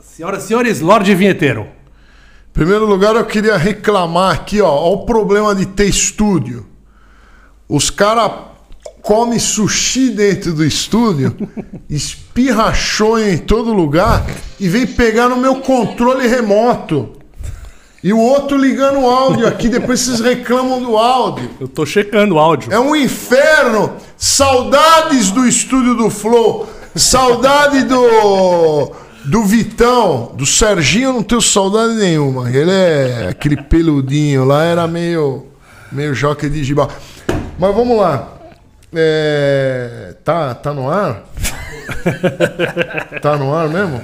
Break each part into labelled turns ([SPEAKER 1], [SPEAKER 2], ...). [SPEAKER 1] Senhoras e senhores, Lorde Vinheteiro.
[SPEAKER 2] primeiro lugar, eu queria reclamar aqui, ó, ó o problema de ter estúdio. Os caras comem sushi dentro do estúdio, espirra show em todo lugar e vem pegar no meu controle remoto. E o outro ligando o áudio aqui, depois vocês reclamam do áudio.
[SPEAKER 1] Eu tô checando o áudio.
[SPEAKER 2] É um inferno. Saudades do estúdio do Flow. Saudade do do Vitão, do Serginho, eu não tenho saudade nenhuma. Ele é aquele peludinho lá, era meio meio joque de gibal. Mas vamos lá. É, tá, tá no ar? tá no ar mesmo?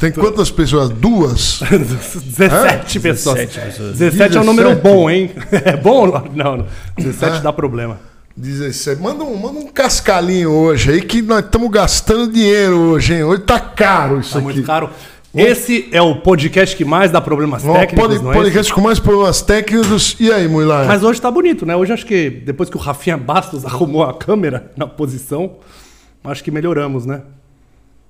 [SPEAKER 2] Tem quantas pessoas? Duas?
[SPEAKER 1] 17 pessoas. 17,
[SPEAKER 3] 17 pessoas.
[SPEAKER 1] é um
[SPEAKER 2] 17.
[SPEAKER 1] número bom, hein? É bom? Lorde? Não, não. 17
[SPEAKER 2] Ah.
[SPEAKER 1] dá problema.
[SPEAKER 2] 17. Manda um, manda um cascalinho hoje aí que nós estamos gastando dinheiro hoje, hein? Hoje tá caro isso
[SPEAKER 1] Tá
[SPEAKER 2] aqui.
[SPEAKER 1] muito caro. Esse é o podcast que mais dá problemas
[SPEAKER 2] Ó,
[SPEAKER 1] técnicos,
[SPEAKER 2] pode-
[SPEAKER 1] não é? esse?
[SPEAKER 2] podcast com mais problemas técnicos. E aí, Muilá?
[SPEAKER 1] Mas hoje tá bonito, né? Hoje acho que depois que o Rafinha Bastos arrumou a câmera na posição, acho que melhoramos, né?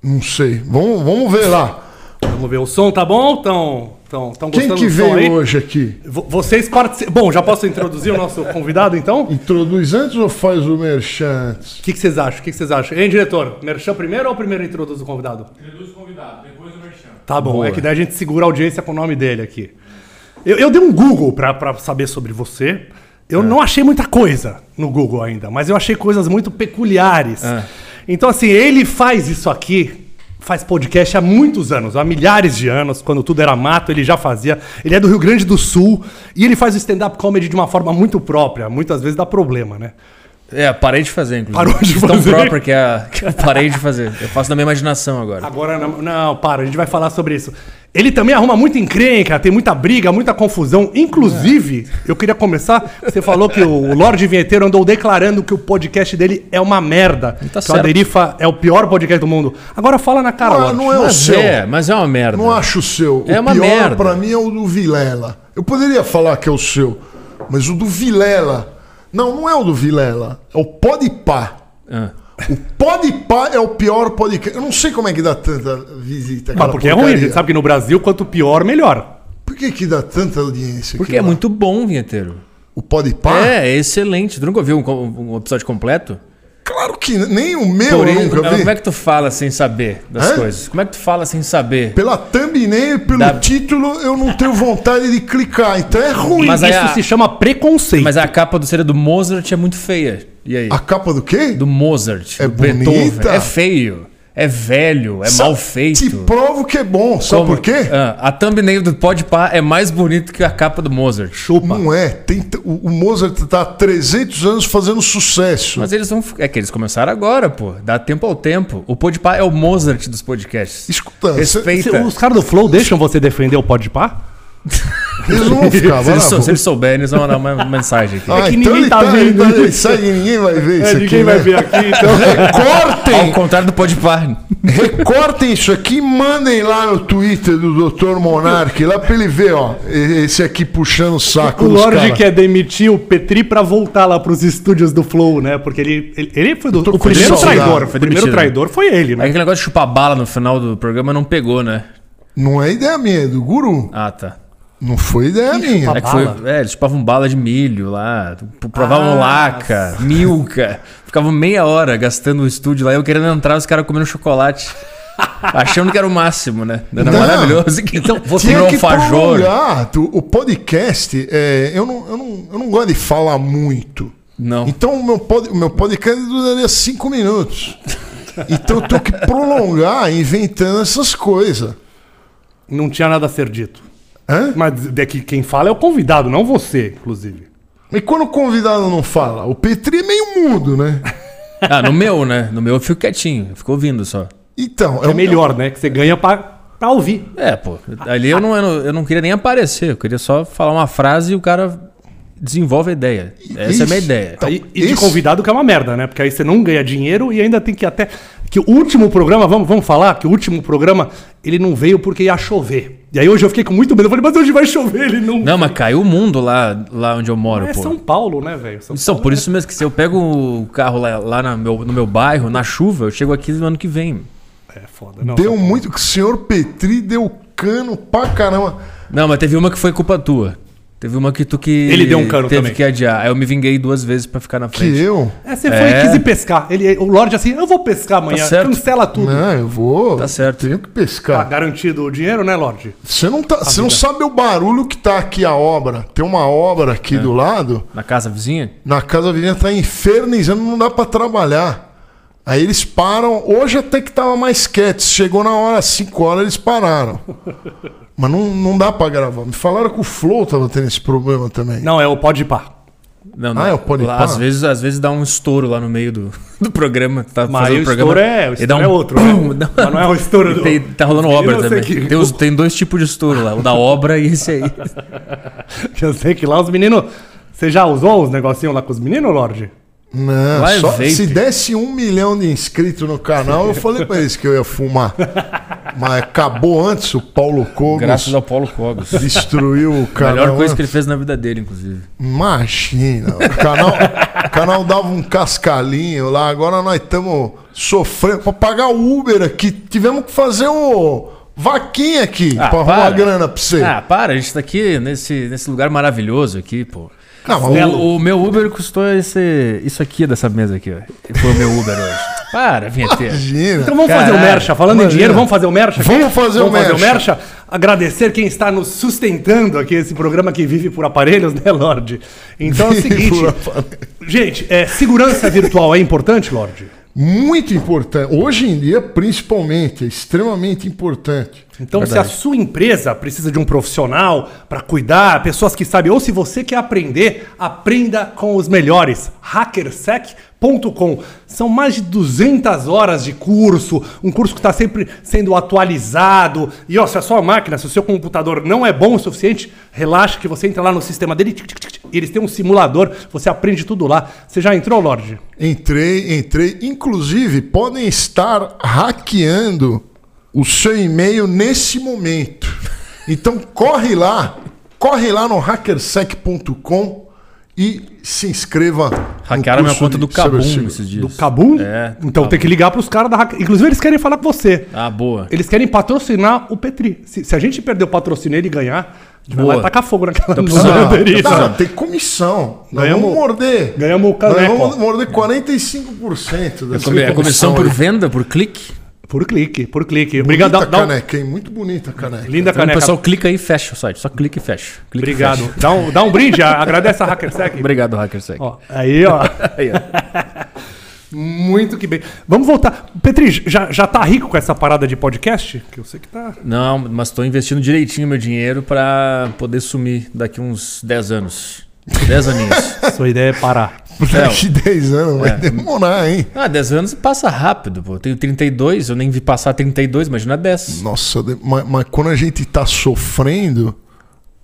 [SPEAKER 2] Não sei. Vamos, vamos ver lá.
[SPEAKER 1] Vamos ver, o som tá bom? Tão, tão, tão
[SPEAKER 2] Quem
[SPEAKER 1] gostando
[SPEAKER 2] que
[SPEAKER 1] do som aí?
[SPEAKER 2] veio hoje aqui?
[SPEAKER 1] V- Vocês participam... Bom, já posso introduzir o nosso convidado, então? O
[SPEAKER 2] Introduz antes ou faz o merchan antes?
[SPEAKER 1] que que vocês acham? O que que vocês acham? Hein, diretor? Merchan primeiro ou primeiro introduz o convidado?
[SPEAKER 4] Reduz o convidado, depois o merchan.
[SPEAKER 1] Tá bom, é que daí a gente segura a audiência com o nome dele aqui. Eu, eu dei um Google pra, pra saber sobre você. Eu não achei muita coisa no Google ainda, mas eu achei coisas muito peculiares. Então, assim, ele faz isso aqui, faz podcast há muitos anos, há milhares de anos, quando tudo era mato, ele já fazia. Ele é do Rio Grande do Sul e ele faz o stand-up comedy de uma forma muito própria. Muitas vezes dá problema, né?
[SPEAKER 3] É, parei de fazer, inclusive.
[SPEAKER 1] Parou de
[SPEAKER 3] Fiz tão
[SPEAKER 1] fazer.
[SPEAKER 3] próprio que, a, que eu parei de fazer. Eu faço na minha imaginação agora.
[SPEAKER 1] Agora, não, não, para, a gente vai falar sobre isso. Ele também arruma muita encrenca, tem muita briga, muita confusão. Inclusive, eu queria começar. Você falou que o Lorde Vinheteiro andou declarando que o podcast dele é uma merda. que
[SPEAKER 3] tá
[SPEAKER 1] o
[SPEAKER 3] certo.
[SPEAKER 1] Derifa é o pior podcast do mundo. Agora fala na cara,
[SPEAKER 2] Ah,
[SPEAKER 1] Lorde.
[SPEAKER 2] não é o
[SPEAKER 3] Mas
[SPEAKER 2] seu.
[SPEAKER 3] é, mas é uma merda.
[SPEAKER 2] Não acho o seu.
[SPEAKER 3] É
[SPEAKER 2] o
[SPEAKER 3] uma
[SPEAKER 2] pior
[SPEAKER 3] merda.
[SPEAKER 2] pra mim é o do Vilela. Eu poderia falar que é o seu, mas o do Vilela. Não, não é o do Vilela. É o Podpah.
[SPEAKER 3] Ah.
[SPEAKER 2] O Podpah é o pior podcast. Eu não sei como é que dá tanta visita.
[SPEAKER 1] Mas
[SPEAKER 2] aquela
[SPEAKER 1] porque é
[SPEAKER 3] um
[SPEAKER 1] ruim, a
[SPEAKER 2] porcaria.
[SPEAKER 1] gente sabe que no Brasil, quanto pior, melhor.
[SPEAKER 2] Por que que dá tanta audiência?
[SPEAKER 3] Porque
[SPEAKER 2] aquilo
[SPEAKER 3] é
[SPEAKER 2] lá?
[SPEAKER 3] muito bom, vinheteiro.
[SPEAKER 2] O Podpah?
[SPEAKER 3] É, é excelente. Tu nunca ouviu um, co- um episódio completo?
[SPEAKER 2] Claro que nem o meu eu
[SPEAKER 3] Porém,
[SPEAKER 2] nunca vi.
[SPEAKER 3] como é que tu fala sem saber das
[SPEAKER 2] Hã?
[SPEAKER 3] coisas? Como é que tu fala sem saber?
[SPEAKER 2] Pela thumbnail e pelo
[SPEAKER 3] Da-
[SPEAKER 2] título eu não tenho vontade de clicar, então é ruim.
[SPEAKER 3] Mas aí
[SPEAKER 1] isso
[SPEAKER 3] a-
[SPEAKER 1] se chama preconceito.
[SPEAKER 3] Mas a capa do CD do Mozart é muito feia. E aí?
[SPEAKER 2] A capa do quê?
[SPEAKER 3] Do Mozart,
[SPEAKER 2] É
[SPEAKER 3] do Beethoven.
[SPEAKER 2] bonita.
[SPEAKER 3] É feio. É velho, é
[SPEAKER 2] Sa-
[SPEAKER 3] mal feito.
[SPEAKER 2] Te provo que é bom, sabe
[SPEAKER 3] Como-
[SPEAKER 2] por quê?
[SPEAKER 3] Ah, a thumbnail do Podpah é mais bonito que a capa do Mozart.
[SPEAKER 1] Chupa.
[SPEAKER 2] Não é. Tem t- o, o Mozart tá há 300 anos fazendo sucesso.
[SPEAKER 3] Mas eles vão. É que eles começaram agora, pô. Dá tempo ao tempo. O Podpah é o Mozart dos podcasts.
[SPEAKER 2] Escuta, cê-
[SPEAKER 3] Respeita.
[SPEAKER 1] Se- Os caras do Flow deixam você defender o Podpah?
[SPEAKER 2] eles não vão
[SPEAKER 3] Se
[SPEAKER 2] ficar, vai
[SPEAKER 3] eles,
[SPEAKER 2] lá,
[SPEAKER 3] sou-
[SPEAKER 2] vou-
[SPEAKER 3] se eles souberem, eles vão mandar uma mensagem aqui.
[SPEAKER 2] Ah,
[SPEAKER 1] que
[SPEAKER 2] então
[SPEAKER 1] ninguém
[SPEAKER 2] ele
[SPEAKER 1] tá vendo. É,
[SPEAKER 2] Ele ele sabe que ninguém vai ver isso aqui. né?
[SPEAKER 1] aqui, então.
[SPEAKER 3] Ao
[SPEAKER 2] Recortem,
[SPEAKER 3] contrário do Podpah.
[SPEAKER 2] recortem isso aqui e mandem lá no Twitter do Dr. Monark, lá pra ele ver, ó. e- Esse aqui puxando o saco
[SPEAKER 1] O
[SPEAKER 2] dos
[SPEAKER 1] Lorde
[SPEAKER 2] cara.
[SPEAKER 1] quer demitir o Petri pra voltar lá pros estúdios do Flow, né? Porque ele, ele, ele foi do,
[SPEAKER 2] tô
[SPEAKER 1] o
[SPEAKER 2] com
[SPEAKER 1] primeiro
[SPEAKER 2] saudade.
[SPEAKER 1] traidor. O
[SPEAKER 3] Foi
[SPEAKER 1] primeiro
[SPEAKER 3] demitido.
[SPEAKER 1] traidor foi ele, né?
[SPEAKER 3] É Aquele negócio de chupar bala no final do programa não pegou, né?
[SPEAKER 2] Não é ideia minha, é do guru.
[SPEAKER 3] Ah, tá.
[SPEAKER 2] Não foi ideia minha.
[SPEAKER 3] É que foi,
[SPEAKER 1] Bala?
[SPEAKER 3] é, eles chupavam bala de milho lá, p- provavam
[SPEAKER 1] Ah,
[SPEAKER 3] laca, milka. Ficavam meia hora gastando o estúdio lá, eu querendo entrar, os caras comendo chocolate. Achando que era o máximo, né? Era
[SPEAKER 2] Não.
[SPEAKER 3] maravilhoso. Então, você
[SPEAKER 2] Tinha
[SPEAKER 3] virou
[SPEAKER 2] que
[SPEAKER 3] um fajor.
[SPEAKER 2] prolongar. Tu- O podcast, é, eu, não, eu, não, eu não gosto de falar muito.
[SPEAKER 3] Não.
[SPEAKER 2] Então o meu, pod, o meu podcast duraria cinco minutos. Então eu tenho que prolongar inventando essas coisas.
[SPEAKER 1] Não tinha nada a ser dito.
[SPEAKER 2] Hã?
[SPEAKER 1] Mas é que quem fala é o convidado, não você, inclusive.
[SPEAKER 2] E quando o convidado não fala? O Petri é meio mudo, né?
[SPEAKER 3] Ah, no meu, né? No meu eu fico quietinho, eu fico ouvindo só.
[SPEAKER 2] Então,
[SPEAKER 1] É melhor, né? Que você ganha pra, pra ouvir.
[SPEAKER 3] É, pô. Ali eu não, eu não- eu não queria nem aparecer, eu queria só falar uma frase e o cara desenvolve a ideia. Essa é a minha
[SPEAKER 2] Isso.
[SPEAKER 3] ideia.
[SPEAKER 2] Então,
[SPEAKER 1] e, e de
[SPEAKER 2] esse-
[SPEAKER 1] convidado que é uma merda, né? Porque aí você não ganha dinheiro e ainda tem que até. Que o último programa, vamos, vamos falar, que o último programa, ele não veio porque ia chover. E aí hoje eu fiquei com muito medo. Eu falei, mas hoje vai chover, ele não.
[SPEAKER 3] Não, mas caiu o mundo lá, lá onde eu moro,
[SPEAKER 1] é
[SPEAKER 3] pô.
[SPEAKER 1] São Paulo, né, velho? São
[SPEAKER 3] Então, por isso mesmo que se eu pego o carro lá, lá na meu- no meu bairro, na chuva, eu chego aqui no ano que vem.
[SPEAKER 1] É foda. Não,
[SPEAKER 2] deu
[SPEAKER 1] tá bom.
[SPEAKER 2] muito. O senhor Petri deu cano pra caramba.
[SPEAKER 3] Não, mas teve uma que foi culpa tua. Teve uma que tu que.
[SPEAKER 1] Ele deu um cano
[SPEAKER 3] teve
[SPEAKER 1] também.
[SPEAKER 3] que adiar. Aí eu me vinguei duas vezes pra ficar na
[SPEAKER 2] Que
[SPEAKER 3] frente.
[SPEAKER 2] eu?
[SPEAKER 1] É, você foi
[SPEAKER 3] É. Tá
[SPEAKER 1] e quis ir pescar. Ele, o Lorde assim, eu vou pescar amanhã.
[SPEAKER 3] certo.
[SPEAKER 1] Cancela tudo.
[SPEAKER 2] Não, eu vou.
[SPEAKER 3] Tá certo.
[SPEAKER 2] Tenho que
[SPEAKER 1] Tá
[SPEAKER 2] pescar.
[SPEAKER 1] garantido o dinheiro, né, Lorde?
[SPEAKER 2] Você não, tá, você não sabe o barulho que tá aqui a obra. Tem uma obra aqui do lado.
[SPEAKER 3] Na casa vizinha?
[SPEAKER 2] Na casa vizinha tá infernizando, não dá pra trabalhar. Aí eles param. Hoje até que tava mais quieto. Chegou na hora, 5 horas, eles pararam. Mas não, não dá pra gravar. Me falaram que o Flow tava tendo esse problema também.
[SPEAKER 1] Não, é o pode pá.
[SPEAKER 3] Não,
[SPEAKER 2] Ah, é o Pode
[SPEAKER 3] lá,
[SPEAKER 2] Pá?
[SPEAKER 3] às vezes Às vezes dá um estouro lá no meio do, do programa. Tá
[SPEAKER 1] Mas
[SPEAKER 3] fazendo
[SPEAKER 1] aí o
[SPEAKER 3] programa,
[SPEAKER 1] estouro é- o
[SPEAKER 3] e
[SPEAKER 1] estouro
[SPEAKER 3] dá um
[SPEAKER 1] é outro, né?
[SPEAKER 3] dá-
[SPEAKER 1] Mas não é o estouro
[SPEAKER 3] E
[SPEAKER 1] do-
[SPEAKER 3] tem- Tá rolando
[SPEAKER 1] Eu
[SPEAKER 3] obra
[SPEAKER 1] sei
[SPEAKER 3] também.
[SPEAKER 1] que-
[SPEAKER 3] Tem, os- tem dois tipos de estouro lá. O da obra e esse aí.
[SPEAKER 1] Eu sei que lá os meninos. Você já usou os negocinhos lá com os meninos, Lorde?
[SPEAKER 2] Não,
[SPEAKER 3] Lá é
[SPEAKER 2] só-
[SPEAKER 3] vape.
[SPEAKER 2] se desse um milhão de inscritos no canal, eu falei pra eles que eu ia fumar. Mas acabou antes, o Paulo Cogos
[SPEAKER 3] Graças ao Paulo Cogos.
[SPEAKER 2] destruiu o canal.
[SPEAKER 3] Melhor coisa que
[SPEAKER 2] antes.
[SPEAKER 3] ele fez na vida dele, inclusive.
[SPEAKER 2] Imagina, o canal, o canal dava um cascalinho lá, agora nós estamos sofrendo pra pagar o Uber aqui. Tivemos que fazer o vaquinha aqui
[SPEAKER 3] Ah,
[SPEAKER 2] pra arrumar
[SPEAKER 3] para.
[SPEAKER 2] grana pra você.
[SPEAKER 3] Ah, para, a gente tá aqui nesse, nesse lugar maravilhoso aqui, pô.
[SPEAKER 2] Não, mas o-
[SPEAKER 3] O, o meu Uber custou esse, isso aqui dessa mesa aqui, ó. Foi o meu Uber hoje. Para, vinheteiro.
[SPEAKER 2] imagina.
[SPEAKER 1] Então vamos fazer o
[SPEAKER 3] Caralho,
[SPEAKER 1] mercha. Falando em
[SPEAKER 2] imagina.
[SPEAKER 1] dinheiro, vamos fazer o mercha? aqui?
[SPEAKER 2] Vamos fazer o mercha.
[SPEAKER 1] Agradecer quem está nos sustentando aqui, esse programa que vive por aparelhos, né, Lorde? Então é o
[SPEAKER 2] Vive
[SPEAKER 1] seguinte.
[SPEAKER 2] por aparelhos.
[SPEAKER 1] Gente, é, segurança virtual é importante, Lorde?
[SPEAKER 2] Muito importante. Hoje em dia, principalmente, é extremamente importante.
[SPEAKER 1] Então,
[SPEAKER 3] Verdade.
[SPEAKER 1] se a sua empresa precisa de um profissional para cuidar, pessoas que sabem, ou se você quer aprender, aprenda com os melhores. Hackersec.com. São mais de 200 horas de curso, um curso que está sempre sendo atualizado. E ó, se a sua máquina, se o seu computador não é bom o suficiente, relaxa que você entra lá no sistema dele, tic, tic, tic, tic, e eles têm um simulador, você aprende tudo lá. Você já entrou, Lorde?
[SPEAKER 2] Entrei, entrei. Inclusive, podem estar hackeando o seu e-mail nesse momento. Então, corre lá, corre lá no hackersec.com e se inscreva.
[SPEAKER 3] Hackearam minha conta do Cabum
[SPEAKER 2] Cabum.
[SPEAKER 3] esses dias.
[SPEAKER 1] Do Kabum?
[SPEAKER 3] É, do
[SPEAKER 1] Então tem que ligar para os caras da Hacker. Inclusive, eles querem falar com você.
[SPEAKER 3] Ah, boa.
[SPEAKER 1] Eles querem patrocinar o Petri. Se, se a gente perder o patrocínio e ele ganhar, a gente vai
[SPEAKER 3] Boa.
[SPEAKER 1] lá e tacar fogo naquela
[SPEAKER 3] Tô
[SPEAKER 1] no
[SPEAKER 3] precisando.
[SPEAKER 1] lavanderia.
[SPEAKER 3] Tô precisando.
[SPEAKER 2] Cara, tem comissão. Nós
[SPEAKER 1] Ganhamos-
[SPEAKER 2] vamos morder.
[SPEAKER 1] ganhamos o
[SPEAKER 2] Nós
[SPEAKER 1] caneco,
[SPEAKER 2] vamos
[SPEAKER 1] ó.
[SPEAKER 2] morder 45%
[SPEAKER 3] É
[SPEAKER 2] dessa
[SPEAKER 3] comi- é comissão por
[SPEAKER 2] aí.
[SPEAKER 3] venda, por clique.
[SPEAKER 1] Por clique, por clique.
[SPEAKER 2] Bonita
[SPEAKER 1] Obrigado. dá- dá um-
[SPEAKER 2] caneca, hein? Muito bonita a caneca.
[SPEAKER 1] Linda
[SPEAKER 3] Então, o
[SPEAKER 1] caneca.
[SPEAKER 3] pessoal clica aí e fecha o site. Só clica e fecha. Clica e
[SPEAKER 1] Obrigado.
[SPEAKER 3] fecha.
[SPEAKER 1] Dá um, dá um brinde, a- agradece a HackerSec.
[SPEAKER 3] Obrigado, HackerSec.
[SPEAKER 1] Ó, aí, ó.
[SPEAKER 3] Aí, ó.
[SPEAKER 1] Muito que bem. Vamos voltar. Petri, já, já tá rico com essa parada de podcast? Que eu sei que tá.
[SPEAKER 3] Não, mas tô investindo direitinho meu dinheiro pra poder sumir daqui uns 10 anos. 10 aninhos.
[SPEAKER 1] Sua ideia é parar.
[SPEAKER 2] Daqui
[SPEAKER 3] É.
[SPEAKER 2] 10 anos vai demorar, hein?
[SPEAKER 3] Ah, 10 anos passa rápido, pô. Eu tenho 32, eu nem vi passar 32, imagina 10.
[SPEAKER 2] Nossa, de- mas, mas quando a gente tá sofrendo,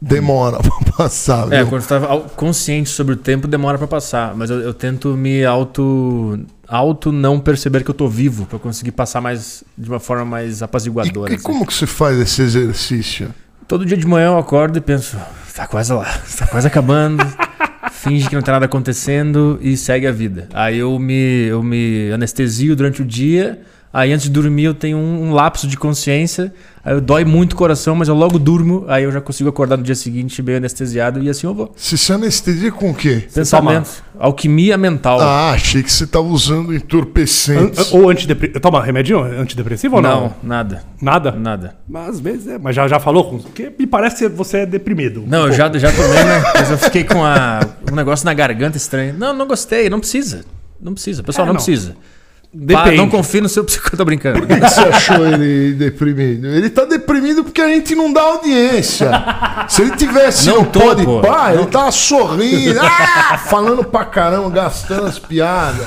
[SPEAKER 2] demora pra passar,
[SPEAKER 3] É,
[SPEAKER 2] viu?
[SPEAKER 3] quando você tá au- consciente sobre o tempo, demora pra passar. Mas eu, eu tento me auto, auto não perceber que eu tô vivo, pra eu conseguir passar mais de uma forma mais
[SPEAKER 2] E-
[SPEAKER 3] apaziguadora.
[SPEAKER 2] e,
[SPEAKER 3] assim.
[SPEAKER 2] como que você faz esse exercício?
[SPEAKER 3] Todo dia de manhã eu acordo e penso, tá quase lá, tá quase acabando. Finge que não tá nada acontecendo e segue a vida. Aí eu me, eu me anestesio durante o dia. Aí antes de dormir eu tenho um, um lapso de consciência. Aí eu dói muito o coração, mas eu logo durmo. Aí eu já consigo acordar no dia seguinte meio anestesiado e assim eu vou.
[SPEAKER 2] Você se anestesia com o quê?
[SPEAKER 3] Pensamento. Alquimia mental.
[SPEAKER 2] Ah, achei que você tava usando
[SPEAKER 1] An-
[SPEAKER 2] entorpecentes.
[SPEAKER 3] Ah, oh.
[SPEAKER 1] an- ou antidepressivo. Toma remédio antidepressivo ou não?
[SPEAKER 3] não, nada.
[SPEAKER 1] Nada?
[SPEAKER 3] Nada.
[SPEAKER 1] Mas às vezes é. Mas já, já falou com. Porque me parece que você é deprimido.
[SPEAKER 3] Não, eu já, já tomei, né? Mas eu fiquei com a, um negócio na garganta estranho. Não, não gostei, não precisa. Não precisa, pessoal,
[SPEAKER 1] É,
[SPEAKER 3] não,
[SPEAKER 1] não.
[SPEAKER 3] precisa.
[SPEAKER 1] Depende.
[SPEAKER 3] Pá, não confie no seu psicólogo, tô brincando.
[SPEAKER 2] Por que que você achou ele deprimido? Ele tá deprimido porque a gente não dá audiência. Se ele tivesse
[SPEAKER 3] Não
[SPEAKER 2] no
[SPEAKER 3] tô,
[SPEAKER 2] pode
[SPEAKER 3] pô.
[SPEAKER 2] pá, ele tava sorrindo, ah, falando pra caramba, gastando as piadas.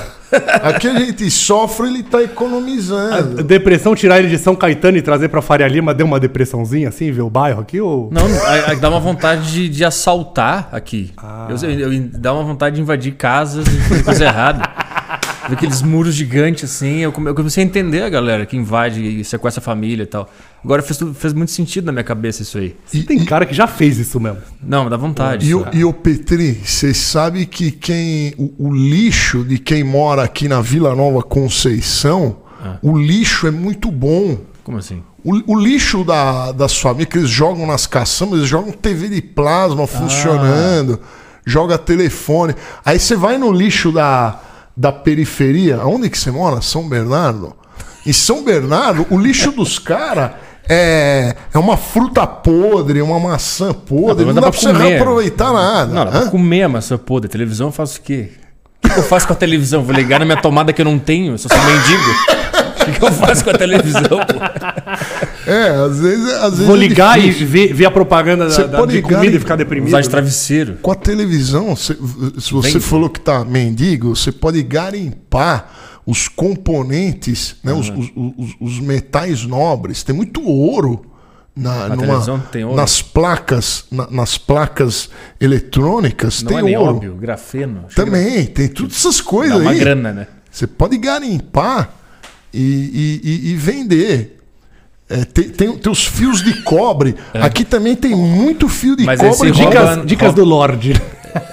[SPEAKER 2] Aqui a gente sofre, ele tá economizando.
[SPEAKER 1] Depressão, tirar ele de São Caetano e trazer pra Faria Lima, deu uma depressãozinha assim, ver o bairro aqui? Ou...
[SPEAKER 3] Não, a- a- dá uma vontade de, de assaltar aqui. Eu, eu- eu- dá uma vontade de invadir casas e fazer coisa errada. Ver Aqueles muros gigantes assim. Eu, come- eu comecei a entender a galera que invade e sequestra a família e tal. Agora fez, tudo- fez muito sentido na minha cabeça isso aí.
[SPEAKER 2] E-
[SPEAKER 1] Tem cara que já fez isso mesmo.
[SPEAKER 3] Não, dá vontade.
[SPEAKER 2] E
[SPEAKER 3] isso.
[SPEAKER 2] o, e o Petri, você sabe que quem o, o lixo de quem mora aqui na Vila Nova Conceição O lixo é muito bom.
[SPEAKER 3] Como assim?
[SPEAKER 2] O, o lixo da, das famílias que eles jogam nas caçambas, eles jogam TV de plasma funcionando, joga telefone. Aí você vai no lixo da, da periferia. Onde que você mora? São Bernardo? Em São Bernardo, o lixo dos caras é, é uma fruta podre, uma maçã podre. Não,
[SPEAKER 3] mas
[SPEAKER 2] dá pra você reaproveitar nada.
[SPEAKER 3] Não, dá pra
[SPEAKER 2] hã?
[SPEAKER 3] comer a maçã podre. Televisão eu faço o quê? O que que eu faço com a televisão? Vou ligar na minha tomada que eu não tenho, eu sou só mendigo. O que que eu faço com a televisão, pô?
[SPEAKER 2] É, às vezes. Às vezes
[SPEAKER 1] Vou
[SPEAKER 2] é
[SPEAKER 1] ligar e
[SPEAKER 2] difícil.
[SPEAKER 1] ver, ver a propaganda
[SPEAKER 2] Você
[SPEAKER 1] da, da,
[SPEAKER 2] pode
[SPEAKER 1] de
[SPEAKER 2] ligar
[SPEAKER 1] comida
[SPEAKER 2] e
[SPEAKER 1] e ficar deprimido.
[SPEAKER 3] Usar de
[SPEAKER 1] né?
[SPEAKER 3] travesseiro.
[SPEAKER 2] Com a televisão, se, se você
[SPEAKER 3] Vende.
[SPEAKER 2] falou que tá mendigo, você pode garimpar os componentes, né, os, os- os- os metais nobres. Tem muito ouro na, numa-
[SPEAKER 3] televisão tem ouro?
[SPEAKER 2] nas placas, na- nas placas eletrônicas.
[SPEAKER 3] Não
[SPEAKER 2] tem
[SPEAKER 3] é nem
[SPEAKER 2] ouro.
[SPEAKER 3] óbvio, grafeno. Acho que
[SPEAKER 2] Também tem todas essas
[SPEAKER 3] Dá
[SPEAKER 2] coisas
[SPEAKER 3] uma
[SPEAKER 2] aí.
[SPEAKER 3] grana, né?
[SPEAKER 2] Você pode garimpar e, e- e- e vender. É, tem, tem, tem os fios de cobre. Aqui também tem muito fio de
[SPEAKER 3] É. Mas
[SPEAKER 2] cobre.
[SPEAKER 3] esse
[SPEAKER 2] de-
[SPEAKER 3] rouba-
[SPEAKER 1] Dicas, dicas do Lorde.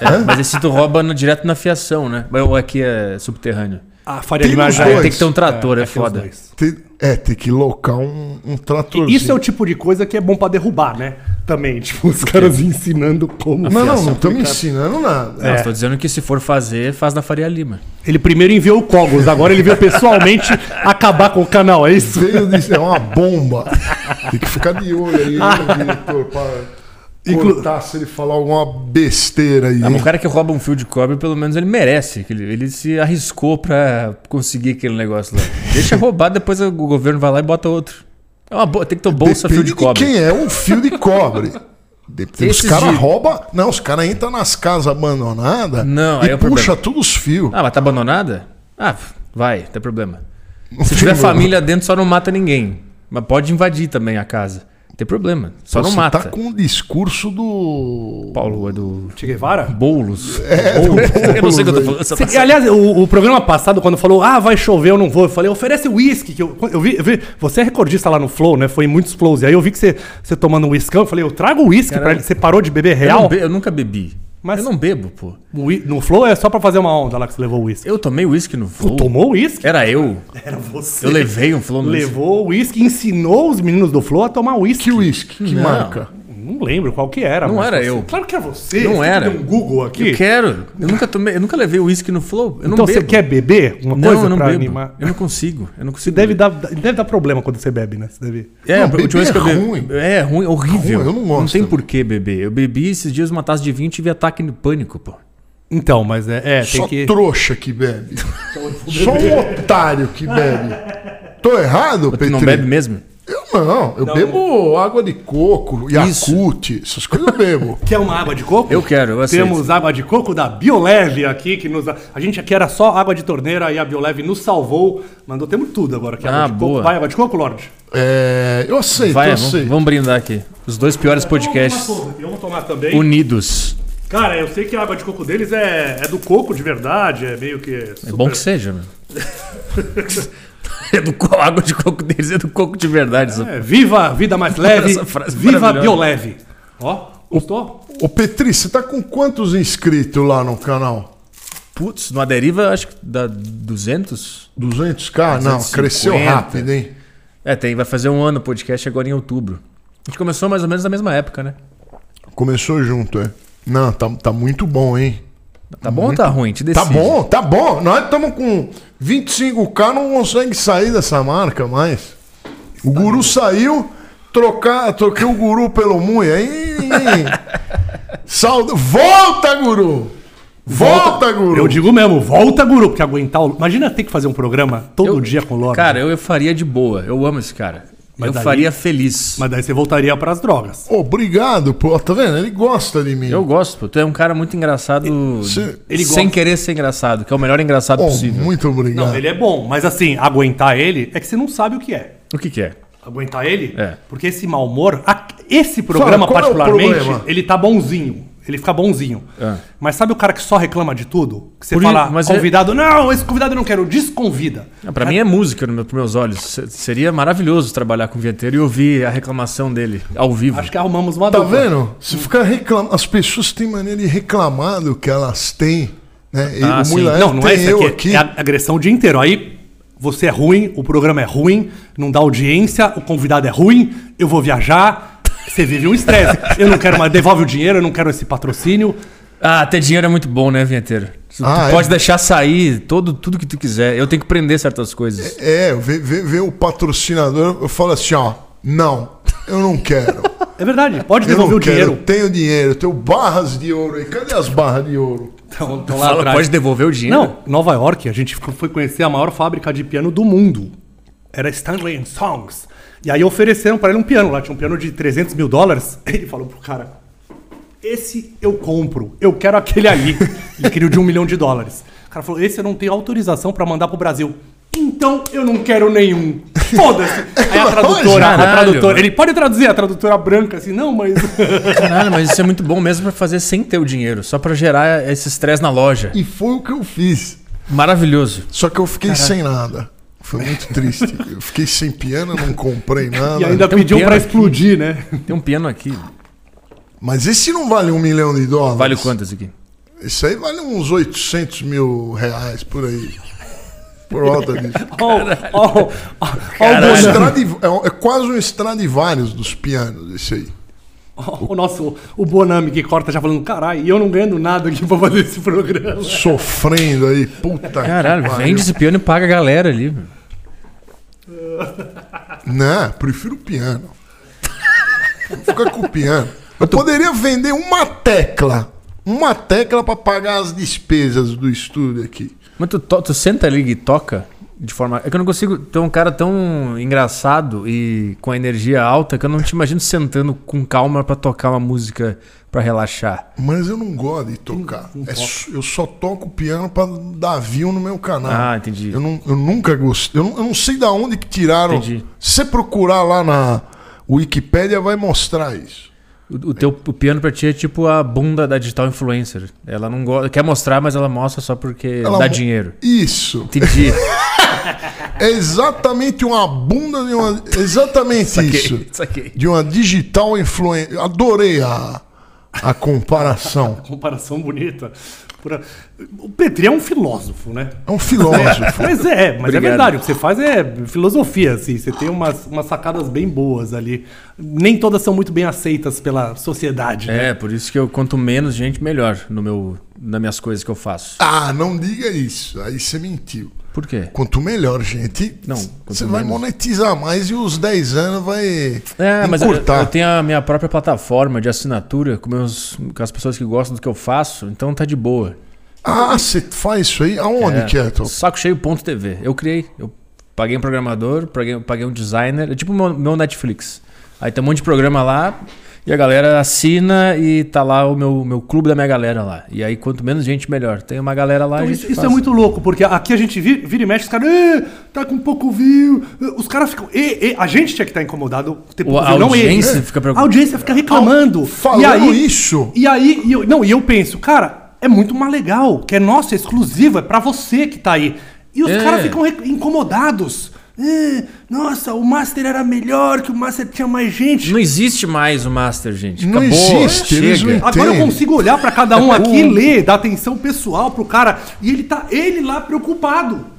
[SPEAKER 3] É, mas esse tu rouba no- direto na fiação, né? Ou aqui é subterrâneo.
[SPEAKER 1] A Faria
[SPEAKER 2] Tem
[SPEAKER 1] Lima
[SPEAKER 2] nos
[SPEAKER 1] já
[SPEAKER 2] dois.
[SPEAKER 1] é-
[SPEAKER 3] Tem que ter um trator, é,
[SPEAKER 1] tem os
[SPEAKER 3] foda.
[SPEAKER 1] dois.
[SPEAKER 2] Tem- é, tem que locar um, um tratorzinho.
[SPEAKER 1] Isso é o tipo de coisa que é bom pra derrubar, né? Também, tipo, os caras ensinando
[SPEAKER 3] tipo
[SPEAKER 1] como...
[SPEAKER 2] Não, não,
[SPEAKER 1] fiação.
[SPEAKER 2] não estamos ensinando nada.
[SPEAKER 3] Não, eu tô dizendo que se for fazer, faz na Faria Lima.
[SPEAKER 1] Ele primeiro enviou o Cogos, agora ele veio pessoalmente acabar com o canal, é isso?
[SPEAKER 2] Veio de, é uma bomba. Tem que ficar de olho aí, né, diretor, pra
[SPEAKER 1] Inclu-
[SPEAKER 2] cortar se ele falar alguma besteira aí.
[SPEAKER 3] Ah,
[SPEAKER 2] hein?
[SPEAKER 3] mas o cara que rouba um fio de cobre, pelo menos ele merece. que Ele, ele se arriscou pra conseguir aquele negócio lá. Deixa roubar, depois o governo vai lá e bota outro. É uma boa, tem que ter um bolsa fio
[SPEAKER 2] Depende
[SPEAKER 3] de cobre.
[SPEAKER 2] quem é um fio de cobre. Depende- os
[SPEAKER 3] Esses
[SPEAKER 2] caras
[SPEAKER 3] de-
[SPEAKER 2] roubam. Não, os caras entram nas casas abandonadas
[SPEAKER 3] Não, aí
[SPEAKER 2] e
[SPEAKER 3] é o
[SPEAKER 2] puxa todos os fios.
[SPEAKER 3] Ah, mas tá abandonada? Ah, pf, vai, não tem problema.
[SPEAKER 2] Não
[SPEAKER 3] Se
[SPEAKER 2] tem
[SPEAKER 3] tiver
[SPEAKER 2] problema.
[SPEAKER 3] família dentro, só não mata ninguém. Mas pode invadir também a casa. Não Tem problema. Só não
[SPEAKER 2] Você
[SPEAKER 3] mata.
[SPEAKER 2] tá com o discurso do.
[SPEAKER 3] Paulo é do
[SPEAKER 1] Che Guevara?
[SPEAKER 3] Boulos.
[SPEAKER 1] É,
[SPEAKER 3] eu não sei o que eu tô falando. tá essa
[SPEAKER 1] Cê-
[SPEAKER 3] passada.
[SPEAKER 1] aliás, o, o programa passado, quando falou, ah, vai chover, eu não vou, eu falei, oferece uísque. Que eu, eu, vi, eu vi- você é recordista lá no Flow, né? Foi em muitos flows. E aí eu vi que você, você tomando um uísque, eu falei, eu trago uísque pra ele. Você parou de beber
[SPEAKER 3] eu, não
[SPEAKER 1] real?
[SPEAKER 3] be- eu nunca bebi.
[SPEAKER 1] Mas-
[SPEAKER 3] Eu não bebo, pô.
[SPEAKER 1] Uí- No Flow é só pra fazer uma onda lá que você levou o uísque.
[SPEAKER 3] Eu tomei uísque no voo.
[SPEAKER 1] Tomou uísque?
[SPEAKER 3] Era eu.
[SPEAKER 1] Era você.
[SPEAKER 3] Eu levei um flow no
[SPEAKER 1] Levou o uísque, ensinou os meninos do Flow a tomar uísque.
[SPEAKER 2] Que uísque? Que
[SPEAKER 3] Não.
[SPEAKER 2] marca?
[SPEAKER 1] Não lembro qual que era.
[SPEAKER 3] Não
[SPEAKER 1] mas
[SPEAKER 3] era
[SPEAKER 1] você-
[SPEAKER 3] eu.
[SPEAKER 1] Claro que é você.
[SPEAKER 3] Não
[SPEAKER 1] você que
[SPEAKER 3] era.
[SPEAKER 1] deu um Google aqui.
[SPEAKER 3] Eu quero. Eu nunca tomei, eu nunca levei uísque no flow. Eu não
[SPEAKER 1] então
[SPEAKER 3] bebo.
[SPEAKER 1] você quer beber uma
[SPEAKER 3] não,
[SPEAKER 1] coisa
[SPEAKER 3] eu não
[SPEAKER 1] pra
[SPEAKER 3] bebo.
[SPEAKER 1] animar?
[SPEAKER 3] Eu não consigo. Eu não consigo.
[SPEAKER 1] Deve
[SPEAKER 3] beber.
[SPEAKER 1] dar, deve dar problema quando você bebe, né? Você deve...
[SPEAKER 3] É,
[SPEAKER 2] Não,
[SPEAKER 3] a última vez que eu
[SPEAKER 2] beber é
[SPEAKER 3] bebi.
[SPEAKER 2] ruim.
[SPEAKER 3] É, ruim, horrível.
[SPEAKER 2] Ruim, eu não gosto
[SPEAKER 3] Não tem
[SPEAKER 2] também.
[SPEAKER 3] por que beber. Eu bebi esses dias uma taça de vinho e tive ataque de pânico, pô.
[SPEAKER 1] Então, mas é, é, tem
[SPEAKER 2] Só
[SPEAKER 1] que.
[SPEAKER 2] trouxa que bebe. Só um otário que bebe. Tô errado,
[SPEAKER 3] Tu
[SPEAKER 2] Petri?
[SPEAKER 3] não bebe mesmo?
[SPEAKER 2] Eu não. Eu bebo água de coco, Yakult, essas coisas eu bebo.
[SPEAKER 1] Quer uma água de coco?
[SPEAKER 3] Eu quero, eu aceito.
[SPEAKER 1] Temos água de coco da Bioleve aqui, que nos. A gente aqui era só água de torneira e a Bioleve nos salvou. Mandou, temos tudo agora aqui.
[SPEAKER 3] Ah,
[SPEAKER 1] água de coco.
[SPEAKER 3] boa.
[SPEAKER 1] Vai, água de coco, Lorde?
[SPEAKER 2] É, eu aceito,
[SPEAKER 3] Vai,
[SPEAKER 2] eu
[SPEAKER 3] vamos,
[SPEAKER 2] aceito.
[SPEAKER 3] vamos brindar aqui. Os dois piores podcasts
[SPEAKER 1] Eu vou tomar, todas, eu vou tomar também.
[SPEAKER 3] unidos.
[SPEAKER 1] Cara, eu sei que a água de coco deles é, é do coco de verdade, é meio que.
[SPEAKER 3] É bom que seja, mano. é do co- água de coco deles, é do coco de verdade. essa-
[SPEAKER 1] É, viva a vida mais leve,
[SPEAKER 3] Essa frase é
[SPEAKER 1] viva a
[SPEAKER 3] maravilhosa.
[SPEAKER 1] Bioleve. Ó, gostou?
[SPEAKER 2] Ô Petri, você tá com quantos inscritos lá no canal?
[SPEAKER 3] Putz, numa deriva acho que dá 200.
[SPEAKER 2] 200k? Não,
[SPEAKER 3] 250.
[SPEAKER 2] cresceu rápido, hein?
[SPEAKER 3] É, tem, vai fazer um ano o podcast agora em outubro. A gente começou mais ou menos na mesma época, né?
[SPEAKER 2] Começou junto, é. Não, tá, tá muito bom, hein?
[SPEAKER 3] Tá bom ou tá ruim? Te
[SPEAKER 2] Tá
[SPEAKER 3] decide.
[SPEAKER 2] bom, tá bom. Nós estamos com 25k, não consegue sair dessa marca mais. O
[SPEAKER 1] Tá
[SPEAKER 2] guru saiu, trocar, troquei o guru pelo Mui. Aí. Saúde. Volta, guru! Volta, guru!
[SPEAKER 1] Eu digo mesmo, volta, guru, porque aguentar o. Imagina ter que fazer um programa todo
[SPEAKER 3] Eu-
[SPEAKER 1] dia com o Lorde.
[SPEAKER 3] Cara, eu, eu faria de boa. Eu amo esse cara.
[SPEAKER 1] Mas
[SPEAKER 3] eu
[SPEAKER 1] daí-
[SPEAKER 3] faria feliz.
[SPEAKER 1] Mas daí você voltaria pras drogas.
[SPEAKER 2] Obrigado, pô. Tá vendo? Ele gosta de mim.
[SPEAKER 3] Eu gosto, pô. Tu é um cara muito engraçado.
[SPEAKER 2] se-
[SPEAKER 1] ele
[SPEAKER 3] sem
[SPEAKER 1] gosta.
[SPEAKER 3] querer ser engraçado, que é o melhor engraçado
[SPEAKER 2] Bom,
[SPEAKER 3] possível.
[SPEAKER 2] Oh, muito obrigado.
[SPEAKER 1] Não, ele é bom, mas assim, aguentar ele é que você não sabe o que é.
[SPEAKER 3] O que, que é?
[SPEAKER 1] Aguentar ele?
[SPEAKER 3] É.
[SPEAKER 1] Porque esse mau humor, a- esse programa
[SPEAKER 2] qual é o
[SPEAKER 1] particularmente,
[SPEAKER 2] problema?
[SPEAKER 1] ele tá bonzinho. Ele fica bonzinho.
[SPEAKER 3] É.
[SPEAKER 1] Mas sabe o cara que só reclama de tudo? Que você
[SPEAKER 3] Por
[SPEAKER 1] fala,
[SPEAKER 3] isso, mas é-
[SPEAKER 1] convidado, não, esse convidado eu não quero, desconvida.
[SPEAKER 3] Ah, Pra mim é música, nos meus olhos. Se- Seria maravilhoso trabalhar com o Vieteiro e ouvir a reclamação dele ao vivo.
[SPEAKER 1] Acho que arrumamos uma
[SPEAKER 2] Tá
[SPEAKER 1] dupla.
[SPEAKER 2] vendo? Se ficar reclamando. As pessoas têm maneira de reclamar do que elas têm. Né? E
[SPEAKER 3] Ah, sim.
[SPEAKER 2] Mui Laerte
[SPEAKER 1] Não, não é
[SPEAKER 2] tem
[SPEAKER 1] isso
[SPEAKER 2] eu
[SPEAKER 1] aqui. É a- agressão o dia inteiro. Aí Você é ruim, o programa é ruim, não dá audiência, o convidado é ruim, eu vou viajar. Você vive um estresse. Eu não quero mais, devolve o dinheiro, eu não quero esse patrocínio.
[SPEAKER 3] Ah, ter dinheiro é muito bom, né, vinheteiro? Tu, tu
[SPEAKER 2] Ah, é?
[SPEAKER 3] pode deixar sair todo, tudo que tu quiser. Eu tenho que prender certas coisas.
[SPEAKER 2] É, vê, vê- vê o patrocinador, eu falo assim, ó, não, eu não quero.
[SPEAKER 1] É verdade, pode
[SPEAKER 2] Eu não
[SPEAKER 1] devolver o
[SPEAKER 2] quero,
[SPEAKER 1] dinheiro.
[SPEAKER 2] eu tenho dinheiro, eu tenho barras de ouro. E cadê as barras de ouro?
[SPEAKER 1] Então,
[SPEAKER 3] Tu
[SPEAKER 1] tô lá atrás.
[SPEAKER 3] pode devolver o dinheiro.
[SPEAKER 1] Não, Nova York, a gente ficou- foi conhecer a maior fábrica de piano do mundo. Era Stanley and Songs. E aí ofereceram pra ele um piano lá, tinha um piano de 300 mil dólares. Ele falou pro cara: Esse eu compro, eu quero aquele ali. Ele queria o de um milhão de dólares. O cara falou: Esse eu não tenho autorização pra mandar pro Brasil. Então eu não quero nenhum. Foda-se. Aí a tradutora, a
[SPEAKER 3] Caralho,
[SPEAKER 1] tradutora,
[SPEAKER 3] mano.
[SPEAKER 1] ele pode traduzir a tradutora branca assim, não, mas.
[SPEAKER 3] Caralho, mas isso é muito bom mesmo pra fazer sem ter o dinheiro, só pra gerar esse estresse na loja.
[SPEAKER 2] E foi o que eu fiz.
[SPEAKER 3] Maravilhoso.
[SPEAKER 2] Só que eu fiquei sem nada. Foi muito triste. Eu fiquei sem piano, não comprei nada.
[SPEAKER 1] E ainda
[SPEAKER 3] tem um
[SPEAKER 1] pediu pra
[SPEAKER 3] piano aqui.
[SPEAKER 1] explodir, né?
[SPEAKER 3] Tem um piano aqui.
[SPEAKER 2] Mas esse não vale um milhão de dólares.
[SPEAKER 3] Vale o quanto esse aqui?
[SPEAKER 2] Isso aí vale uns 800 mil reais por aí. Por volta disso.
[SPEAKER 1] Ó, ó, ó, ó, o
[SPEAKER 2] É um
[SPEAKER 1] Bonanza.
[SPEAKER 2] Stradiv- é, um- é quase um Stradivarius dos pianos, esse aí.
[SPEAKER 1] O nosso, o Bonami que corta já falando, caralho, e eu não ganhando nada aqui pra fazer esse programa.
[SPEAKER 2] Sofrendo aí, puta que
[SPEAKER 3] Caralho,
[SPEAKER 2] pariu.
[SPEAKER 3] vende esse piano e paga a galera ali. meu.
[SPEAKER 2] Não, prefiro o piano. Fica com o piano. Eu poderia vender uma tecla. Uma tecla pra pagar as despesas do estúdio aqui.
[SPEAKER 3] Mas tu, to- tu senta ali e toca de forma. É que eu não consigo. Tu é um cara tão engraçado e com a energia alta que eu não te imagino sentando com calma pra tocar uma música pra relaxar.
[SPEAKER 2] Mas eu não gosto de tocar. É só- eu só toco piano pra dar view no meu canal.
[SPEAKER 3] Ah, entendi.
[SPEAKER 2] Eu, não- eu nunca gostei. Eu não, eu não sei da onde que tiraram.
[SPEAKER 3] Entendi.
[SPEAKER 2] Se você procurar lá na Wikipédia, vai mostrar isso.
[SPEAKER 3] O, o teu o piano pra ti é tipo a bunda da digital influencer. Ela não gosta. Quer mostrar, mas ela mostra só porque
[SPEAKER 2] Ela
[SPEAKER 3] dá
[SPEAKER 2] mo-
[SPEAKER 3] dinheiro.
[SPEAKER 2] Isso.
[SPEAKER 3] Entendi.
[SPEAKER 2] É exatamente uma bunda de uma. Exatamente isso.
[SPEAKER 3] Saquei.
[SPEAKER 2] de uma digital influência. Adorei a, a comparação.
[SPEAKER 1] Comparação bonita. Por- O Petri é um filósofo, né?
[SPEAKER 2] É um filósofo.
[SPEAKER 1] Mas é, mas é
[SPEAKER 3] Obrigado.
[SPEAKER 1] verdade. O que você faz é filosofia, assim. Você tem umas, umas sacadas bem boas ali. Nem todas são muito bem aceitas pela sociedade, né?
[SPEAKER 3] É, por isso que eu quanto menos gente, melhor no meu, nas minhas coisas que eu faço.
[SPEAKER 2] Ah, não diga isso. Aí você mentiu.
[SPEAKER 3] Por quê?
[SPEAKER 2] Quanto melhor, gente,
[SPEAKER 3] Não, quanto
[SPEAKER 2] você vai
[SPEAKER 3] menos.
[SPEAKER 2] monetizar mais e os 10 anos vai
[SPEAKER 3] É, mas eu,
[SPEAKER 2] encurtar.
[SPEAKER 3] eu tenho a minha própria plataforma de assinatura com, meus, com as pessoas que gostam do que eu faço, então tá de boa.
[SPEAKER 2] Ah, você faz isso aí? Aonde que é? Tô?
[SPEAKER 3] Saco cheio.tv. Eu criei. Eu paguei um programador, paguei, paguei um designer. É tipo meu, meu Netflix. Aí tem um monte de programa lá e a galera assina e tá lá o meu, meu clube da minha galera lá. E aí, quanto menos gente, melhor. Tem uma galera lá.
[SPEAKER 1] Então,
[SPEAKER 3] a
[SPEAKER 1] isso,
[SPEAKER 3] gente
[SPEAKER 1] isso é
[SPEAKER 3] faz.
[SPEAKER 1] muito louco, porque aqui a gente vi- vira e mexe, os caras, "Eh, tá com pouco view. Os caras ficam. "Eh, eh", a gente tinha que estar incomodado. ter
[SPEAKER 3] O- a audiência fica preocup-
[SPEAKER 1] A audiência fica reclamando.
[SPEAKER 2] Al- falando
[SPEAKER 1] E aí-
[SPEAKER 2] isso.
[SPEAKER 1] E aí, e eu, não, e eu penso, cara, é muito mais legal, que é nosso, é exclusivo, é pra você que tá aí. E os
[SPEAKER 3] É.
[SPEAKER 1] caras ficam re- incomodados. "Eh, nossa, o Master era melhor, que o Master tinha mais gente.
[SPEAKER 3] Não existe mais o Master, gente.
[SPEAKER 2] Não
[SPEAKER 3] Acabou,
[SPEAKER 2] existe, eles
[SPEAKER 3] chega.
[SPEAKER 2] não-
[SPEAKER 1] Agora eu
[SPEAKER 2] Entendo.
[SPEAKER 1] consigo olhar pra cada um aqui e ler, dar atenção pessoal pro cara. E ele tá, ele lá preocupado.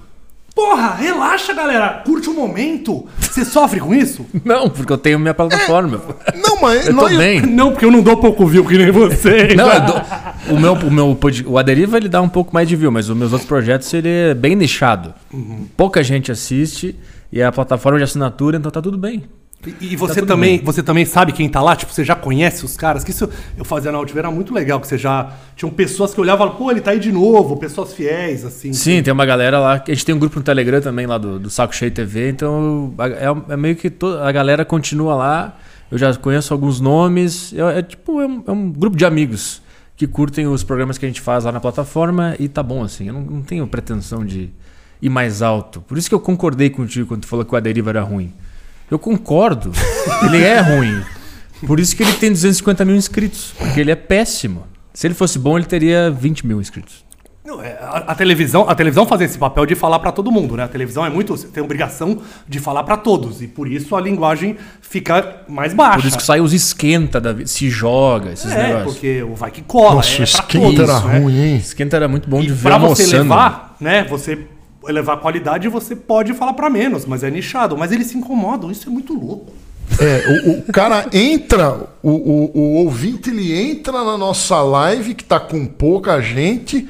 [SPEAKER 1] Porra, relaxa, galera. Curte o momento. Você sofre com isso?
[SPEAKER 3] Não, porque eu tenho minha plataforma.
[SPEAKER 2] Não, É. mas
[SPEAKER 3] Eu tô
[SPEAKER 2] nós,
[SPEAKER 3] bem.
[SPEAKER 1] Não, porque eu não dou pouco view que nem vocês.
[SPEAKER 3] Não, eu dou- o meu, o meu pod- o Aderiva ele dá um pouco mais de view, mas os meus outros projetos ele é bem nichado. Pouca gente assiste e é a plataforma de assinatura, então tá tudo bem.
[SPEAKER 1] E, e você
[SPEAKER 3] tudo
[SPEAKER 1] também, você também sabe quem tá lá? Tipo, você já conhece os caras? Que isso eu fazia na Altiver era muito legal, que você já tinham pessoas que olhavam, e falavam, pô, ele tá aí de novo, pessoas fiéis assim.
[SPEAKER 3] Sim, tem uma galera lá. A gente tem um grupo no Telegram também lá do, do Saco Cheio TV, então a- é, é meio que to- a galera continua lá. Eu já conheço alguns nomes. É, é tipo é um, é um grupo de amigos que curtem os programas que a gente faz lá na plataforma e tá bom assim. Eu não, não tenho pretensão de ir mais alto. Por isso que eu concordei contigo quando tu falou que o Aderiva era ruim. Eu concordo. ele é ruim. Por isso que ele tem 250 mil inscritos. Porque ele é péssimo. Se ele fosse bom, ele teria 20 mil inscritos.
[SPEAKER 1] Não, é, a, a televisão, a televisão faz esse papel de falar pra todo mundo, né? A televisão é muito, tem obrigação de falar pra todos e por isso a linguagem fica mais baixa.
[SPEAKER 3] Por isso que sai os esquenta da vida, se joga, esses
[SPEAKER 1] é,
[SPEAKER 3] negócios.
[SPEAKER 1] porque o vai que cola,
[SPEAKER 2] Nossa,
[SPEAKER 1] é
[SPEAKER 2] o
[SPEAKER 1] pra
[SPEAKER 2] skate
[SPEAKER 1] todos,
[SPEAKER 2] era
[SPEAKER 1] né?
[SPEAKER 2] ruim, hein?
[SPEAKER 3] Esquenta era muito bom de ver
[SPEAKER 1] Pra você
[SPEAKER 3] almoçando.
[SPEAKER 1] levar, né? Você elevar a qualidade, você pode falar pra menos, mas é nichado. Mas eles se incomodam, isso é muito louco.
[SPEAKER 2] É, o, o cara entra, o, o, o ouvinte ele entra na nossa live, que tá com pouca gente,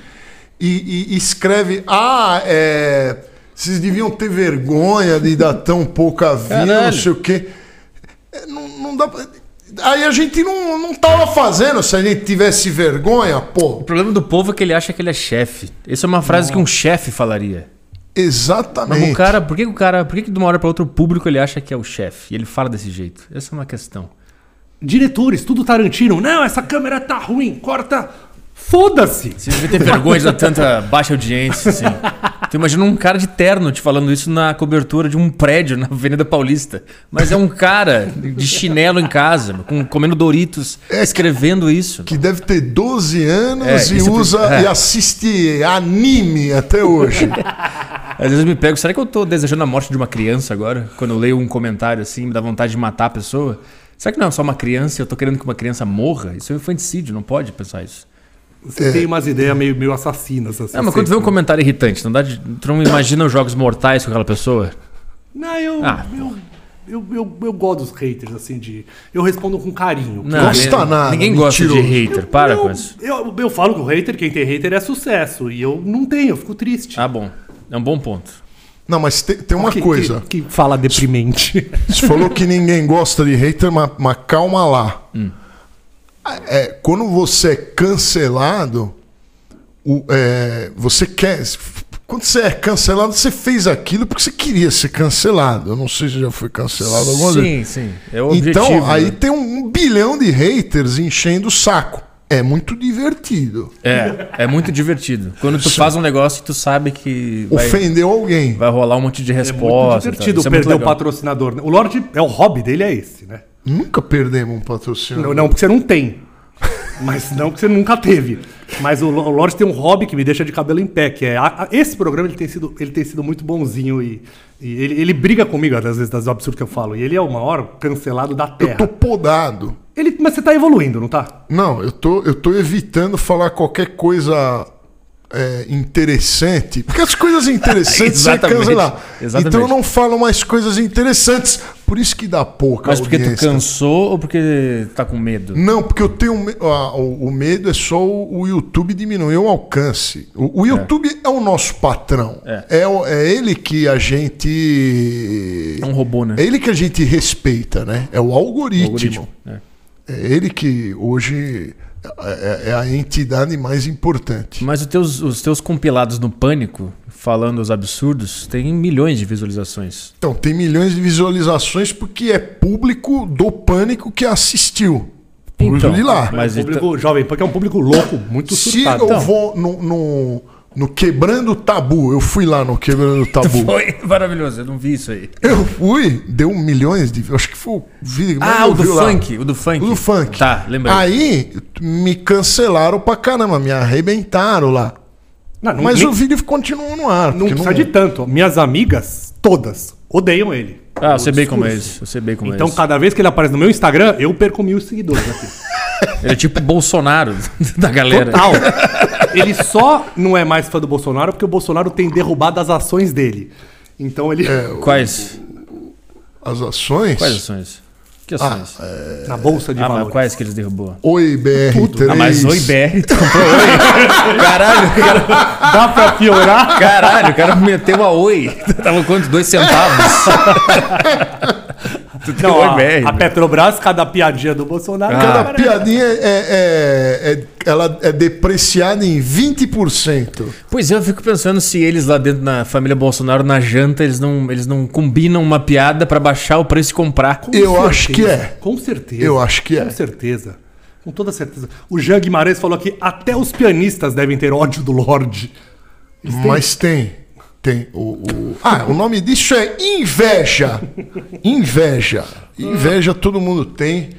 [SPEAKER 2] e, e escreve: Ah, é, vocês deviam ter vergonha de dar tão pouca vida, não
[SPEAKER 3] Caralho.
[SPEAKER 2] sei o quê. É, não, não dá pra- Aí a gente não, não tava fazendo, se a gente tivesse vergonha, pô.
[SPEAKER 3] O problema do povo é que ele acha que ele é chefe. Essa é uma frase que um chefe falaria. Mas
[SPEAKER 2] Exatamente.
[SPEAKER 3] o cara, por que que o cara, por que que de uma hora pra outra o público ele acha que é o chefe? E ele fala desse jeito. Essa é uma questão.
[SPEAKER 1] Diretores, tudo Tarantino. Não, essa câmera tá ruim, corta. Foda-se.
[SPEAKER 3] Você devia ter vergonha de tanta baixa audiência, assim. Tu imagina um cara de terno te falando isso na cobertura de um prédio na Avenida Paulista. Mas é um cara de chinelo em casa, com- comendo Doritos, escrevendo isso.
[SPEAKER 2] Que deve ter 12 anos
[SPEAKER 3] É,
[SPEAKER 2] e
[SPEAKER 3] isso é por-
[SPEAKER 2] usa
[SPEAKER 3] é.
[SPEAKER 2] e assiste anime até hoje.
[SPEAKER 3] Às vezes eu me pego, será que eu tô desejando a morte de uma criança agora? Quando eu leio um comentário assim, me dá vontade de matar a pessoa. Será que não é só uma criança e eu tô querendo que uma criança morra? Isso é infanticídio, não pode pensar isso.
[SPEAKER 1] Você
[SPEAKER 3] É.
[SPEAKER 1] tem umas ideias meio, meio assassinas. Assim,
[SPEAKER 3] Não, mas quando vê um
[SPEAKER 1] sempre.
[SPEAKER 3] comentário irritante, não dá de- tu não imagina os jogos mortais com aquela pessoa?
[SPEAKER 1] Não, eu,
[SPEAKER 3] Ah,
[SPEAKER 1] eu, eu, eu, eu gosto dos haters, assim, de. Eu respondo com carinho.
[SPEAKER 3] Não,
[SPEAKER 2] Gosta
[SPEAKER 3] ninguém-
[SPEAKER 2] nada,
[SPEAKER 3] Ninguém gosta
[SPEAKER 2] mentiroso.
[SPEAKER 3] de hater, para
[SPEAKER 1] eu,
[SPEAKER 3] com isso.
[SPEAKER 1] Eu, eu falo que o hater, quem tem hater é sucesso. E eu não tenho, eu fico triste.
[SPEAKER 3] Ah, bom. É um bom ponto.
[SPEAKER 2] Não, mas te- tem uma
[SPEAKER 1] Que-
[SPEAKER 2] coisa.
[SPEAKER 1] Que, que fala deprimente.
[SPEAKER 2] Você falou que ninguém gosta de hater, mas, mas calma lá.
[SPEAKER 3] Hum.
[SPEAKER 2] É, quando você é cancelado, o- é, você quer. Quando você é cancelado, você fez aquilo porque você queria ser cancelado. Eu não sei se já foi cancelado alguma vez.
[SPEAKER 3] Sim, sim. É o objetivo.
[SPEAKER 2] Então, aí
[SPEAKER 3] né?
[SPEAKER 2] tem um bilhão de haters enchendo o saco. É muito divertido.
[SPEAKER 3] É, é muito divertido. Quando tu faz um negócio e tu sabe que vai,
[SPEAKER 2] Ofendeu alguém.
[SPEAKER 3] vai rolar um monte de
[SPEAKER 1] É
[SPEAKER 3] resposta.
[SPEAKER 1] muito
[SPEAKER 3] e tal.
[SPEAKER 1] divertido
[SPEAKER 3] Isso é muito
[SPEAKER 1] perder o
[SPEAKER 3] legal.
[SPEAKER 1] patrocinador. né? O Lorde, é o hobby dele é esse, né?
[SPEAKER 2] Nunca perdemos um patrocínio.
[SPEAKER 1] Não, não porque você não tem. Mas não que você nunca teve. Mas o Lo- o Lorde tem um hobby que me deixa de cabelo em pé, que é. a- a- esse programa ele tem sido, ele tem sido muito bonzinho e, e ele, ele briga comigo, às vezes, das absurdas que eu falo. E ele é o maior cancelado da
[SPEAKER 2] Eu tô
[SPEAKER 1] Terra.
[SPEAKER 2] podado.
[SPEAKER 1] Ele, mas você tá evoluindo, não tá?
[SPEAKER 2] Não, eu tô, eu tô evitando falar qualquer coisa é, interessante. Porque as coisas interessantes você
[SPEAKER 3] Exatamente,
[SPEAKER 2] cancelar.
[SPEAKER 3] exatamente.
[SPEAKER 2] Então eu não falo mais coisas interessantes. Por isso que dá pouca
[SPEAKER 3] Mas porque tu
[SPEAKER 2] audiência.
[SPEAKER 3] cansou ou porque tá com medo?
[SPEAKER 2] Não, porque eu tenho. me- ah, o, o medo é só o, o YouTube diminuir o alcance. O, o YouTube é. o nosso patrão.
[SPEAKER 3] É.
[SPEAKER 2] É, o- é ele que a gente.
[SPEAKER 3] É um robô, né?
[SPEAKER 2] É ele que a gente respeita, né? É o algoritmo.
[SPEAKER 3] Algoritmo. É.
[SPEAKER 2] É ele que hoje é, é- é a entidade mais importante.
[SPEAKER 3] Mas os teus, os teus compilados no pânico, falando os absurdos, tem milhões de visualizações.
[SPEAKER 2] Então, tem milhões de visualizações porque é público do pânico que assistiu. Público de lá.
[SPEAKER 3] mas
[SPEAKER 1] o
[SPEAKER 3] então-
[SPEAKER 1] público jovem, porque é um público louco, muito
[SPEAKER 2] Se
[SPEAKER 1] surtado.
[SPEAKER 2] eu vou no, no- no Quebrando Tabu, eu fui lá no Quebrando Tabu.
[SPEAKER 3] Foi maravilhoso, eu não vi isso aí.
[SPEAKER 2] Eu fui, deu milhões de. Acho que foi o vídeo. que mais
[SPEAKER 3] Ah, o do
[SPEAKER 2] ouviu lá.
[SPEAKER 3] funk, o do funk.
[SPEAKER 2] O do funk. Ah, é
[SPEAKER 3] Tá, lembrei.
[SPEAKER 2] Aí me cancelaram pra caramba, me arrebentaram lá.
[SPEAKER 1] Não, não,
[SPEAKER 2] Mas
[SPEAKER 1] nem-
[SPEAKER 2] o vídeo continuou no ar.
[SPEAKER 1] não
[SPEAKER 2] porque
[SPEAKER 3] é.
[SPEAKER 1] precisa de tanto. Minhas amigas, todas, odeiam ele.
[SPEAKER 3] Ah, eu sei bem como é
[SPEAKER 1] discurso.
[SPEAKER 3] isso. Eu sei bem como
[SPEAKER 1] Então,
[SPEAKER 3] é isso.
[SPEAKER 1] cada vez que ele aparece no meu Instagram, eu perco mil seguidores aqui.
[SPEAKER 3] Ele é tipo Bolsonaro da galera.
[SPEAKER 1] Total. Ele só não é mais fã do Bolsonaro porque o Bolsonaro tem derrubado as ações dele. Então ele.
[SPEAKER 2] É,
[SPEAKER 3] Quais?
[SPEAKER 2] As ações.
[SPEAKER 3] Quais ações? Que ações? Ah,
[SPEAKER 1] Na bolsa de
[SPEAKER 3] mas
[SPEAKER 1] valores.
[SPEAKER 3] quais que eles derrubou?
[SPEAKER 2] Oi, BR3.
[SPEAKER 3] Ah, mas oi, BR, tu comprou oi. Caralho, o cara,
[SPEAKER 1] é? Dá pra piorar?
[SPEAKER 3] caralho, o cara meteu a oi. Tava quanto? Dois centavos? tu deu
[SPEAKER 1] Não,
[SPEAKER 3] oi,
[SPEAKER 1] a,
[SPEAKER 3] BR.
[SPEAKER 1] a Petrobras, cada piadinha do Bolsonaro.
[SPEAKER 2] Cada
[SPEAKER 1] cara,
[SPEAKER 2] piadinha é, é- é- ela é depreciada em 20%.
[SPEAKER 3] Pois é, eu fico pensando se eles lá dentro na família Bolsonaro, na janta, eles não, eles não combinam uma piada pra baixar o preço e comprar.
[SPEAKER 1] com
[SPEAKER 2] eu acho que é.
[SPEAKER 1] Com certeza.
[SPEAKER 2] Eu acho que é.
[SPEAKER 1] Com certeza. Com toda certeza. O Jean Guimarães falou que até os pianistas devem ter ódio do Lorde.
[SPEAKER 2] Mas tem. Tem. O, o- Ah, o nome disso é inveja. Inveja. Inveja todo mundo tem.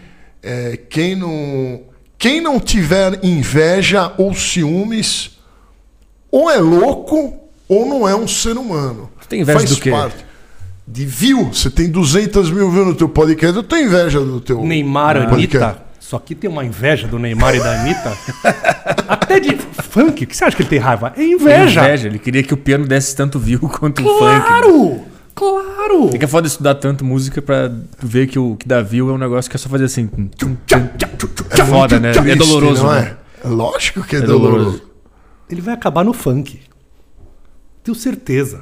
[SPEAKER 2] É, quem, não, quem não tiver inveja ou ciúmes, ou é louco ou não é um ser humano.
[SPEAKER 3] Tu tem inveja do quê?
[SPEAKER 2] De view. Você tem 200 mil views no teu podcast. Eu tenho inveja do teu
[SPEAKER 1] Neymar,
[SPEAKER 2] podcast.
[SPEAKER 1] Anitta. Só que tem uma inveja do Neymar e da Anitta. Até de funk. O que você acha que ele tem raiva? É inveja.
[SPEAKER 3] Inveja, ele queria que o piano desse tanto view quanto o Um funk. né?
[SPEAKER 1] Claro! Claro!
[SPEAKER 3] É que é foda estudar tanto música pra ver que o que dá view é um negócio que é só fazer assim. tum, tum,
[SPEAKER 1] Tchau,
[SPEAKER 3] tum.
[SPEAKER 1] tchau, tchau, tchau.
[SPEAKER 3] É foda, né? É
[SPEAKER 2] Triste,
[SPEAKER 3] doloroso,
[SPEAKER 2] não
[SPEAKER 3] né?
[SPEAKER 2] é? Lógico que é,
[SPEAKER 3] É
[SPEAKER 2] doloroso.
[SPEAKER 3] doloroso.
[SPEAKER 1] Ele vai acabar no funk. Tenho certeza.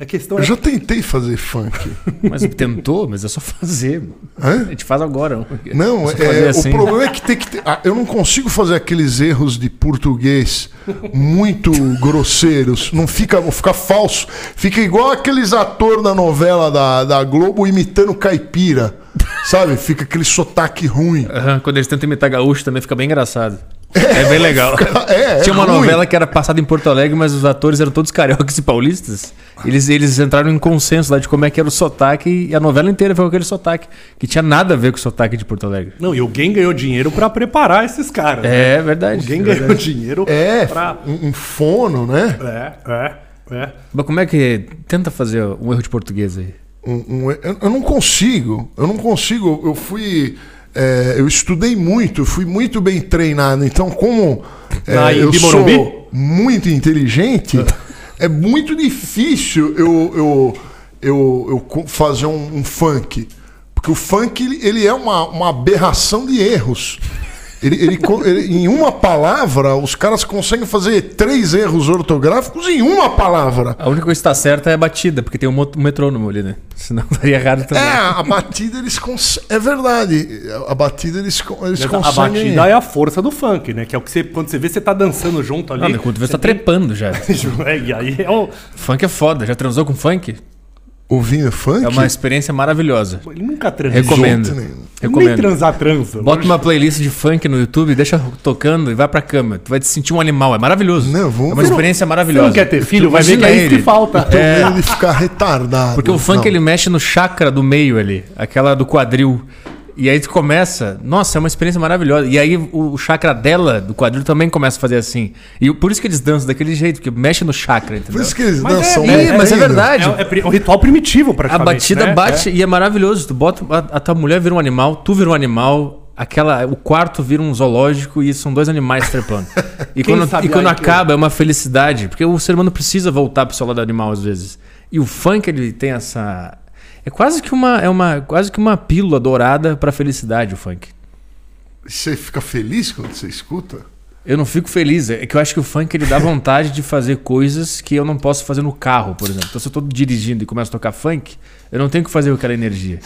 [SPEAKER 1] A questão
[SPEAKER 2] Eu
[SPEAKER 1] é.
[SPEAKER 2] já tentei fazer funk.
[SPEAKER 3] Mas tentou, mas é só fazer. mano. A
[SPEAKER 2] Hã?
[SPEAKER 3] gente faz agora. ó.
[SPEAKER 2] Não,
[SPEAKER 3] só
[SPEAKER 2] é,
[SPEAKER 3] fazer assim.
[SPEAKER 2] o problema é que tem que ter. ah, eu não consigo fazer aqueles erros de português muito grosseiros. Não fica, fica falso. Fica igual aqueles atores da novela da, da Globo imitando caipira. Sabe? Fica aquele sotaque ruim.
[SPEAKER 3] Aham, quando eles tentam imitar gaúcho também fica bem engraçado. É bem legal.
[SPEAKER 2] É, é
[SPEAKER 3] Tinha uma
[SPEAKER 2] ruim.
[SPEAKER 3] novela que era passada em Porto Alegre, mas os atores eram todos cariocas e paulistas. Eles, eles entraram em consenso lá de como é que era o sotaque e a novela inteira foi com aquele sotaque, que tinha nada a ver com o sotaque de Porto Alegre.
[SPEAKER 1] Não, e alguém ganhou dinheiro pra preparar esses caras. né?
[SPEAKER 3] É verdade.
[SPEAKER 1] Alguém
[SPEAKER 3] é
[SPEAKER 1] ganhou
[SPEAKER 3] verdade.
[SPEAKER 1] dinheiro
[SPEAKER 2] É,
[SPEAKER 1] pra.
[SPEAKER 2] um, um fono, né?
[SPEAKER 1] É, é, é.
[SPEAKER 3] Mas como é que. Tenta fazer um erro de português aí.
[SPEAKER 2] Um- um- eu, eu não consigo, eu não consigo. Eu fui. é, eu estudei muito, fui muito bem treinado. Então, como é,
[SPEAKER 1] Na
[SPEAKER 2] eu
[SPEAKER 1] Imbi Morumbi?
[SPEAKER 2] sou muito inteligente, é muito difícil eu, eu, eu, eu co- fazer um, um funk. Porque o funk ele, ele é uma, uma aberração de erros. Ele, ele co- ele- em uma palavra, os caras conseguem fazer três erros ortográficos em uma palavra.
[SPEAKER 3] A única coisa que está certa é a batida, porque tem um mot- um metrônomo ali, né? Senão estaria errado também.
[SPEAKER 2] É, a batida eles conseguem. É verdade. A batida eles, con- eles
[SPEAKER 1] Mas a-
[SPEAKER 2] conseguem.
[SPEAKER 1] A batida é a força do funk, né? Que é o que você. Quando você vê, você tá dançando junto ali.
[SPEAKER 3] Não, quando você tá
[SPEAKER 1] tem-
[SPEAKER 3] trepando já.
[SPEAKER 1] É, e aí é o-
[SPEAKER 3] funk é foda. Já transou com funk?
[SPEAKER 2] Ouvindo funk?
[SPEAKER 3] É uma experiência maravilhosa.
[SPEAKER 1] Ele nunca transou.
[SPEAKER 3] Recomendo.
[SPEAKER 2] Junto, né?
[SPEAKER 1] Nem
[SPEAKER 3] Recomendo.
[SPEAKER 1] transar transa.
[SPEAKER 3] Bota uma playlist de funk no YouTube, deixa tocando e vai pra cama. Tu vai te sentir um animal. É maravilhoso.
[SPEAKER 2] Não, eu vou-
[SPEAKER 3] É uma experiência maravilhosa.
[SPEAKER 1] Você não quer ter filho? Vai ver que é
[SPEAKER 3] Imagina
[SPEAKER 1] isso que
[SPEAKER 3] ele.
[SPEAKER 1] falta.
[SPEAKER 2] Tô vendo então ele ficar retardado.
[SPEAKER 3] é- Porque o funk
[SPEAKER 2] Não.
[SPEAKER 3] ele mexe no chakra do meio ali, aquela do quadril. E aí tu começa, nossa, é uma experiência maravilhosa. E aí o, o chakra dela, do quadril, também começa a fazer assim. E o- por isso que eles dançam daquele jeito, porque mexe no chakra, entendeu?
[SPEAKER 2] Por isso que eles
[SPEAKER 1] Mas
[SPEAKER 2] dançam.
[SPEAKER 1] é-
[SPEAKER 2] bem,
[SPEAKER 3] Ih, mas é
[SPEAKER 2] né?
[SPEAKER 3] verdade.
[SPEAKER 1] É, é pri- um ritual primitivo,
[SPEAKER 3] A
[SPEAKER 1] praticamente.
[SPEAKER 3] batida
[SPEAKER 1] né?
[SPEAKER 3] bate e é maravilhoso. Tu bota a, a tua mulher vira um animal, tu vira um animal, aquela o quarto vira um zoológico e são dois animais trepando. E
[SPEAKER 1] Quem
[SPEAKER 3] quando,
[SPEAKER 1] sabe
[SPEAKER 3] e quando
[SPEAKER 1] aí que-
[SPEAKER 3] acaba é uma felicidade, porque o ser humano precisa voltar pro seu lado animal às vezes. E o funk ele tem essa é quase que uma é uma quase que uma pílula dourada pra felicidade o funk.
[SPEAKER 2] Você fica feliz quando você escuta?
[SPEAKER 3] Eu não fico feliz, é que eu acho que o funk ele dá vontade de fazer coisas que eu não posso fazer no carro, por exemplo. Então se eu tô dirigindo e começo a tocar funk, eu não tenho que fazer com aquela energia.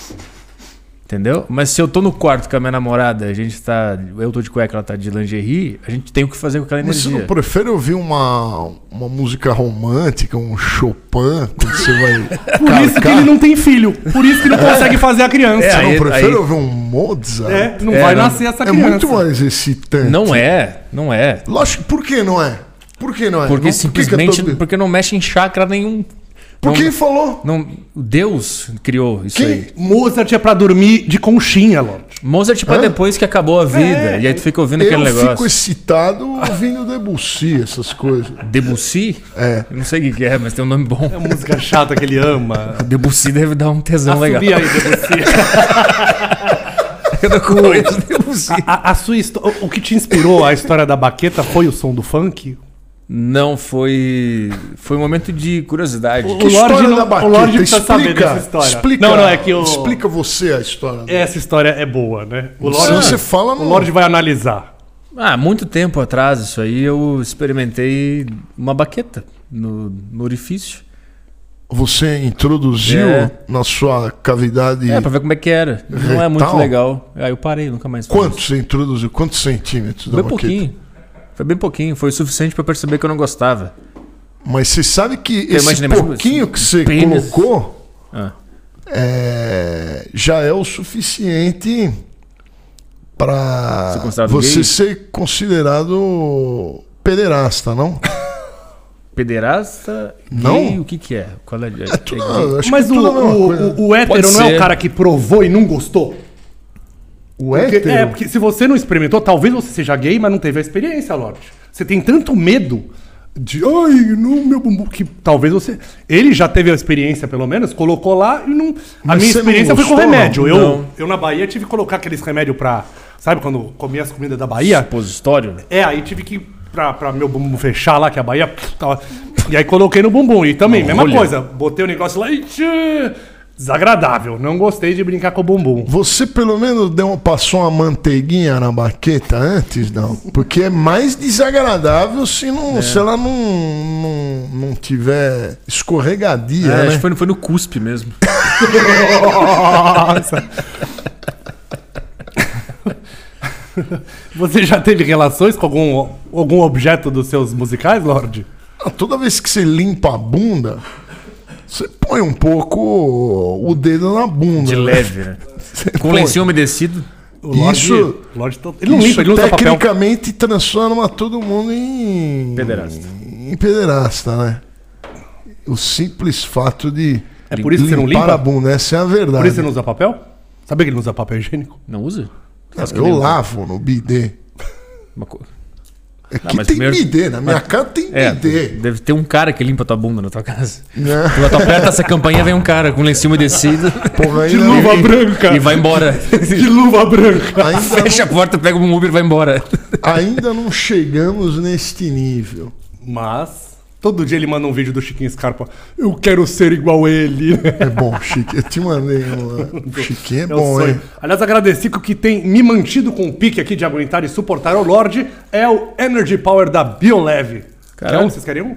[SPEAKER 3] Entendeu? Mas se eu tô no quarto com a minha namorada, a gente tá. Eu tô de cueca, ela tá de lingerie, a gente tem o que fazer com aquela
[SPEAKER 2] Mas você
[SPEAKER 3] energia.
[SPEAKER 2] não prefere ouvir uma, uma música romântica, um Chopin, quando você vai.
[SPEAKER 3] É,
[SPEAKER 1] Por isso que ele não tem filho. Por isso que não consegue fazer a criança.
[SPEAKER 2] Você
[SPEAKER 3] É,
[SPEAKER 1] É,
[SPEAKER 2] não
[SPEAKER 3] aí-
[SPEAKER 2] prefere
[SPEAKER 3] aí-
[SPEAKER 2] ouvir um Mozart?
[SPEAKER 1] não
[SPEAKER 3] É,
[SPEAKER 1] vai
[SPEAKER 3] não.
[SPEAKER 1] nascer essa
[SPEAKER 2] É
[SPEAKER 1] criança.
[SPEAKER 2] muito mais excitante.
[SPEAKER 3] Não é, não é.
[SPEAKER 2] Lógico, por que não é? Por que não é? Não-
[SPEAKER 3] Porque
[SPEAKER 2] por que que eu tô-
[SPEAKER 3] simplesmente. Porque não mexe em chakra nenhum.
[SPEAKER 2] Por quem
[SPEAKER 3] não,
[SPEAKER 2] falou?
[SPEAKER 3] não, Deus criou isso
[SPEAKER 2] Quem-
[SPEAKER 3] aí.
[SPEAKER 1] Mozart é pra dormir de conchinha, Lorde.
[SPEAKER 3] Mozart pra
[SPEAKER 2] Hã?
[SPEAKER 3] depois que acabou a vida.
[SPEAKER 1] É,
[SPEAKER 3] e aí tu fica ouvindo
[SPEAKER 2] Eu
[SPEAKER 3] aquele negócio.
[SPEAKER 2] fico excitado ouvindo Debussy, essas coisas.
[SPEAKER 3] Debussy?
[SPEAKER 2] É.
[SPEAKER 3] Eu não sei o que que é, mas tem um nome bom.
[SPEAKER 1] É música chata que ele ama.
[SPEAKER 3] Debussy deve dar um tesão legal.
[SPEAKER 1] Assumir aí, Debussy.
[SPEAKER 3] Eu não conheço Debussy.
[SPEAKER 1] A, a sua histó- o- O que te inspirou a história da baqueta foi o som do funk?
[SPEAKER 3] Não, foi. Foi um momento de curiosidade.
[SPEAKER 1] O Lorde não- o Lorde precisa
[SPEAKER 2] explica,
[SPEAKER 1] saber dessa história.
[SPEAKER 2] Explica,
[SPEAKER 1] Não, não, é que o-
[SPEAKER 2] explica você a história.
[SPEAKER 1] Essa história é boa, né? O
[SPEAKER 2] Se você fala,
[SPEAKER 1] o
[SPEAKER 2] não-
[SPEAKER 1] Lorde vai analisar.
[SPEAKER 3] Ah, muito tempo atrás, isso aí, eu experimentei uma baqueta no, no orifício.
[SPEAKER 2] Você introduziu
[SPEAKER 3] É.
[SPEAKER 2] na sua cavidade
[SPEAKER 3] É, pra ver como é que era. Não é muito
[SPEAKER 2] Retal?
[SPEAKER 3] legal. Aí eu parei, nunca mais fiz.
[SPEAKER 2] quantos você introduziu? Quantos centímetros da
[SPEAKER 3] Foi
[SPEAKER 2] baqueta?
[SPEAKER 3] pouquinho. Foi bem pouquinho. Foi o suficiente pra eu perceber que eu não gostava.
[SPEAKER 2] Mas você sabe que esse
[SPEAKER 3] imaginei, mas-
[SPEAKER 2] pouquinho que você
[SPEAKER 3] Pênis.
[SPEAKER 2] colocou
[SPEAKER 3] Ah.
[SPEAKER 2] é, já é o suficiente
[SPEAKER 3] Ser
[SPEAKER 2] para
[SPEAKER 3] considerado
[SPEAKER 2] você
[SPEAKER 3] gay?
[SPEAKER 2] ser considerado pederasta, não?
[SPEAKER 3] Pederasta?
[SPEAKER 2] Não?
[SPEAKER 3] gay, o que que é? Qual é,
[SPEAKER 2] É tudo,
[SPEAKER 3] gay?
[SPEAKER 2] acho
[SPEAKER 1] Mas
[SPEAKER 2] que
[SPEAKER 1] o,
[SPEAKER 2] tudo é a mesma
[SPEAKER 1] o,
[SPEAKER 2] coisa.
[SPEAKER 1] o- o hétero
[SPEAKER 3] Pode
[SPEAKER 1] não é o
[SPEAKER 3] ser.
[SPEAKER 1] cara que provou e não gostou?
[SPEAKER 2] o
[SPEAKER 1] Porque-
[SPEAKER 2] hétero...
[SPEAKER 1] é, porque se você não experimentou, talvez você seja gay, mas não teve a experiência, Lorde. Você tem tanto medo de. Ai, no meu bumbum. Que talvez você. Ele já teve a experiência, pelo menos, colocou lá e não. a
[SPEAKER 2] Mas
[SPEAKER 1] minha
[SPEAKER 2] você não
[SPEAKER 1] experiência foi com
[SPEAKER 2] gostou?
[SPEAKER 1] remédio. Eu,
[SPEAKER 3] Não.
[SPEAKER 1] eu na Bahia tive que colocar aqueles remédios pra Sabe quando comia as comidas da Bahia?
[SPEAKER 3] Supositório, né?
[SPEAKER 1] É, aí tive que ir pra, pra meu bumbum fechar lá, que a Bahia tava. E aí coloquei no bumbum. E também,
[SPEAKER 3] Uma
[SPEAKER 1] mesma
[SPEAKER 3] rolha.
[SPEAKER 1] coisa. Botei o negócio lá e. tchê, Desagradável. Não gostei de brincar com o bumbum.
[SPEAKER 2] Você pelo menos deu, um- passou uma manteiguinha na baqueta antes, não? Porque é mais desagradável se,
[SPEAKER 3] É.
[SPEAKER 2] não, se ela não, não, não tiver escorregadia,
[SPEAKER 3] É,
[SPEAKER 2] né?
[SPEAKER 3] Acho que foi, no- foi no cuspe mesmo.
[SPEAKER 1] Nossa. Você já teve relações com algum, algum objeto dos seus musicais, Lorde?
[SPEAKER 2] Ah, Toda vez que você limpa a bunda, você põe um pouco o dedo na bunda.
[SPEAKER 3] De
[SPEAKER 2] né?
[SPEAKER 3] leve, né?
[SPEAKER 2] Você
[SPEAKER 3] Com
[SPEAKER 2] põe.
[SPEAKER 3] lencinho umedecido.
[SPEAKER 1] O Lorde-
[SPEAKER 2] Isso-
[SPEAKER 1] o Lorde tá- ele não
[SPEAKER 2] Isso
[SPEAKER 1] limpa, ele usa papel.
[SPEAKER 2] tecnicamente transforma todo mundo em...
[SPEAKER 3] Pederasta.
[SPEAKER 2] Em pederasta, né? O simples fato de
[SPEAKER 1] É por isso que você não
[SPEAKER 2] limpar
[SPEAKER 1] limpa?
[SPEAKER 2] a bunda, essa é a
[SPEAKER 1] Por
[SPEAKER 2] verdade.
[SPEAKER 1] isso você não usa papel? Sabia que ele não usa papel higiênico?
[SPEAKER 3] Não usa? Faz que
[SPEAKER 2] Eu
[SPEAKER 3] nem o-
[SPEAKER 2] lavo no bidê.
[SPEAKER 3] Uma co-
[SPEAKER 2] Aqui
[SPEAKER 3] mas
[SPEAKER 2] tem
[SPEAKER 3] primeiro-
[SPEAKER 2] bidê, na minha casa tem
[SPEAKER 3] É,
[SPEAKER 2] bidê.
[SPEAKER 3] deve ter um cara que limpa tua bunda na tua casa.
[SPEAKER 2] Né?
[SPEAKER 3] Quando tu aperta essa campainha, vem um cara com lencinho umedecido
[SPEAKER 2] Porra,
[SPEAKER 1] De
[SPEAKER 2] ainda,
[SPEAKER 1] luva branca!
[SPEAKER 3] e vai embora.
[SPEAKER 1] De luva branca!
[SPEAKER 2] ainda,
[SPEAKER 3] Fecha a porta, pega um Uber e vai embora.
[SPEAKER 2] não, ainda não chegamos neste nível.
[SPEAKER 1] Mas. Todo dia ele manda um vídeo do Chiquinho Scarpa. Eu quero ser igual a ele. né?
[SPEAKER 2] É bom, Chique. Eu te mandei um. O Chiquinho é
[SPEAKER 1] Meu
[SPEAKER 2] bom,
[SPEAKER 1] sonho.
[SPEAKER 2] hein?
[SPEAKER 1] Aliás, agradeci que o que tem me mantido com o pique aqui de aguentar e suportar o Lorde é o Energy Power da BioLeve. Quer
[SPEAKER 3] Caralho.
[SPEAKER 1] um? Vocês querem um?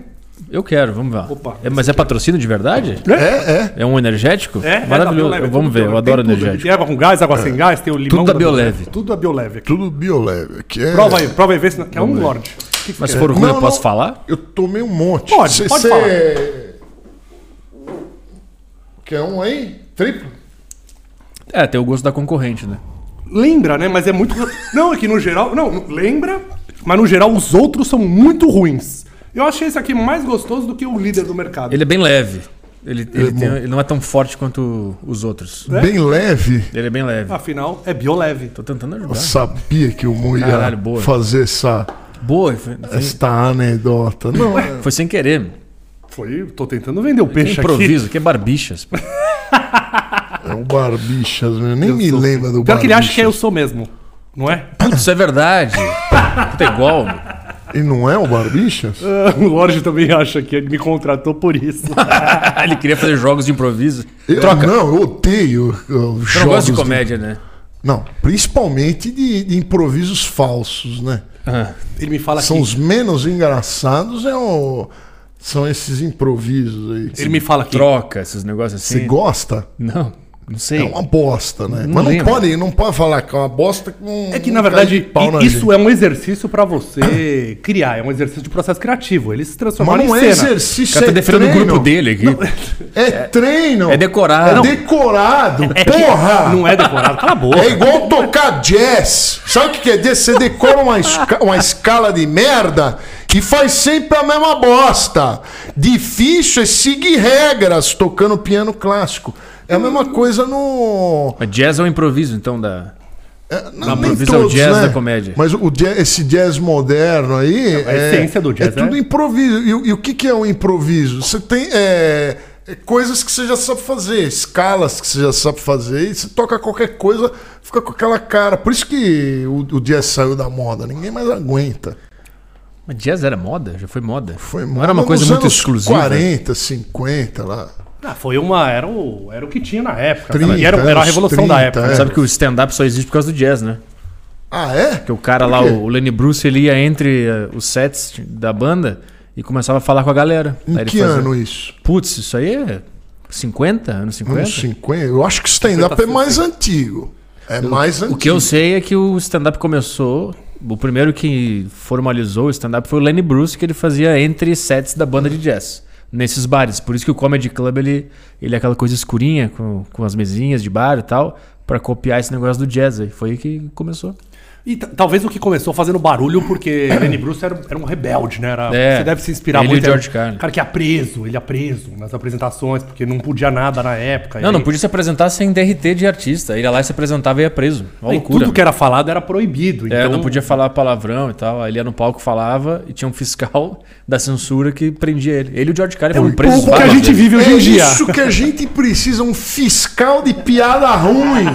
[SPEAKER 3] Eu quero, vamos lá.
[SPEAKER 1] Opa.
[SPEAKER 3] É, mas é patrocínio de verdade?
[SPEAKER 2] É, é.
[SPEAKER 3] É um energético?
[SPEAKER 1] É, é da
[SPEAKER 3] Maravilhoso.
[SPEAKER 1] Bioleve, é
[SPEAKER 3] vamos
[SPEAKER 1] tudo
[SPEAKER 3] ver, eu
[SPEAKER 1] Bioleve.
[SPEAKER 3] adoro
[SPEAKER 1] Tem tudo,
[SPEAKER 3] energético.
[SPEAKER 1] Tem
[SPEAKER 3] É.
[SPEAKER 1] água com gás, água sem gás, tem o limão.
[SPEAKER 3] Tudo da Bioleve.
[SPEAKER 1] Tudo da BioLeve. aqui.
[SPEAKER 2] Tudo bioleve. Que é...
[SPEAKER 1] Prova aí, prova aí, vê se não quer um, Lorde. O que que
[SPEAKER 3] Mas
[SPEAKER 1] você
[SPEAKER 3] se
[SPEAKER 1] quer?
[SPEAKER 3] for ruim,
[SPEAKER 2] Não,
[SPEAKER 3] eu posso
[SPEAKER 2] não.
[SPEAKER 3] falar?
[SPEAKER 2] Eu tomei um monte.
[SPEAKER 1] Pode,
[SPEAKER 2] Cê-
[SPEAKER 1] pode
[SPEAKER 2] cê-
[SPEAKER 1] falar.
[SPEAKER 2] Quer um aí? Triplo?
[SPEAKER 3] É, tem o gosto da concorrente, né?
[SPEAKER 1] Lembra, né? Mas é muito. Não, é que no geral. Não, lembra, mas no geral os outros são muito ruins. Eu achei esse aqui mais gostoso do que o líder do mercado.
[SPEAKER 3] Ele é bem leve. Ele, ele
[SPEAKER 2] é
[SPEAKER 3] tem-
[SPEAKER 2] bom.
[SPEAKER 3] ele não é tão forte quanto os outros.
[SPEAKER 2] Bem leve.
[SPEAKER 3] Ele é bem leve.
[SPEAKER 1] Afinal, é BioLeve.
[SPEAKER 3] Tô tentando
[SPEAKER 2] Eu
[SPEAKER 3] ajudar.
[SPEAKER 2] sabia que o Mo ia
[SPEAKER 3] É. Caralho, boa.
[SPEAKER 2] fazer essa,
[SPEAKER 3] Boa, foi, foi,
[SPEAKER 2] esta anedota. Não, é-
[SPEAKER 3] foi sem querer. meu.
[SPEAKER 1] Foi. Tô tentando vender o
[SPEAKER 3] Que
[SPEAKER 1] peixe aqui.
[SPEAKER 3] improviso, que é barbichas. pô.
[SPEAKER 2] é o Barbichas, né? Nem me
[SPEAKER 1] sou.
[SPEAKER 2] lembra do
[SPEAKER 1] Pior que ele acha
[SPEAKER 2] Barbichas.
[SPEAKER 1] que é eu sou mesmo, não é?
[SPEAKER 3] Putz, isso é verdade. Puta, é igual. meu.
[SPEAKER 2] E não é o Barbichas?
[SPEAKER 1] o Lorde também acha que ele me contratou por isso.
[SPEAKER 3] ele queria fazer jogos de improviso.
[SPEAKER 2] Eu,
[SPEAKER 3] Troca.
[SPEAKER 2] Não, eu odeio uh,
[SPEAKER 3] Eu
[SPEAKER 2] jogos.
[SPEAKER 3] não gosto de
[SPEAKER 2] de-
[SPEAKER 3] comédia, né?
[SPEAKER 2] Não, principalmente de, de improvisos falsos, né?
[SPEAKER 1] Ele me
[SPEAKER 3] Assim.
[SPEAKER 1] fala
[SPEAKER 2] São
[SPEAKER 1] que.
[SPEAKER 2] os menos engraçados, é o... são esses improvisos aí.
[SPEAKER 1] Ele me fala que.
[SPEAKER 3] Troca, esses negócios assim.
[SPEAKER 2] Você gosta?
[SPEAKER 3] Não, não sei.
[SPEAKER 2] É uma bosta, né?
[SPEAKER 3] Não
[SPEAKER 2] Mas não
[SPEAKER 3] lembro.
[SPEAKER 2] pode, não pode falar que é uma bosta um que não.
[SPEAKER 1] É que, na verdade, i- isso
[SPEAKER 2] é.
[SPEAKER 1] é um exercício pra você criar. É um exercício de processo criativo. Eles se transformaram
[SPEAKER 2] Mas não
[SPEAKER 1] em
[SPEAKER 2] é
[SPEAKER 1] cena.
[SPEAKER 3] O
[SPEAKER 2] exercício,
[SPEAKER 3] cara tá
[SPEAKER 2] é
[SPEAKER 3] defendendo o
[SPEAKER 2] treino.
[SPEAKER 3] grupo dele aqui.
[SPEAKER 2] É treino.
[SPEAKER 3] É decorado.
[SPEAKER 2] É decorado, porra.
[SPEAKER 1] Não é decorado. Cala a boca.
[SPEAKER 2] É igual tocar jazz. Sabe o que quer dizer? Você decora uma, esca- uma escala de merda e faz sempre a mesma bosta. Difícil é seguir regras tocando piano clássico. É a mesma coisa no.
[SPEAKER 3] Mas jazz é um improviso, então, da.
[SPEAKER 2] É, não,
[SPEAKER 3] Na
[SPEAKER 2] nem né?
[SPEAKER 3] improvisa é o jazz da comédia. É,
[SPEAKER 2] Mas o jazz- esse jazz moderno aí.
[SPEAKER 1] a essência do jazz,
[SPEAKER 2] É tudo
[SPEAKER 1] né?
[SPEAKER 2] improviso. E, o- e o que, que é um improviso? Você tem é, é, coisas que você já sabe fazer, escalas que você já sabe fazer, e você toca qualquer coisa, fica com aquela cara. Por isso que o, o jazz saiu da moda, ninguém mais aguenta.
[SPEAKER 3] Mas jazz era moda? Já foi moda.
[SPEAKER 2] Foi
[SPEAKER 3] Não era uma
[SPEAKER 2] moda
[SPEAKER 3] coisa
[SPEAKER 2] nos
[SPEAKER 3] muito
[SPEAKER 2] anos
[SPEAKER 3] exclusiva.
[SPEAKER 2] 40, 50 lá.
[SPEAKER 1] Ah, foi uma. Era o, era o que tinha na época.
[SPEAKER 2] 30
[SPEAKER 1] E era, era a
[SPEAKER 2] anos,
[SPEAKER 1] revolução
[SPEAKER 2] 30,
[SPEAKER 1] da época.
[SPEAKER 2] é.
[SPEAKER 3] Sabe que o stand-up só existe por causa do jazz, né?
[SPEAKER 2] Ah, é?
[SPEAKER 3] Que o cara lá,
[SPEAKER 2] quê?
[SPEAKER 3] o Lenny Bruce, ele ia entre eh, os sets da banda e começava a falar com a galera.
[SPEAKER 2] Em
[SPEAKER 3] Aí ele
[SPEAKER 2] que
[SPEAKER 3] fazia-
[SPEAKER 2] ano isso?
[SPEAKER 3] Putz, isso aí é 50? Anos 50?
[SPEAKER 2] Anos 50? Eu acho que o stand-up é mais antigo. É mais antigo.
[SPEAKER 3] O que eu sei é que o stand-up começou. O primeiro que formalizou o stand-up foi o Lenny Bruce, que ele fazia entre sets da banda de jazz, nesses bares. Por isso que o Comedy Club ele, ele é aquela coisa escurinha, com, com as mesinhas de bar e tal, pra copiar esse negócio do jazz aí. Foi aí que começou.
[SPEAKER 1] E t- talvez o que começou fazendo barulho, porque Lenny Bruce era, era um rebelde, né? Era-
[SPEAKER 3] É,
[SPEAKER 1] você deve se inspirar
[SPEAKER 3] ele e
[SPEAKER 1] muito.
[SPEAKER 3] o
[SPEAKER 1] era
[SPEAKER 3] George Carlin.
[SPEAKER 1] um cara que é preso, ele é preso nas apresentações, porque não podia nada na época.
[SPEAKER 3] Não,
[SPEAKER 1] e
[SPEAKER 3] não
[SPEAKER 1] aí-
[SPEAKER 3] podia se apresentar sem DRT de artista. Ele ia lá e se apresentava e ia preso. Uma
[SPEAKER 1] e
[SPEAKER 3] loucura.
[SPEAKER 1] Tudo que era falado era proibido.
[SPEAKER 3] É,
[SPEAKER 1] então
[SPEAKER 3] não podia falar palavrão e tal. Aí ele ia no palco, falava, e tinha um fiscal da censura que prendia ele. Ele e o George Carlin foram presos
[SPEAKER 1] Então, pouco que a
[SPEAKER 3] várias
[SPEAKER 1] gente
[SPEAKER 3] vezes.
[SPEAKER 1] vive hoje
[SPEAKER 2] é
[SPEAKER 1] em dia.
[SPEAKER 2] isso que a gente precisa, um fiscal de piada ruim.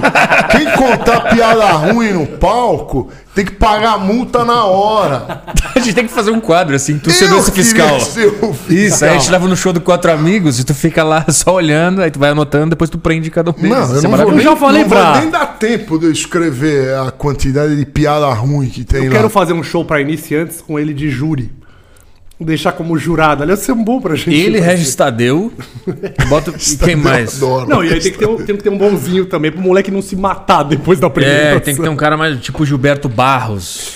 [SPEAKER 2] Quem contar piada ruim no palco tem que pagar multa na hora.
[SPEAKER 3] A gente tem que fazer um quadro assim, tu
[SPEAKER 2] Eu
[SPEAKER 3] sendo esse fiscal.
[SPEAKER 2] queria ser o fiscal.
[SPEAKER 3] Isso, aí a gente leva no show do Quatro Amigos e tu fica lá só olhando, aí tu vai anotando, depois tu prende cada um deles.
[SPEAKER 2] Não, eu
[SPEAKER 3] Isso é
[SPEAKER 2] não vou
[SPEAKER 3] maravilhoso.
[SPEAKER 2] nem,
[SPEAKER 1] Eu já falei
[SPEAKER 2] não
[SPEAKER 1] pra-
[SPEAKER 2] vou nem dar tempo de eu escrever a quantidade de piada ruim que tem
[SPEAKER 1] Eu
[SPEAKER 2] lá.
[SPEAKER 1] quero fazer um show pra iniciantes com ele de júri. Deixar como jurado. Aliás, isso é bom pra gente.
[SPEAKER 3] Ele,
[SPEAKER 1] fazer.
[SPEAKER 3] Regis Tadeu, bota e quem mais?
[SPEAKER 2] Eu adoro.
[SPEAKER 1] Não, e aí tem que, ter um, tem que ter um bonzinho também pro moleque não se matar depois da primeira.
[SPEAKER 3] É, tem que ter um cara mais tipo Gilberto Barros.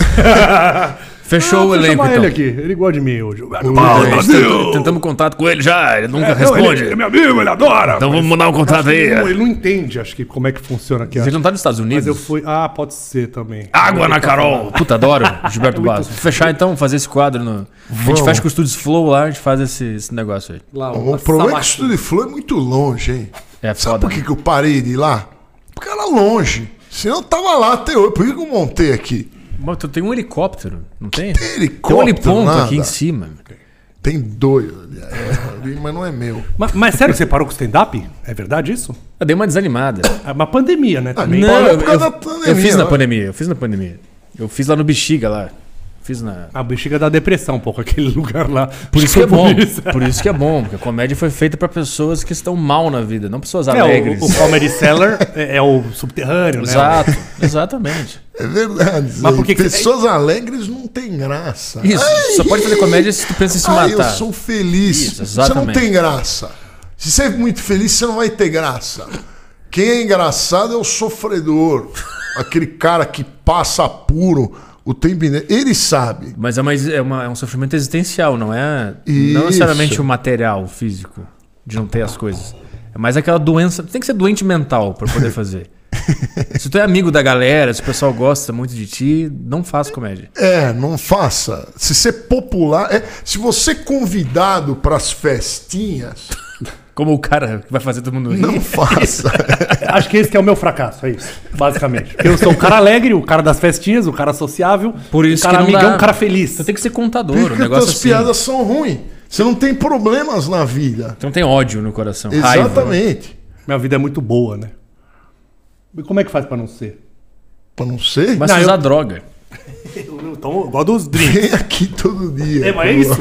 [SPEAKER 3] Fechou o
[SPEAKER 1] Ah, vou
[SPEAKER 3] elenco,
[SPEAKER 1] chamar
[SPEAKER 3] então.
[SPEAKER 1] ele aqui. Ele gosta de mim hoje. Gilberto
[SPEAKER 3] Então,
[SPEAKER 1] Paulo,
[SPEAKER 3] a gente
[SPEAKER 1] Brasil!
[SPEAKER 3] tenta- Tentamos contato com ele já, ele nunca
[SPEAKER 1] É, não,
[SPEAKER 3] responde.
[SPEAKER 1] ele é meu amigo, ele adora.
[SPEAKER 3] Então vamos mandar um contato aí.
[SPEAKER 1] ele, não, ele não entende, acho que, como é que funciona aqui.
[SPEAKER 3] Você
[SPEAKER 1] acho.
[SPEAKER 3] não tá nos Estados
[SPEAKER 1] Mas
[SPEAKER 3] Unidos?
[SPEAKER 1] eu fui. Ah, pode ser também.
[SPEAKER 3] Água na Carol! Puta, adoro
[SPEAKER 2] É
[SPEAKER 3] Gilberto Barros. Vamos fechar então, fazer esse quadro. No... A gente fecha com o Estúdios Flow lá, a gente faz esse, esse negócio aí.
[SPEAKER 1] Lá,
[SPEAKER 2] O
[SPEAKER 1] a
[SPEAKER 2] problema é que o
[SPEAKER 1] Sabachu.
[SPEAKER 2] Estúdio Flow é muito longe, hein?
[SPEAKER 3] É
[SPEAKER 2] Sabe
[SPEAKER 3] foda.
[SPEAKER 2] por que, que eu parei de ir lá? Porque era longe. Senão eu tava lá até hoje. Por que, que eu montei aqui?
[SPEAKER 3] Mas tu tem um helicóptero, não tem?
[SPEAKER 2] Tem
[SPEAKER 3] Tem um
[SPEAKER 2] helicóptero,
[SPEAKER 3] heliponto
[SPEAKER 2] nada.
[SPEAKER 3] aqui em cima.
[SPEAKER 2] Tem dois ali, é, ali, mas não é meu.
[SPEAKER 1] Mas, mas sério, que você parou com o stand-up? É verdade isso?
[SPEAKER 3] Eu dei uma desanimada.
[SPEAKER 1] É uma pandemia, né? Também.
[SPEAKER 3] Ah, Não,
[SPEAKER 2] parou
[SPEAKER 3] eu,
[SPEAKER 2] é por causa
[SPEAKER 3] eu-
[SPEAKER 2] da pandemia,
[SPEAKER 3] eu fiz na
[SPEAKER 2] né?
[SPEAKER 3] pandemia, eu fiz na pandemia. Eu fiz lá no Bexiga lá. Fiz na.
[SPEAKER 1] A bexiga dá depressão um pouco, aquele lugar lá.
[SPEAKER 3] Por isso que é bom.
[SPEAKER 1] isso.
[SPEAKER 3] Por isso que é bom, porque a comédia foi feita pra pessoas que estão mal na vida, não pessoas
[SPEAKER 1] É,
[SPEAKER 3] alegres.
[SPEAKER 1] o, o Comedy Cellar é, é o subterrâneo, né?
[SPEAKER 3] Exato, exatamente.
[SPEAKER 2] É verdade.
[SPEAKER 1] Mas
[SPEAKER 2] Zé.
[SPEAKER 1] por que que-
[SPEAKER 2] Pessoas alegres não tem graça.
[SPEAKER 3] Isso,
[SPEAKER 2] Ai,
[SPEAKER 3] só pode fazer comédia se tu pensa em se
[SPEAKER 2] ai,
[SPEAKER 3] matar.
[SPEAKER 2] eu sou feliz.
[SPEAKER 3] Isso,
[SPEAKER 2] você não
[SPEAKER 3] exatamente.
[SPEAKER 2] tem graça. Se você é muito feliz, você não vai ter graça. Quem é engraçado é o sofredor. Aquele cara que passa apuro o tempo inteiro. Ele sabe.
[SPEAKER 3] Mas é, mais, é, uma- é um sofrimento existencial, não é?
[SPEAKER 2] Isso.
[SPEAKER 3] Não necessariamente o material, o físico, de não ter as coisas. É mais aquela doença. Tem que ser doente mental pra poder fazer. se tu é amigo da galera, se o pessoal gosta muito de ti, não faz comédia.
[SPEAKER 2] É, não faça. Se ser popular. é, se você é convidado para as festinhas,
[SPEAKER 3] Como o cara que vai fazer todo mundo rir.
[SPEAKER 2] não faça.
[SPEAKER 1] Acho que esse que é o meu fracasso, é isso, basicamente. Eu sou o cara alegre, o cara das festinhas, o cara sociável,
[SPEAKER 3] Por
[SPEAKER 1] o
[SPEAKER 3] isso
[SPEAKER 1] cara
[SPEAKER 3] que não
[SPEAKER 1] amigão,
[SPEAKER 3] dá. É um
[SPEAKER 1] o cara feliz.
[SPEAKER 3] Tu tem que ser contador,
[SPEAKER 2] Por
[SPEAKER 3] um
[SPEAKER 2] que
[SPEAKER 3] negócio
[SPEAKER 2] suas
[SPEAKER 3] assim.
[SPEAKER 2] piadas são ruins? Você não tem problemas na vida.
[SPEAKER 3] Tu não tem ódio no coração. raiva. né?
[SPEAKER 2] Exatamente.
[SPEAKER 1] Minha vida é muito boa, né? E como é que faz pra não ser?
[SPEAKER 2] Pra não ser.
[SPEAKER 3] Mas
[SPEAKER 1] Não,
[SPEAKER 3] se
[SPEAKER 1] eu-
[SPEAKER 3] usar droga.
[SPEAKER 1] Eu, eu tomo, eu gosto dos drinks.
[SPEAKER 2] Vem aqui todo dia.
[SPEAKER 1] É, mas é isso.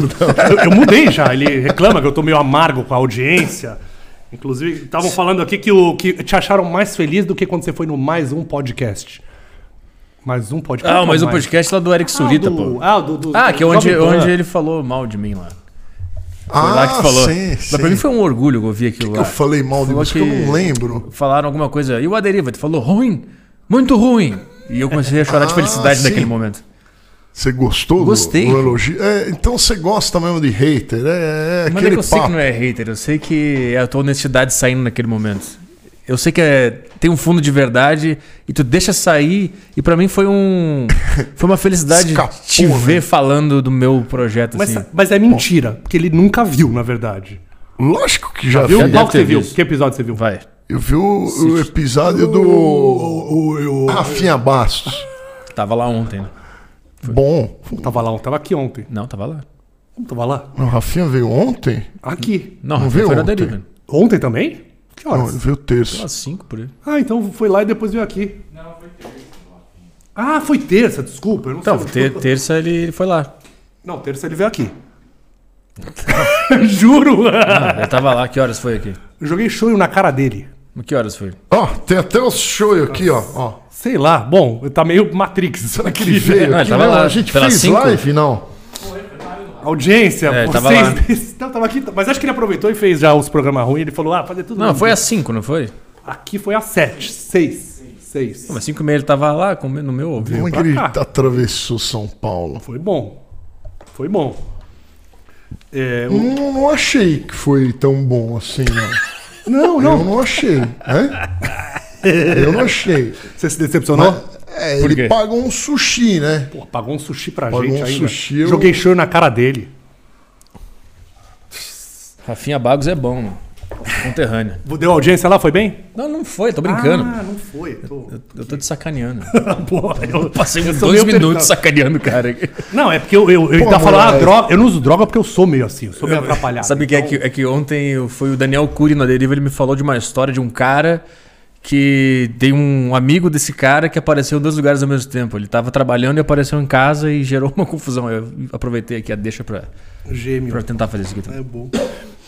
[SPEAKER 1] Eu, eu mudei já. Ele reclama que eu tô meio amargo com a audiência. Inclusive, estavam falando aqui que, o, que te acharam mais feliz do que quando você foi no mais um podcast. Mais um podcast.
[SPEAKER 3] Ah,
[SPEAKER 1] não,
[SPEAKER 3] mas o podcast lá do Eric Surita,
[SPEAKER 1] ah, do,
[SPEAKER 3] pô.
[SPEAKER 1] Ah, do, do-
[SPEAKER 3] Ah, que é
[SPEAKER 1] do
[SPEAKER 3] onde,
[SPEAKER 1] Jovem Pan.
[SPEAKER 3] onde ele falou mal de mim lá.
[SPEAKER 2] Ah,
[SPEAKER 3] Foi lá que falou.
[SPEAKER 2] Sim,
[SPEAKER 3] Mas
[SPEAKER 2] sim.
[SPEAKER 3] pra mim foi um orgulho ouvir aquilo lá.
[SPEAKER 2] Eu falei mal de
[SPEAKER 3] Falou
[SPEAKER 2] você, que eu
[SPEAKER 3] que-
[SPEAKER 2] não lembro.
[SPEAKER 3] Falaram alguma coisa. E o Aderiva? Tu falou ruim? Muito ruim. E eu comecei a chorar de
[SPEAKER 2] Ah,
[SPEAKER 3] felicidade
[SPEAKER 2] sim.
[SPEAKER 3] naquele momento.
[SPEAKER 2] Você gostou do-
[SPEAKER 3] Gostei.
[SPEAKER 2] do, elogio? É, então você gosta mesmo de hater. É, é
[SPEAKER 3] Mas é
[SPEAKER 2] aquele
[SPEAKER 3] que eu sei que
[SPEAKER 2] papo.
[SPEAKER 3] não é hater, eu sei que é a tua honestidade saindo naquele momento. Eu sei que é, tem um fundo de verdade e tu deixa sair. E pra mim foi um. Foi uma felicidade
[SPEAKER 2] Escapou,
[SPEAKER 3] te
[SPEAKER 2] né? tá-
[SPEAKER 3] ver falando do meu projeto.
[SPEAKER 1] Mas,
[SPEAKER 3] assim.
[SPEAKER 1] mas é mentira, porque ele nunca viu, na verdade.
[SPEAKER 2] Lógico que já
[SPEAKER 1] Viu?
[SPEAKER 2] viu.
[SPEAKER 3] deve
[SPEAKER 1] Qual que
[SPEAKER 3] ter
[SPEAKER 1] você viu?
[SPEAKER 3] visto.
[SPEAKER 1] Que episódio você viu?
[SPEAKER 3] Vai.
[SPEAKER 2] Eu vi o, o episódio do Rafinha Bastos.
[SPEAKER 3] Tava lá ontem, né?
[SPEAKER 2] Bom,
[SPEAKER 1] Tava lá, ontem, tava aqui ontem.
[SPEAKER 3] Não, tava lá.
[SPEAKER 1] Não tava lá?
[SPEAKER 2] o Rafinha veio ontem?
[SPEAKER 1] Aqui.
[SPEAKER 3] Não,
[SPEAKER 2] Não
[SPEAKER 3] foi
[SPEAKER 2] viu
[SPEAKER 3] na
[SPEAKER 2] ontem?
[SPEAKER 3] deriva.
[SPEAKER 1] Ontem também? Que
[SPEAKER 2] Não,
[SPEAKER 1] horas?
[SPEAKER 2] ele veio terça.
[SPEAKER 3] Umas 5 por aí.
[SPEAKER 1] Ah, então foi lá e depois veio aqui.
[SPEAKER 4] Não, foi terça.
[SPEAKER 1] Ah, foi terça, desculpa. Eu não
[SPEAKER 3] Então,
[SPEAKER 1] sei.
[SPEAKER 3] ter- terça ele foi lá.
[SPEAKER 1] Não, terça ele veio aqui. Juro!
[SPEAKER 3] Ah, ele tava lá. Que horas foi aqui?
[SPEAKER 1] Eu Joguei shoyu na cara dele.
[SPEAKER 3] Que horas foi?
[SPEAKER 2] Ó, tem até o show aqui, ó. ó.
[SPEAKER 1] Sei lá, bom, tá meio Matrix
[SPEAKER 2] Ele
[SPEAKER 1] aquele
[SPEAKER 2] veio
[SPEAKER 3] Não, ele
[SPEAKER 2] aqui,
[SPEAKER 3] tava
[SPEAKER 2] né?
[SPEAKER 3] lá,
[SPEAKER 2] A gente
[SPEAKER 3] pelas
[SPEAKER 2] fez
[SPEAKER 3] cinco?
[SPEAKER 2] live, não?
[SPEAKER 1] Audiência,
[SPEAKER 3] É, ele tava lá.
[SPEAKER 1] vocês. Não, tava aqui, mas acho que ele aproveitou e fez já os programas ruins. Ele falou, ah, fazer tudo.
[SPEAKER 3] Não,
[SPEAKER 1] mesmo.
[SPEAKER 3] foi às 5, não foi?
[SPEAKER 1] Aqui foi a 7, 6. 6.
[SPEAKER 3] Não, mas 5 e meia ele tava lá com- no meu ouvido.
[SPEAKER 2] Como é que
[SPEAKER 1] pra
[SPEAKER 2] ele
[SPEAKER 1] cá.
[SPEAKER 2] atravessou São Paulo?
[SPEAKER 1] Foi bom. Foi bom. É, o-
[SPEAKER 2] Não, não achei que foi tão bom assim, não.
[SPEAKER 1] Não,
[SPEAKER 2] Eu não achei. Hã? Eu não achei.
[SPEAKER 1] Você se decepcionou?
[SPEAKER 2] É,
[SPEAKER 3] Por quê?
[SPEAKER 2] ele pagou um sushi, né?
[SPEAKER 1] Pô, pagou um sushi pra
[SPEAKER 2] Pagou
[SPEAKER 1] gente
[SPEAKER 2] um
[SPEAKER 1] ainda.
[SPEAKER 2] sushi, eu-
[SPEAKER 1] Joguei shoyu na cara dele.
[SPEAKER 3] Rafinha Bagos é bom, mano. Conterrâneo.
[SPEAKER 1] Deu audiência lá, foi bem?
[SPEAKER 3] Não, não foi, tô brincando.
[SPEAKER 1] Ah, não foi. eu Tô...
[SPEAKER 3] Eu tô te sacaneando.
[SPEAKER 1] Pô, eu
[SPEAKER 3] Passei
[SPEAKER 1] eu
[SPEAKER 3] uns
[SPEAKER 1] sou
[SPEAKER 3] dois
[SPEAKER 1] meio
[SPEAKER 3] minutos sacaneando o cara. aqui.
[SPEAKER 1] Não, é porque eu, eu, eu
[SPEAKER 2] Pô,
[SPEAKER 1] ainda falo, ah,
[SPEAKER 2] moleque.
[SPEAKER 1] droga. Eu não uso droga porque eu sou meio assim, eu sou meio
[SPEAKER 3] é
[SPEAKER 1] atrapalhado. Então,
[SPEAKER 3] Sabe o que é que, é que ontem eu- foi o Daniel Cury na deriva, ele me falou de uma história de um cara que tem um amigo desse cara que apareceu em dois lugares ao mesmo tempo. Ele tava trabalhando e apareceu em casa e gerou uma confusão. Eu aproveitei aqui a deixa pra,
[SPEAKER 1] Gêmeo.
[SPEAKER 3] pra tentar fazer isso aqui também.
[SPEAKER 1] É bom.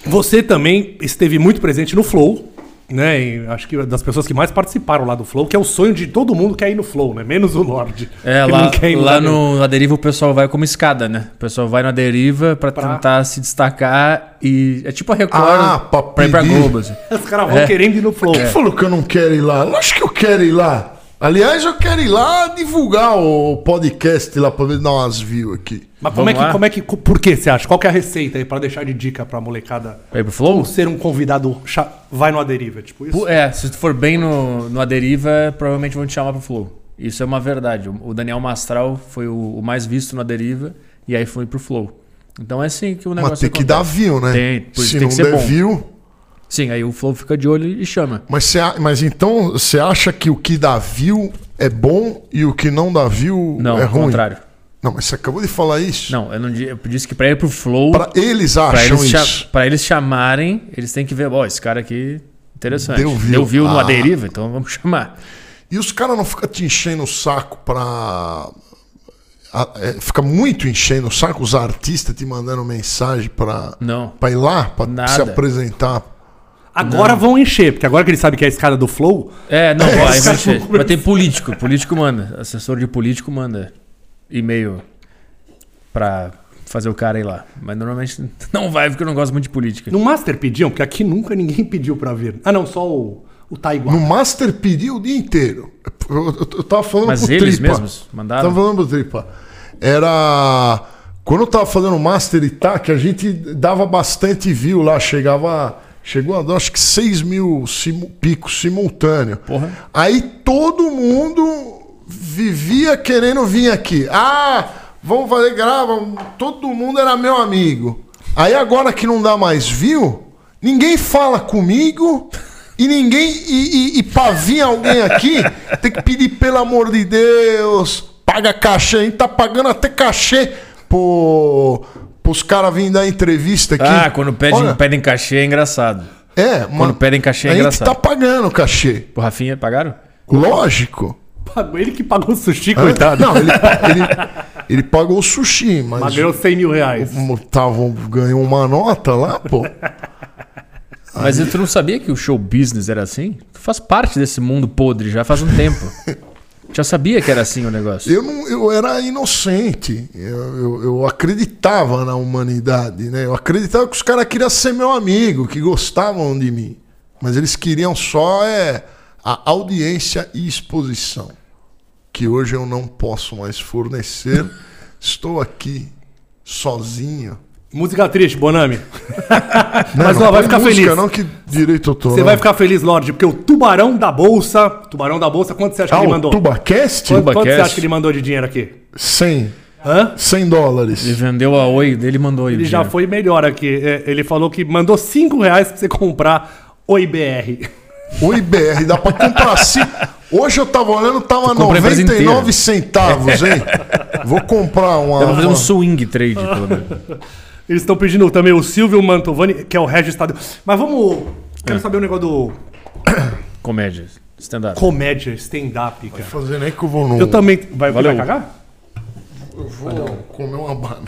[SPEAKER 1] Você também esteve muito presente no Flow, né? E acho que das pessoas que mais participaram lá do Flow, que é o sonho de todo mundo que é ir no Flow, né? Menos o Lorde.
[SPEAKER 3] É,
[SPEAKER 1] que
[SPEAKER 3] lá,
[SPEAKER 1] não quer ir em
[SPEAKER 3] lá
[SPEAKER 1] lugar nenhum.
[SPEAKER 3] no, na deriva o pessoal vai como escada, né? O pessoal vai na deriva pra,
[SPEAKER 1] Pra-
[SPEAKER 3] tentar se destacar e. É tipo a Record
[SPEAKER 2] Ah, pra
[SPEAKER 3] ir pra
[SPEAKER 2] pedir.
[SPEAKER 3] Globo. assim.
[SPEAKER 1] Os caras vão querendo ir no Flow.
[SPEAKER 3] É.
[SPEAKER 2] Quem falou que eu não quero ir lá? Lógico que eu quero ir lá. Aliás, eu quero ir lá divulgar o podcast lá pra ver dar umas views aqui.
[SPEAKER 1] Mas como é,
[SPEAKER 3] Vamos
[SPEAKER 1] que,
[SPEAKER 3] lá?
[SPEAKER 1] como é que. Por que você acha? Qual que é a receita aí pra deixar de dica pra molecada
[SPEAKER 3] Pra ir pro Flow?
[SPEAKER 1] ser um convidado cha- vai no Aderiva? Tipo isso?
[SPEAKER 3] Pu- É, se tu for bem no, no A Deriva, provavelmente vão te chamar pro Flow. Isso é uma verdade. O o Daniel Mastral foi o, o mais visto na deriva e aí foi pro Flow. Então é assim que o negócio
[SPEAKER 2] Mas tem que
[SPEAKER 3] acontece.
[SPEAKER 2] dar view, né?
[SPEAKER 3] Tem, pois
[SPEAKER 2] Se
[SPEAKER 3] tem que
[SPEAKER 2] não
[SPEAKER 3] ser
[SPEAKER 2] der
[SPEAKER 3] bom.
[SPEAKER 2] view.
[SPEAKER 3] Sim, aí o Flow fica de olho e chama.
[SPEAKER 2] Mas, cê a- mas então você acha que o que dá view é bom e o que não dá view
[SPEAKER 3] Não,
[SPEAKER 2] é
[SPEAKER 3] ao
[SPEAKER 2] ruim?
[SPEAKER 3] contrário.
[SPEAKER 2] Não, mas você acabou de falar isso.
[SPEAKER 3] Não, eu não di- eu disse que pra ir pro Flow,
[SPEAKER 2] Pra eles
[SPEAKER 3] pra
[SPEAKER 2] acham
[SPEAKER 3] eles, cha-
[SPEAKER 2] isso.
[SPEAKER 3] pra eles chamarem, eles têm que ver, ó, esse cara aqui interessante.
[SPEAKER 2] Deu view.
[SPEAKER 3] Deu view no
[SPEAKER 2] Ah.
[SPEAKER 3] A Deriva, então vamos chamar.
[SPEAKER 2] E os caras não ficam te enchendo o saco pra. a- é, fica muito enchendo o saco, os artistas te mandando mensagem pra,
[SPEAKER 3] Não.
[SPEAKER 2] pra ir lá, pra
[SPEAKER 3] Nada.
[SPEAKER 2] se apresentar.
[SPEAKER 1] Agora vão encher, porque agora que eles sabem que é a escada do Flow,
[SPEAKER 3] É, não, ó, aí
[SPEAKER 1] Os
[SPEAKER 3] vai
[SPEAKER 1] caras
[SPEAKER 3] encher.
[SPEAKER 1] vão
[SPEAKER 3] Mas tem político, político manda. Assessor de político manda e-mail pra fazer o cara ir lá. Mas normalmente não vai, porque eu não gosto muito de política.
[SPEAKER 1] no Master pediam, porque aqui nunca ninguém pediu pra vir. Ah, não, só o, o Taiguá.
[SPEAKER 2] No Master pediu o dia inteiro. Eu, eu- eu tava falando
[SPEAKER 3] Mas
[SPEAKER 2] pro
[SPEAKER 3] eles
[SPEAKER 2] Tripa.
[SPEAKER 3] mesmos mandaram?
[SPEAKER 2] Tava falando pro Tripa. Era. Quando eu tava fazendo Master Itaque, a gente dava bastante view lá, chegava. Chegou a dar acho que 6 mil simu- picos simultâneo.
[SPEAKER 3] Porra.
[SPEAKER 2] Aí todo mundo vivia querendo vir aqui. Ah, vamos fazer grava. Todo mundo era meu amigo. Aí agora que não dá mais view, ninguém fala comigo e ninguém. E, e, e pra vir alguém aqui, tem que pedir pelo amor de Deus, paga cachê. A gente tá pagando até cachê pro, pros caras virem dar entrevista aqui.
[SPEAKER 3] Ah, quando pedem,
[SPEAKER 2] Olha,
[SPEAKER 3] pedem cachê é engraçado.
[SPEAKER 2] É, mano,
[SPEAKER 3] pedem cachê é
[SPEAKER 2] a gente
[SPEAKER 3] engraçado.
[SPEAKER 2] tá pagando cachê.
[SPEAKER 3] Pô, Rafinha, pagaram?
[SPEAKER 2] Lógico.
[SPEAKER 1] Pagou- Ele que pagou o sushi,
[SPEAKER 2] Hã?
[SPEAKER 1] coitado.
[SPEAKER 2] Não, ele, ele- ele pagou o sushi, mas.
[SPEAKER 1] Mas ganhou 100 mil reais.
[SPEAKER 2] o- o- Tavam, ganhou uma nota lá, pô.
[SPEAKER 3] Mas tu não sabia que o show business era assim? Tu faz parte desse mundo podre já faz um tempo. já sabia que era assim o negócio.
[SPEAKER 2] Eu, não, eu era inocente. Eu, eu, eu acreditava na humanidade, né? Eu acreditava que os caras queriam ser meu amigo, que gostavam de mim. Mas eles queriam só é, a audiência e exposição. Que hoje eu não posso mais fornecer. Estou aqui sozinho.
[SPEAKER 1] Música triste, Bonami. Mas
[SPEAKER 2] não
[SPEAKER 1] ó, vai
[SPEAKER 2] põe
[SPEAKER 1] ficar
[SPEAKER 2] música,
[SPEAKER 1] feliz.
[SPEAKER 2] Não que direito autoral.
[SPEAKER 1] Você vai ficar feliz, Lorde, porque o Tubarão da Bolsa. Tubarão da Bolsa, quanto você acha
[SPEAKER 2] Ah,
[SPEAKER 1] que ele
[SPEAKER 2] o
[SPEAKER 1] mandou?
[SPEAKER 2] Tubacast?
[SPEAKER 1] Quanto, quanto você
[SPEAKER 3] Tubacast.
[SPEAKER 1] acha que ele mandou de dinheiro aqui?
[SPEAKER 2] 100.
[SPEAKER 1] Hã?
[SPEAKER 2] 100 dólares.
[SPEAKER 3] Ele vendeu a Oi dele e mandou aí.
[SPEAKER 1] Ele já foi melhor aqui. É, Ele falou que mandou 5 reais pra você comprar o IBR.
[SPEAKER 2] O IBR, dá pra comprar assim. Hoje eu tava olhando, tava
[SPEAKER 3] compra a empresa
[SPEAKER 2] 99
[SPEAKER 3] inteira.
[SPEAKER 2] centavos, hein? Vou comprar uma.
[SPEAKER 3] Dá pra fazer um
[SPEAKER 2] uma-
[SPEAKER 3] swing trade, pelo menos.
[SPEAKER 1] Eles estão pedindo também o Silvio Mantovani, que é o Regis Tadeu. Mas vamos.
[SPEAKER 2] É.
[SPEAKER 1] Quero saber o negócio do
[SPEAKER 3] Comédia. Stand-up.
[SPEAKER 1] comédia, stand-up, cara.
[SPEAKER 2] Fazer nem que eu vou no.
[SPEAKER 1] Eu também. Vai, vai
[SPEAKER 3] Valeu.
[SPEAKER 1] cagar?
[SPEAKER 2] Vou comer uma banana.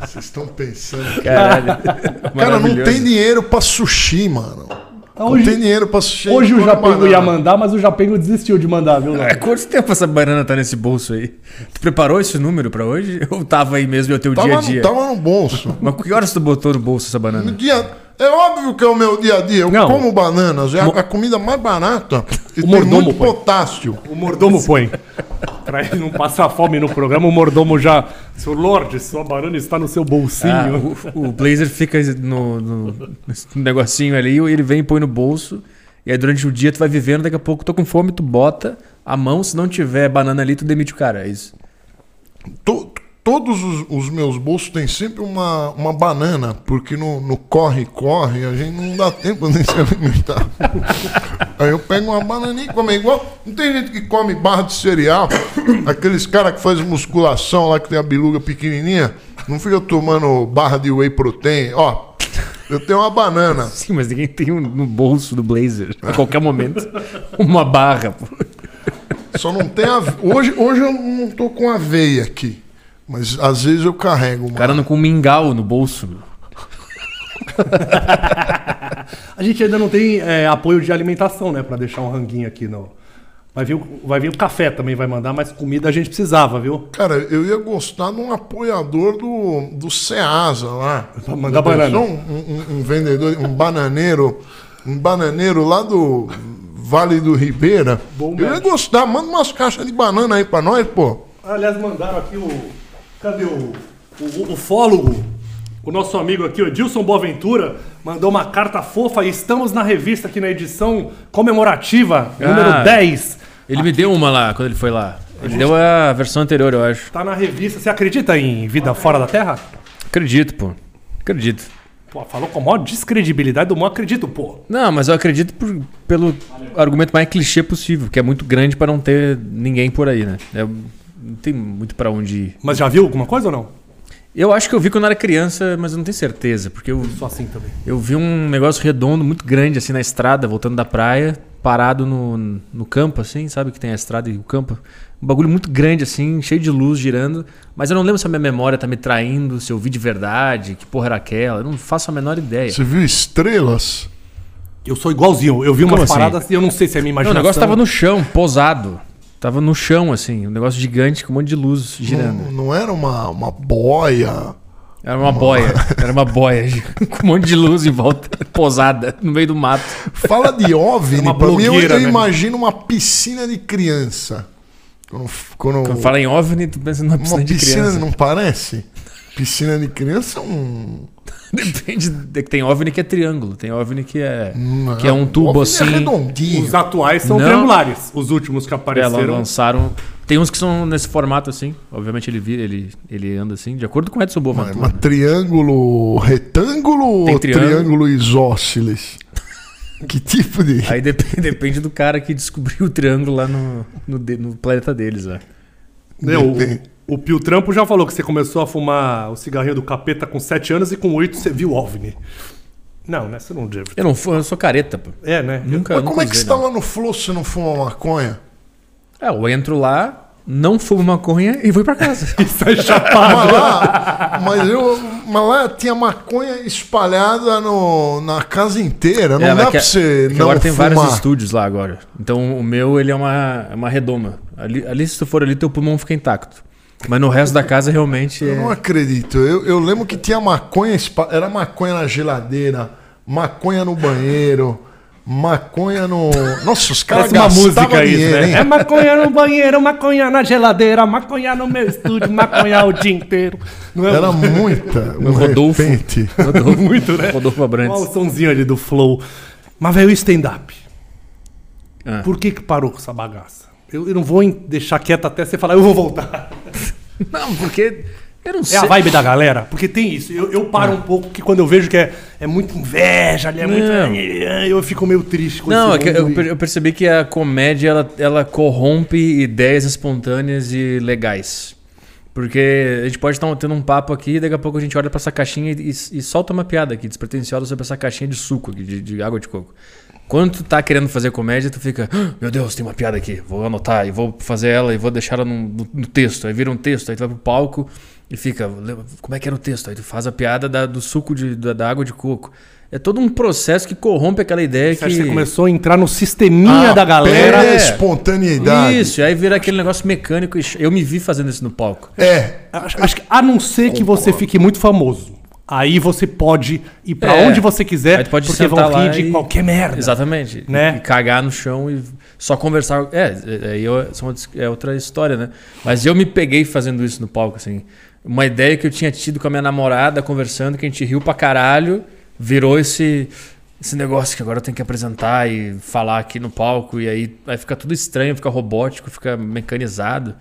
[SPEAKER 2] Vocês estão pensando.
[SPEAKER 3] Caralho.
[SPEAKER 2] Cara, não
[SPEAKER 3] Maravilhoso. Tá
[SPEAKER 2] tem dinheiro pra sushi, mano.
[SPEAKER 1] hoje-
[SPEAKER 2] não tem dinheiro pra sushi.
[SPEAKER 1] Hoje o
[SPEAKER 2] Come
[SPEAKER 1] Japengo
[SPEAKER 2] banana.
[SPEAKER 1] ia mandar, mas o Japengo desistiu de mandar, viu,
[SPEAKER 3] Há
[SPEAKER 1] Lorde?
[SPEAKER 3] É, quanto tempo essa banana tá nesse bolso aí? Tu preparou esse número pra hoje? Ou tava aí mesmo e é o teu
[SPEAKER 2] Tava,
[SPEAKER 3] dia a
[SPEAKER 2] no-
[SPEAKER 3] dia?
[SPEAKER 2] tava no bolso.
[SPEAKER 3] Mas que horas tu botou no bolso essa
[SPEAKER 2] No
[SPEAKER 3] banana?
[SPEAKER 2] dia- é óbvio que é o meu dia a dia. Eu
[SPEAKER 1] Não.
[SPEAKER 2] como bananas, é a, a comida mais barata. E tem
[SPEAKER 1] mordomo
[SPEAKER 2] muito
[SPEAKER 1] põe.
[SPEAKER 2] potássio.
[SPEAKER 1] O mordomo põe. Pra ele não passar fome no programa, o mordomo já. Seu Lorde, sua banana está no seu
[SPEAKER 3] Ah,
[SPEAKER 1] bolsinho.
[SPEAKER 3] o, o blazer fica no, no- no negocinho ali, ele vem e põe no bolso. E aí durante o dia tu vai vivendo, daqui a pouco tô com fome, tu bota a mão, se não tiver banana ali, tu demite o cara. É isso.
[SPEAKER 2] To- todos os, os meus bolsos têm sempre uma, uma banana, porque no no corre-corre a gente não dá tempo de se alimentar. Aí eu pego uma bananinha e como é igual. Não tem gente que come barra de cereal. Aqueles caras que fazem musculação lá, que tem a biluga pequenininha, não fica tomando barra de whey protein. Ó, Eu tenho uma banana.
[SPEAKER 3] Sim, mas ninguém tem um no bolso do blazer. A qualquer momento. Uma barra, pô.
[SPEAKER 2] Só não tem a... Hoje, hoje eu não tô com aveia aqui. Mas às vezes eu carrego
[SPEAKER 3] O
[SPEAKER 2] uma.
[SPEAKER 3] cara anda com um mingau no bolso. meu.
[SPEAKER 1] A gente ainda não tem é, apoio de alimentação, né? Pra deixar um ranguinho aqui, não. Vai vir, o- vai vir o café também, vai mandar, mas comida a gente precisava, viu?
[SPEAKER 2] Cara, eu ia gostar de um apoiador do, do Ceasa lá.
[SPEAKER 1] Pra mandar banana.
[SPEAKER 2] Só Um, um- um vendedor, um bananeiro, um bananeiro lá do Vale do Ribeira.
[SPEAKER 1] Bom
[SPEAKER 2] eu ia
[SPEAKER 1] mesmo.
[SPEAKER 2] gostar, manda umas caixas de banana aí pra nós, pô.
[SPEAKER 1] Aliás, mandaram aqui o. Cadê o. O, o ufólogo? O nosso amigo aqui, o Edilson Boaventura, mandou uma carta fofa e estamos na revista aqui na edição comemorativa,
[SPEAKER 3] Ah.
[SPEAKER 1] número 10.
[SPEAKER 3] Ele me deu uma lá quando ele foi lá. Ele deu a versão anterior, eu acho.
[SPEAKER 1] Tá na revista. Você acredita em vida fora da Terra?
[SPEAKER 3] Acredito, pô. Acredito.
[SPEAKER 1] Pô, falou com a maior descredibilidade do mundo, acredito, pô.
[SPEAKER 3] Não, mas eu acredito por- pelo argumento mais clichê possível, que é muito grande pra não ter ninguém por aí, né? É- não tem muito pra onde ir.
[SPEAKER 1] Mas já viu alguma coisa ou não?
[SPEAKER 3] Eu acho que eu vi quando era criança, mas eu não tenho certeza, porque eu,
[SPEAKER 1] Só assim também.
[SPEAKER 3] eu vi um negócio redondo muito grande assim na estrada, voltando da praia, parado no, no campo, assim, sabe? Que tem a estrada e o campo. Um bagulho muito grande, assim, cheio de luz girando. Mas eu não lembro se a minha memória tá me traindo, se eu vi de verdade, que porra era aquela. Eu não faço a menor
[SPEAKER 1] É.
[SPEAKER 3] ideia.
[SPEAKER 2] Você viu estrelas?
[SPEAKER 1] Eu sou igualzinho. Eu vi
[SPEAKER 3] Como
[SPEAKER 1] umas
[SPEAKER 3] assim?
[SPEAKER 1] paradas e eu não sei se é minha
[SPEAKER 3] Não,
[SPEAKER 1] imaginação.
[SPEAKER 3] o negócio tava no chão, posado. Tava no chão, assim, um negócio gigante com um monte de luz girando.
[SPEAKER 2] Não, não era uma, uma boia?
[SPEAKER 3] Era uma boia. Era uma boia com um monte de luz em volta, posada, no meio do mato.
[SPEAKER 2] Fala de OVNI,
[SPEAKER 1] uma
[SPEAKER 2] pra mim eu,
[SPEAKER 1] blogueira,
[SPEAKER 2] eu
[SPEAKER 1] né?
[SPEAKER 2] imagino uma piscina de criança. Quando, quando,
[SPEAKER 3] Quando fala em OVNI, tu pensa numa piscina
[SPEAKER 2] uma
[SPEAKER 3] de
[SPEAKER 2] piscina,
[SPEAKER 3] criança.
[SPEAKER 2] não parece? Piscina de criança é um...
[SPEAKER 3] Depende. de- Tem OVNI que é triângulo, tem OVNI que é,
[SPEAKER 2] Não,
[SPEAKER 3] que é um tubo
[SPEAKER 2] OVNI Hum, É
[SPEAKER 3] assim.
[SPEAKER 2] redondinho.
[SPEAKER 1] Os atuais são
[SPEAKER 3] Não.
[SPEAKER 1] triangulares. Os últimos que
[SPEAKER 3] É, lan-
[SPEAKER 1] apareceram.
[SPEAKER 3] lançaram. Tem uns que são nesse formato assim. Obviamente ele vira, ele, ele anda assim, de acordo com o Edson
[SPEAKER 2] Mas,
[SPEAKER 3] Boaventura.
[SPEAKER 2] mas É triângulo retângulo
[SPEAKER 3] Tem
[SPEAKER 2] ou
[SPEAKER 3] triângulo.
[SPEAKER 2] triângulo, isósceles? que tipo de.
[SPEAKER 3] Aí depende, depende do cara que descobriu o triângulo lá no, no, de- no planeta deles, né?
[SPEAKER 1] né, o, o Pio Trampo já falou que você começou a fumar o cigarrinho do capeta com 7 anos e com 8 você viu OVNI. Não, né? Você não deve.
[SPEAKER 3] Eu não fu- eu sou careta, pô.
[SPEAKER 1] É, né?
[SPEAKER 3] Nunca,
[SPEAKER 2] Mas
[SPEAKER 3] nunca
[SPEAKER 2] como é que
[SPEAKER 3] usei,
[SPEAKER 2] você tá
[SPEAKER 3] não.
[SPEAKER 2] lá no Flow se não fuma maconha?
[SPEAKER 3] É, eu entro lá, não fumo maconha e vou pra casa.
[SPEAKER 1] Isso é chapado.
[SPEAKER 2] Mas lá, mas, eu, mas lá tinha maconha espalhada no, na casa inteira. Não
[SPEAKER 3] É, mas
[SPEAKER 2] dá
[SPEAKER 3] que-
[SPEAKER 2] pra você
[SPEAKER 3] que
[SPEAKER 2] não
[SPEAKER 3] agora tem vários
[SPEAKER 2] fumar.
[SPEAKER 3] estúdios lá agora. Então o meu, ele é uma, é uma redoma. Ali, ali, se tu for ali, teu pulmão fica intacto. Mas no resto da casa, realmente...
[SPEAKER 2] Eu não
[SPEAKER 3] É...
[SPEAKER 2] acredito. Eu, eu lembro que tinha maconha. espa- Era maconha na geladeira, maconha no banheiro, maconha no. Nossa, os caras
[SPEAKER 1] Parece uma música
[SPEAKER 2] gastavam
[SPEAKER 1] isso,
[SPEAKER 2] dinheiro,
[SPEAKER 1] né?
[SPEAKER 2] hein?
[SPEAKER 1] É maconha no banheiro, maconha na geladeira, maconha no meu estúdio, maconha o dia inteiro. Não é
[SPEAKER 2] Era muita. Um
[SPEAKER 3] Rodolfo.
[SPEAKER 2] repente.
[SPEAKER 3] Rodolfo,
[SPEAKER 1] muito, né?
[SPEAKER 3] Rodolfo
[SPEAKER 1] Olha
[SPEAKER 3] Abrantes.
[SPEAKER 1] o somzinho ali do flow. Mas veio o stand-up.
[SPEAKER 3] Ah.
[SPEAKER 1] Por que que parou com essa bagaça? Eu, eu não vou em- deixar quieto até você falar, eu vou voltar.
[SPEAKER 3] Não, porque... Eu não
[SPEAKER 1] É
[SPEAKER 3] sei.
[SPEAKER 1] a vibe da galera? Porque tem isso. Eu, eu paro
[SPEAKER 3] Ah.
[SPEAKER 1] um pouco, que quando eu vejo que é, é muito inveja, ali é muito...
[SPEAKER 3] Não.
[SPEAKER 1] Eu fico meio triste com
[SPEAKER 3] Não, é que
[SPEAKER 1] esse
[SPEAKER 3] eu,
[SPEAKER 1] mundo
[SPEAKER 3] per- eu percebi que a comédia ela, ela corrompe ideias espontâneas e legais. Porque a gente pode estar tendo um papo aqui e daqui a pouco a gente olha pra essa caixinha e, e solta uma piada aqui, despretensiosa sobre essa caixinha de suco, aqui, de, de água de coco. Quando tu tá querendo fazer comédia, tu fica, "Ah, meu Deus, tem uma piada aqui, vou anotar e vou fazer ela e vou deixar ela num- no, no texto. Aí vira um texto, aí tu vai pro palco e fica, "Le- como é que era o texto? Aí tu faz a piada da- do suco de- da, da água de coco. É todo um processo que corrompe aquela ideia
[SPEAKER 1] Você
[SPEAKER 3] que.
[SPEAKER 1] acha que você começou a entrar no sisteminha da galera.
[SPEAKER 2] Perde a
[SPEAKER 3] é.
[SPEAKER 2] espontaneidade.
[SPEAKER 3] Isso, aí vira aquele negócio mecânico. e ch- Eu me vi fazendo isso no palco.
[SPEAKER 2] É.
[SPEAKER 1] Acho, acho que, a não ser que você fique muito famoso. Aí você pode ir pra
[SPEAKER 3] É.
[SPEAKER 1] onde você quiser,
[SPEAKER 3] Aí tu pode
[SPEAKER 1] porque
[SPEAKER 3] sentar
[SPEAKER 1] vão
[SPEAKER 3] lá
[SPEAKER 1] rir de
[SPEAKER 3] e-
[SPEAKER 1] qualquer merda.
[SPEAKER 3] Exatamente.
[SPEAKER 1] Né?
[SPEAKER 3] E cagar no chão e só conversar. É, é- aí eu- são outras- é outra história, né? Mas eu me peguei fazendo isso no palco, assim. Uma ideia que eu tinha tido com a minha namorada, conversando, que a gente riu pra caralho, virou esse, esse negócio que agora eu tenho que apresentar e falar aqui no palco. E aí, aí fica tudo estranho, fica robótico, fica mecanizado.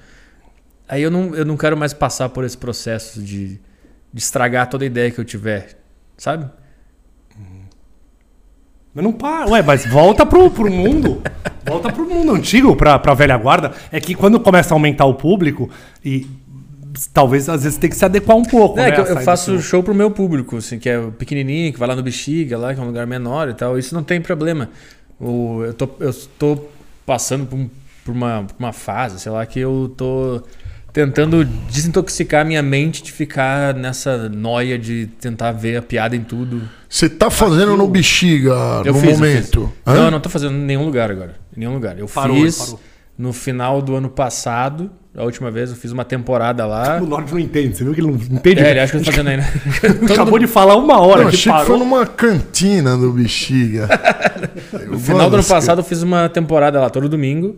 [SPEAKER 3] Aí eu não, eu não quero mais passar por esse processo de, de estragar toda ideia que eu tiver, sabe?
[SPEAKER 1] Mas não para. Ué, mas volta pro, pro mundo. Volta pro mundo antigo, pra, pra velha guarda. É que quando começa a aumentar o público, e talvez às vezes tem que se adequar um pouco.
[SPEAKER 3] É,
[SPEAKER 1] né,
[SPEAKER 3] que eu,
[SPEAKER 1] a
[SPEAKER 3] eu
[SPEAKER 1] saída
[SPEAKER 3] faço
[SPEAKER 1] do-
[SPEAKER 3] show pro meu público, assim, que é o pequenininho, que vai lá no Bexiga, lá, que é um lugar menor e tal. Isso não tem problema. O, eu, tô, eu tô passando por, um- por uma, por uma fase, sei lá, que eu tô tentando desintoxicar minha mente de ficar nessa noia de tentar ver a piada em tudo.
[SPEAKER 2] Você tá fazendo no bexiga
[SPEAKER 3] Eu
[SPEAKER 2] Tá no
[SPEAKER 3] fiz, eu
[SPEAKER 2] momento.
[SPEAKER 3] fiz.
[SPEAKER 2] Hã?
[SPEAKER 3] Não, eu não tô fazendo em nenhum lugar agora. Em nenhum lugar. Eu
[SPEAKER 1] Parou,
[SPEAKER 3] fiz
[SPEAKER 1] parou.
[SPEAKER 3] no final do ano passado, a última vez, eu fiz uma temporada lá.
[SPEAKER 1] O Lorde não entende, você viu que ele não entende?
[SPEAKER 3] É, ele acha que eu tô fazendo ainda.
[SPEAKER 1] Acabou de falar uma hora
[SPEAKER 2] Não,
[SPEAKER 1] que
[SPEAKER 2] achei que foi
[SPEAKER 1] parou.
[SPEAKER 2] numa cantina do bexiga. no
[SPEAKER 3] No final do ano passado eu fiz uma temporada lá todo domingo.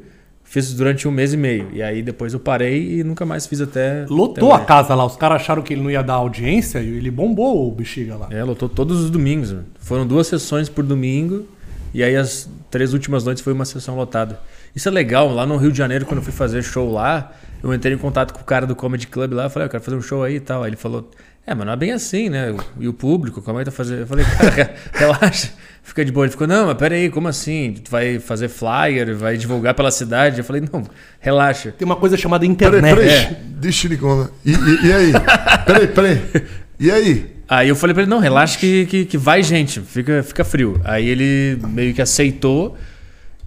[SPEAKER 3] Fiz durante um mês e meio. E aí depois eu parei e nunca mais fiz até.
[SPEAKER 1] Lotou
[SPEAKER 3] até
[SPEAKER 1] a casa lá, os caras acharam que ele não ia dar audiência e ele bombou o bexiga lá.
[SPEAKER 3] hoje. É, lotou todos os domingos. mano. Foram duas sessões por domingo. E aí as três últimas noites foi uma sessão lotada. Isso é legal. Lá no Rio de Janeiro, quando eu fui fazer show lá, eu entrei em contato com o cara do Comedy Club lá. Eu falei, "Ah, eu quero fazer um show aí e tal. Aí ele falou, é, mas não é bem assim, né? E o público, como é que tá fazendo? Eu falei, cara, re- relaxa. Fica de boa. Ele ficou, não, mas peraí, como assim? Tu vai fazer flyer, vai divulgar pela cidade? Eu falei, não, relaxa.
[SPEAKER 1] Tem uma coisa chamada
[SPEAKER 2] Peraí,
[SPEAKER 3] né?
[SPEAKER 1] internet.
[SPEAKER 2] peraí,
[SPEAKER 1] É.
[SPEAKER 2] deixa ele contar. E, e- e aí? peraí, peraí. E aí?
[SPEAKER 3] Aí eu falei pra ele, não, relaxa que, que, que vai gente, fica, fica frio. Aí ele meio que aceitou,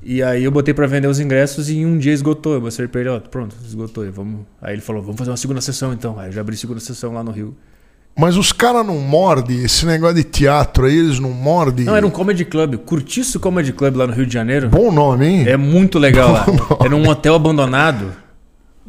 [SPEAKER 3] e aí eu botei pra vender os ingressos e em um dia esgotou. Eu mostrei pra ele, ó, pronto, esgotou. Vamos... Aí ele falou, vamos fazer uma segunda sessão então. Aí eu já abri segunda sessão lá no Rio.
[SPEAKER 2] Mas os caras não mordem esse negócio de teatro aí, eles não mordem.
[SPEAKER 3] Não, era um comedy club, Curtiço Comedy Club lá no Rio de Janeiro.
[SPEAKER 2] Bom nome, hein?
[SPEAKER 3] É muito legal lá. Era um hotel abandonado,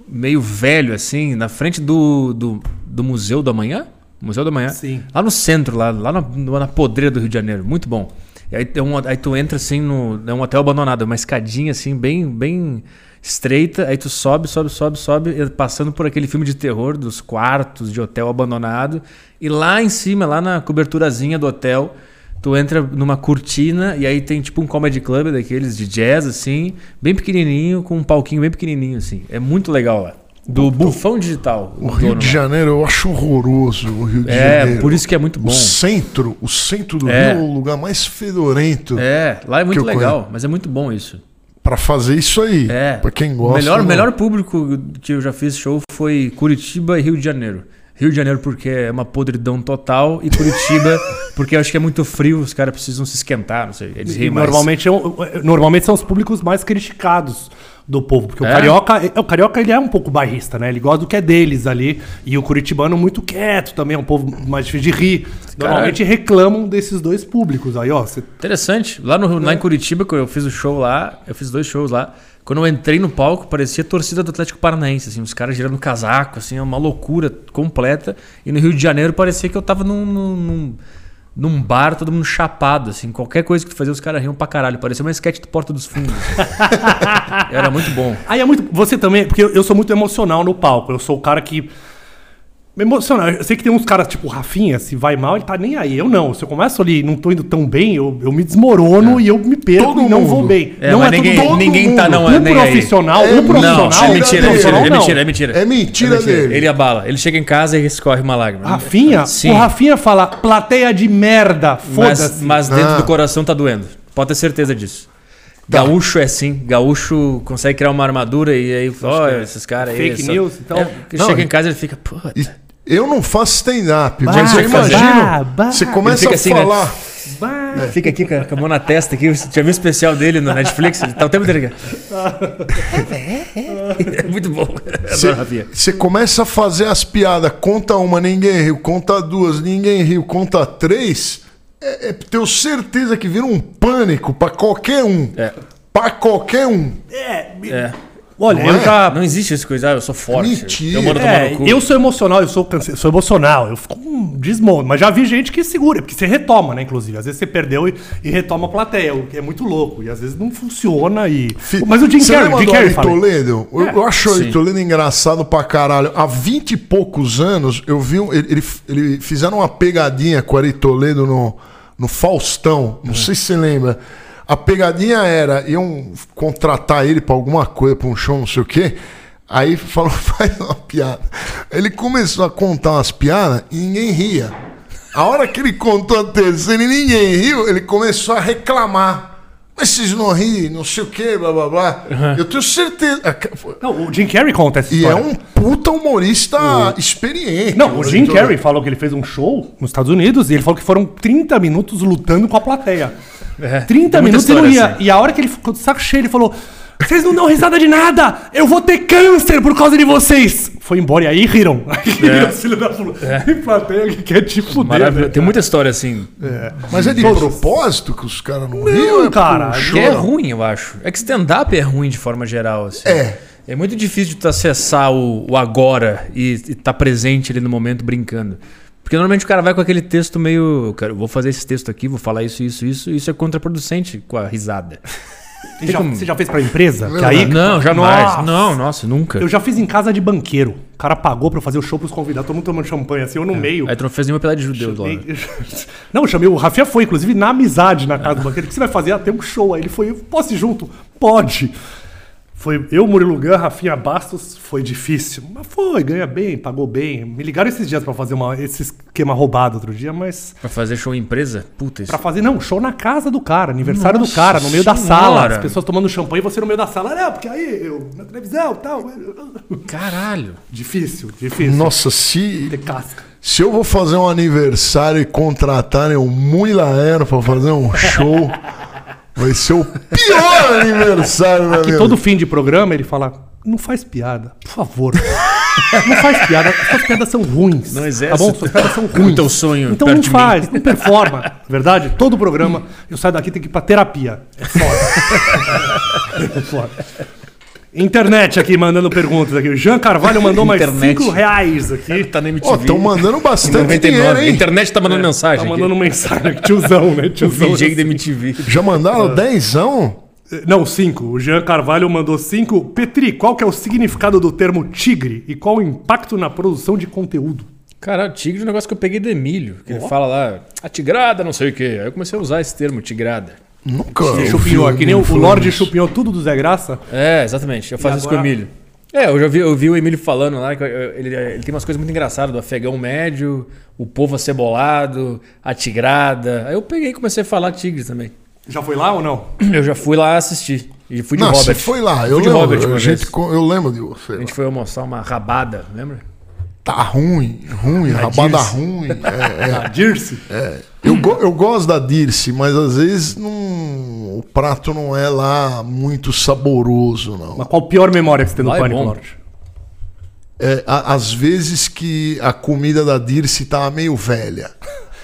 [SPEAKER 3] meio velho assim, na frente do, do, do Museu do Amanhã. Museu do Amanhã.
[SPEAKER 1] Sim.
[SPEAKER 3] Lá no centro, lá, lá na, na podreira do Rio de Janeiro. Muito bom. E aí, tem um, aí tu entra assim no. É um hotel abandonado, uma escadinha assim, bem, bem estreita. Aí tu sobe, sobe, sobe, sobe, e passando por aquele filme de terror dos quartos de hotel abandonado. E lá em cima, lá na coberturazinha do hotel, tu entra numa cortina e aí tem tipo um comedy club daqueles de jazz, assim, bem pequenininho, com um palquinho bem pequenininho, assim. É muito legal lá. Do Bufão Digital.
[SPEAKER 2] então, O Rio
[SPEAKER 3] dono
[SPEAKER 2] de
[SPEAKER 3] lá.
[SPEAKER 2] Janeiro, eu acho horroroso o Rio de Janeiro.
[SPEAKER 3] É, por isso que é muito bom.
[SPEAKER 2] O centro, o centro do
[SPEAKER 3] É.
[SPEAKER 2] Rio é o lugar mais fedorento
[SPEAKER 3] É, lá é
[SPEAKER 2] Que
[SPEAKER 3] muito
[SPEAKER 2] eu
[SPEAKER 3] legal, mas é muito bom isso.
[SPEAKER 2] pra fazer isso aí.
[SPEAKER 3] É.
[SPEAKER 2] Pra quem gosta. né?
[SPEAKER 3] o melhor,
[SPEAKER 2] não.
[SPEAKER 3] melhor público que eu já fiz show foi Curitiba e Rio de Janeiro. Rio de Janeiro porque é uma podridão total e Curitiba porque eu acho que é muito frio, os caras precisam se esquentar, não sei, eles
[SPEAKER 1] E
[SPEAKER 3] riem mais.
[SPEAKER 1] normalmente, é um- é- normalmente são os públicos mais criticados do povo, porque
[SPEAKER 3] É?
[SPEAKER 1] o carioca, é- o carioca ele é um pouco bairrista, né? Ele gosta do que é deles ali, e o curitibano muito quieto também, é um povo mais difícil de rir. Normalmente reclamam desses dois públicos aí, ó, você
[SPEAKER 3] Interessante. Lá, no, lá em Curitiba, quando eu fiz o show lá, eu fiz dois shows lá. Quando eu entrei no palco, parecia a torcida do Atlético Paranaense, assim, os caras girando casaco, assim, uma loucura completa. E no Rio de Janeiro parecia que eu tava num, num, num- num bar, todo mundo chapado, assim, qualquer coisa que tu fazia, os caras riam pra caralho. Parecia uma sketch do Porta dos Fundos. Era muito bom.
[SPEAKER 1] Aí é muito. Você também, porque eu, eu sou muito emocional no palco. Eu sou o cara que. Me emociona. Eu sei que tem uns caras tipo o Rafinha, se vai mal, ele tá nem aí. Eu não. Se eu começo ali e não tô indo tão bem, eu, eu me desmorono e eu me perco
[SPEAKER 2] Todo
[SPEAKER 1] e não
[SPEAKER 2] mundo.
[SPEAKER 1] vou bem.
[SPEAKER 3] É,
[SPEAKER 1] não
[SPEAKER 3] mas ninguém-
[SPEAKER 1] todo
[SPEAKER 3] ninguém tá, não, é,
[SPEAKER 1] um
[SPEAKER 3] nem aí.
[SPEAKER 1] profissional,
[SPEAKER 2] É,
[SPEAKER 1] um profissional.
[SPEAKER 3] Não, é mentira, é mentira,
[SPEAKER 1] profissional,
[SPEAKER 3] é
[SPEAKER 1] não.
[SPEAKER 3] mentira, é mentira.
[SPEAKER 2] É mentira dele.
[SPEAKER 3] Ele abala. Ele chega em casa e escorre uma lágrima.
[SPEAKER 1] Rafinha,
[SPEAKER 3] Sim.
[SPEAKER 1] o Rafinha fala plateia de merda,
[SPEAKER 3] Mas,
[SPEAKER 1] foda-se.
[SPEAKER 3] mas dentro
[SPEAKER 2] Ah.
[SPEAKER 3] do coração tá doendo. Pode ter certeza disso.
[SPEAKER 2] Tá.
[SPEAKER 3] Gaúcho é assim. Gaúcho consegue criar uma armadura e aí, ó, esses caras aí.
[SPEAKER 1] é fake news, então.
[SPEAKER 3] É,
[SPEAKER 2] Não,
[SPEAKER 3] chega
[SPEAKER 2] e-
[SPEAKER 3] em casa e ele fica, puta.
[SPEAKER 2] E eu não faço stand-up,
[SPEAKER 1] Bah,
[SPEAKER 2] mas eu
[SPEAKER 3] bah,
[SPEAKER 2] imagino.
[SPEAKER 1] bah.
[SPEAKER 2] Você começa
[SPEAKER 3] Ele fica
[SPEAKER 2] a
[SPEAKER 3] assim, né?
[SPEAKER 2] falar.
[SPEAKER 1] Bah.
[SPEAKER 3] tá, Fica aqui com a- com a mão na testa aqui. Você já viu o especial dele no Netflix? Ele tá o tempo inteiro aqui. É muito bom.
[SPEAKER 2] Você-
[SPEAKER 3] Adoro, Rafinha.
[SPEAKER 2] Você começa a fazer as piadas, conta uma, ninguém riu, conta duas, ninguém riu, conta três. É, é tenho certeza que vira um pânico pra qualquer um.
[SPEAKER 3] É.
[SPEAKER 2] Pra qualquer um.
[SPEAKER 3] É.
[SPEAKER 1] Olha,
[SPEAKER 2] Não
[SPEAKER 1] eu
[SPEAKER 2] é?
[SPEAKER 1] já
[SPEAKER 3] Não existe essa coisa, ah, eu sou forte.
[SPEAKER 2] Mentira.
[SPEAKER 3] Eu mando tomar
[SPEAKER 1] É,
[SPEAKER 3] no cu.
[SPEAKER 1] eu sou emocional, eu sou, canse- sou emocional, eu fico um desmonto. Mas já vi gente que segura, porque você retoma, né, inclusive. Às vezes você perdeu e, e retoma a plateia, o que é muito louco. E às vezes não funciona e...
[SPEAKER 2] Fi-
[SPEAKER 1] Mas o Jim
[SPEAKER 2] Você
[SPEAKER 1] Carrey,
[SPEAKER 2] lembra
[SPEAKER 1] Jim
[SPEAKER 2] do
[SPEAKER 1] Carrey
[SPEAKER 2] Ari
[SPEAKER 1] fala. É.
[SPEAKER 2] Toledo? Eu, eu acho o Ari
[SPEAKER 3] sim.
[SPEAKER 2] Toledo engraçado pra caralho. Há 20 e poucos anos, eu vi. Um, ele, ele, ele- fizeram uma pegadinha com o Ari Toledo no, no Faustão.
[SPEAKER 1] É.
[SPEAKER 2] Não sei se você lembra. A pegadinha era: iam contratar ele pra alguma coisa, pra um show, não sei o quê. Aí falou, faz uma piada. Ele começou a contar umas piadas e ninguém ria. A hora que ele contou a terceira e ninguém riu, ele começou a reclamar. mas vocês não riem, não sei o quê, blá blá blá. Eu tenho certeza. É,
[SPEAKER 1] Não, o Jim Carrey conta essa
[SPEAKER 2] E é
[SPEAKER 1] história.
[SPEAKER 2] um puta humorista experiente.
[SPEAKER 1] Não, o Jim Carrey falou que ele fez um show nos Estados Unidos e ele falou que foram 30 minutos lutando com a plateia.
[SPEAKER 3] É,
[SPEAKER 1] 30
[SPEAKER 3] tem muita
[SPEAKER 1] minutos e não
[SPEAKER 3] história
[SPEAKER 1] ia.
[SPEAKER 3] assim.
[SPEAKER 1] E a hora que ele ficou de saco cheio, ele falou: Vocês não dão risada de nada! Eu vou ter câncer por causa de vocês! Foi embora e aí riram.
[SPEAKER 3] É.
[SPEAKER 1] Os filhos da puta. Tem plateia que quer te fuder.
[SPEAKER 3] Maravilhoso.
[SPEAKER 1] né,
[SPEAKER 3] Tem muita história assim.
[SPEAKER 2] Mas é de propósito que os caras não, riam? É
[SPEAKER 1] cara,
[SPEAKER 2] por
[SPEAKER 1] é
[SPEAKER 3] Que é
[SPEAKER 2] choro?
[SPEAKER 3] ruim, eu acho. É que stand-up é ruim de forma geral. Assim.
[SPEAKER 2] É.
[SPEAKER 3] É muito difícil de tu acessar o, o agora e estar presente ali no momento brincando. Porque normalmente o cara vai com aquele texto meio. "Eu quero- vou fazer esse texto aqui, vou falar isso, isso, isso. Isso é contraproducente com a risada. Ah,
[SPEAKER 1] Você já, você já fez pra empresa? Que aí,
[SPEAKER 3] não, jamais.
[SPEAKER 1] Nossa.
[SPEAKER 3] Não, nossa, nunca.
[SPEAKER 1] Eu já fiz em casa de banqueiro. O cara pagou pra eu fazer o show pros convidados, todo mundo tomando champanhe, assim, eu
[SPEAKER 3] É.
[SPEAKER 1] no meio.
[SPEAKER 3] Aí tu não fez nenhuma pelada de judeu lá. né?
[SPEAKER 1] Nem- Não, eu chamei o Rafinha foi, inclusive, na amizade na casa do banqueiro. O que você vai fazer? Ah, tem um show. Aí ele foi, posso ir junto? Pode. Foi eu, Murilo Gun, Rafinha Bastos, foi difícil. Mas foi, ganha bem, pagou bem. Me ligaram esses dias pra fazer uma- esse esquema roubado outro dia, mas.
[SPEAKER 3] Pra fazer show em empresa? Puta, isso.
[SPEAKER 1] Pra fazer, não, show na casa do cara, aniversário do cara, no meio da
[SPEAKER 3] Senhora.
[SPEAKER 1] sala. As pessoas tomando champanhe e você no meio da sala. Não, porque aí eu, na televisão e tal.
[SPEAKER 3] é Caralho.
[SPEAKER 1] Difícil, difícil.
[SPEAKER 2] Nossa, se,
[SPEAKER 1] Ter casca.
[SPEAKER 2] se eu vou fazer um aniversário e contratarem o Mui Laero pra fazer um show, vai ser o pior aniversário da
[SPEAKER 1] que
[SPEAKER 2] minha
[SPEAKER 1] todo
[SPEAKER 2] vida.
[SPEAKER 1] fim de programa ele fala: não faz piada, por favor. não faz piada, suas piadas são ruins.
[SPEAKER 3] Não
[SPEAKER 1] Tá
[SPEAKER 3] exerce
[SPEAKER 1] bom?
[SPEAKER 3] o
[SPEAKER 1] Suas piadas são
[SPEAKER 3] teu-
[SPEAKER 1] ruins.
[SPEAKER 3] o teu sonho
[SPEAKER 1] Então
[SPEAKER 3] perto
[SPEAKER 1] não
[SPEAKER 3] de
[SPEAKER 1] faz, não performa. Na Verdade? Todo programa, eu saio daqui tem que ir pra terapia. É foda. é foda. Internet aqui mandando perguntas aqui. O Jean Carvalho mandou mais
[SPEAKER 3] Internet.
[SPEAKER 1] 5 reais aqui.
[SPEAKER 3] Tá na MTV.
[SPEAKER 2] Ó, estão mandando bastante dinheiro,
[SPEAKER 3] 99. A
[SPEAKER 2] hein?
[SPEAKER 3] internet tá mandando
[SPEAKER 1] Tá
[SPEAKER 3] mensagem.
[SPEAKER 1] mandando mensagem aqui. Tiozão, né? Tiozão.
[SPEAKER 3] aqui. DJ da MTV.
[SPEAKER 2] Já
[SPEAKER 1] Ah.
[SPEAKER 2] mandaram dezão?
[SPEAKER 1] Não, cinco. O Jean Carvalho mandou cinco. Petri, qual que é o significado do termo tigre e qual o impacto na produção de conteúdo?
[SPEAKER 3] Caralho, tigre é um negócio que eu peguei do Emílio. Que ele fala lá, a tigrada, não sei o quê. Aí eu comecei a usar esse termo, tigrada.
[SPEAKER 2] Nunca.
[SPEAKER 1] Você
[SPEAKER 2] ouvi
[SPEAKER 1] chupinhou aqui, nem o, o
[SPEAKER 2] ninguém
[SPEAKER 1] Lorde
[SPEAKER 2] falando
[SPEAKER 1] chupinhou tudo do Zé Graça.
[SPEAKER 3] É, exatamente. Eu faço isso com o
[SPEAKER 1] agora-
[SPEAKER 3] Emílio. É, eu já vi, eu vi o Emílio falando lá, que eu- eu- ele, ele tem umas coisas muito engraçadas, do afegão médio, o povo acebolado, a tigrada. Aí eu peguei e comecei a falar tigre também.
[SPEAKER 1] Já foi lá ou não?
[SPEAKER 3] Eu já fui lá assistir. E fui de
[SPEAKER 2] Não,
[SPEAKER 3] Robert.
[SPEAKER 2] você foi lá. Eu
[SPEAKER 3] Fui de
[SPEAKER 2] lembro,
[SPEAKER 3] Robert uma
[SPEAKER 2] a gente,
[SPEAKER 3] vez.
[SPEAKER 2] co- eu lembro de você.
[SPEAKER 3] A gente foi almoçar uma rabada, lembra?
[SPEAKER 2] Tá ruim, ruim, rabada
[SPEAKER 3] Dirce.
[SPEAKER 2] ruim. é, é.
[SPEAKER 1] A Dirce?
[SPEAKER 2] Eu, go- eu gosto da Dirce, mas às vezes não- o prato não é lá muito saboroso, não.
[SPEAKER 1] Mas qual a pior memória que você tem do
[SPEAKER 3] Lá é
[SPEAKER 1] Pânico,
[SPEAKER 3] bom.
[SPEAKER 1] Lorde?
[SPEAKER 2] É, a- às vezes que a comida da Dirce tá meio velha.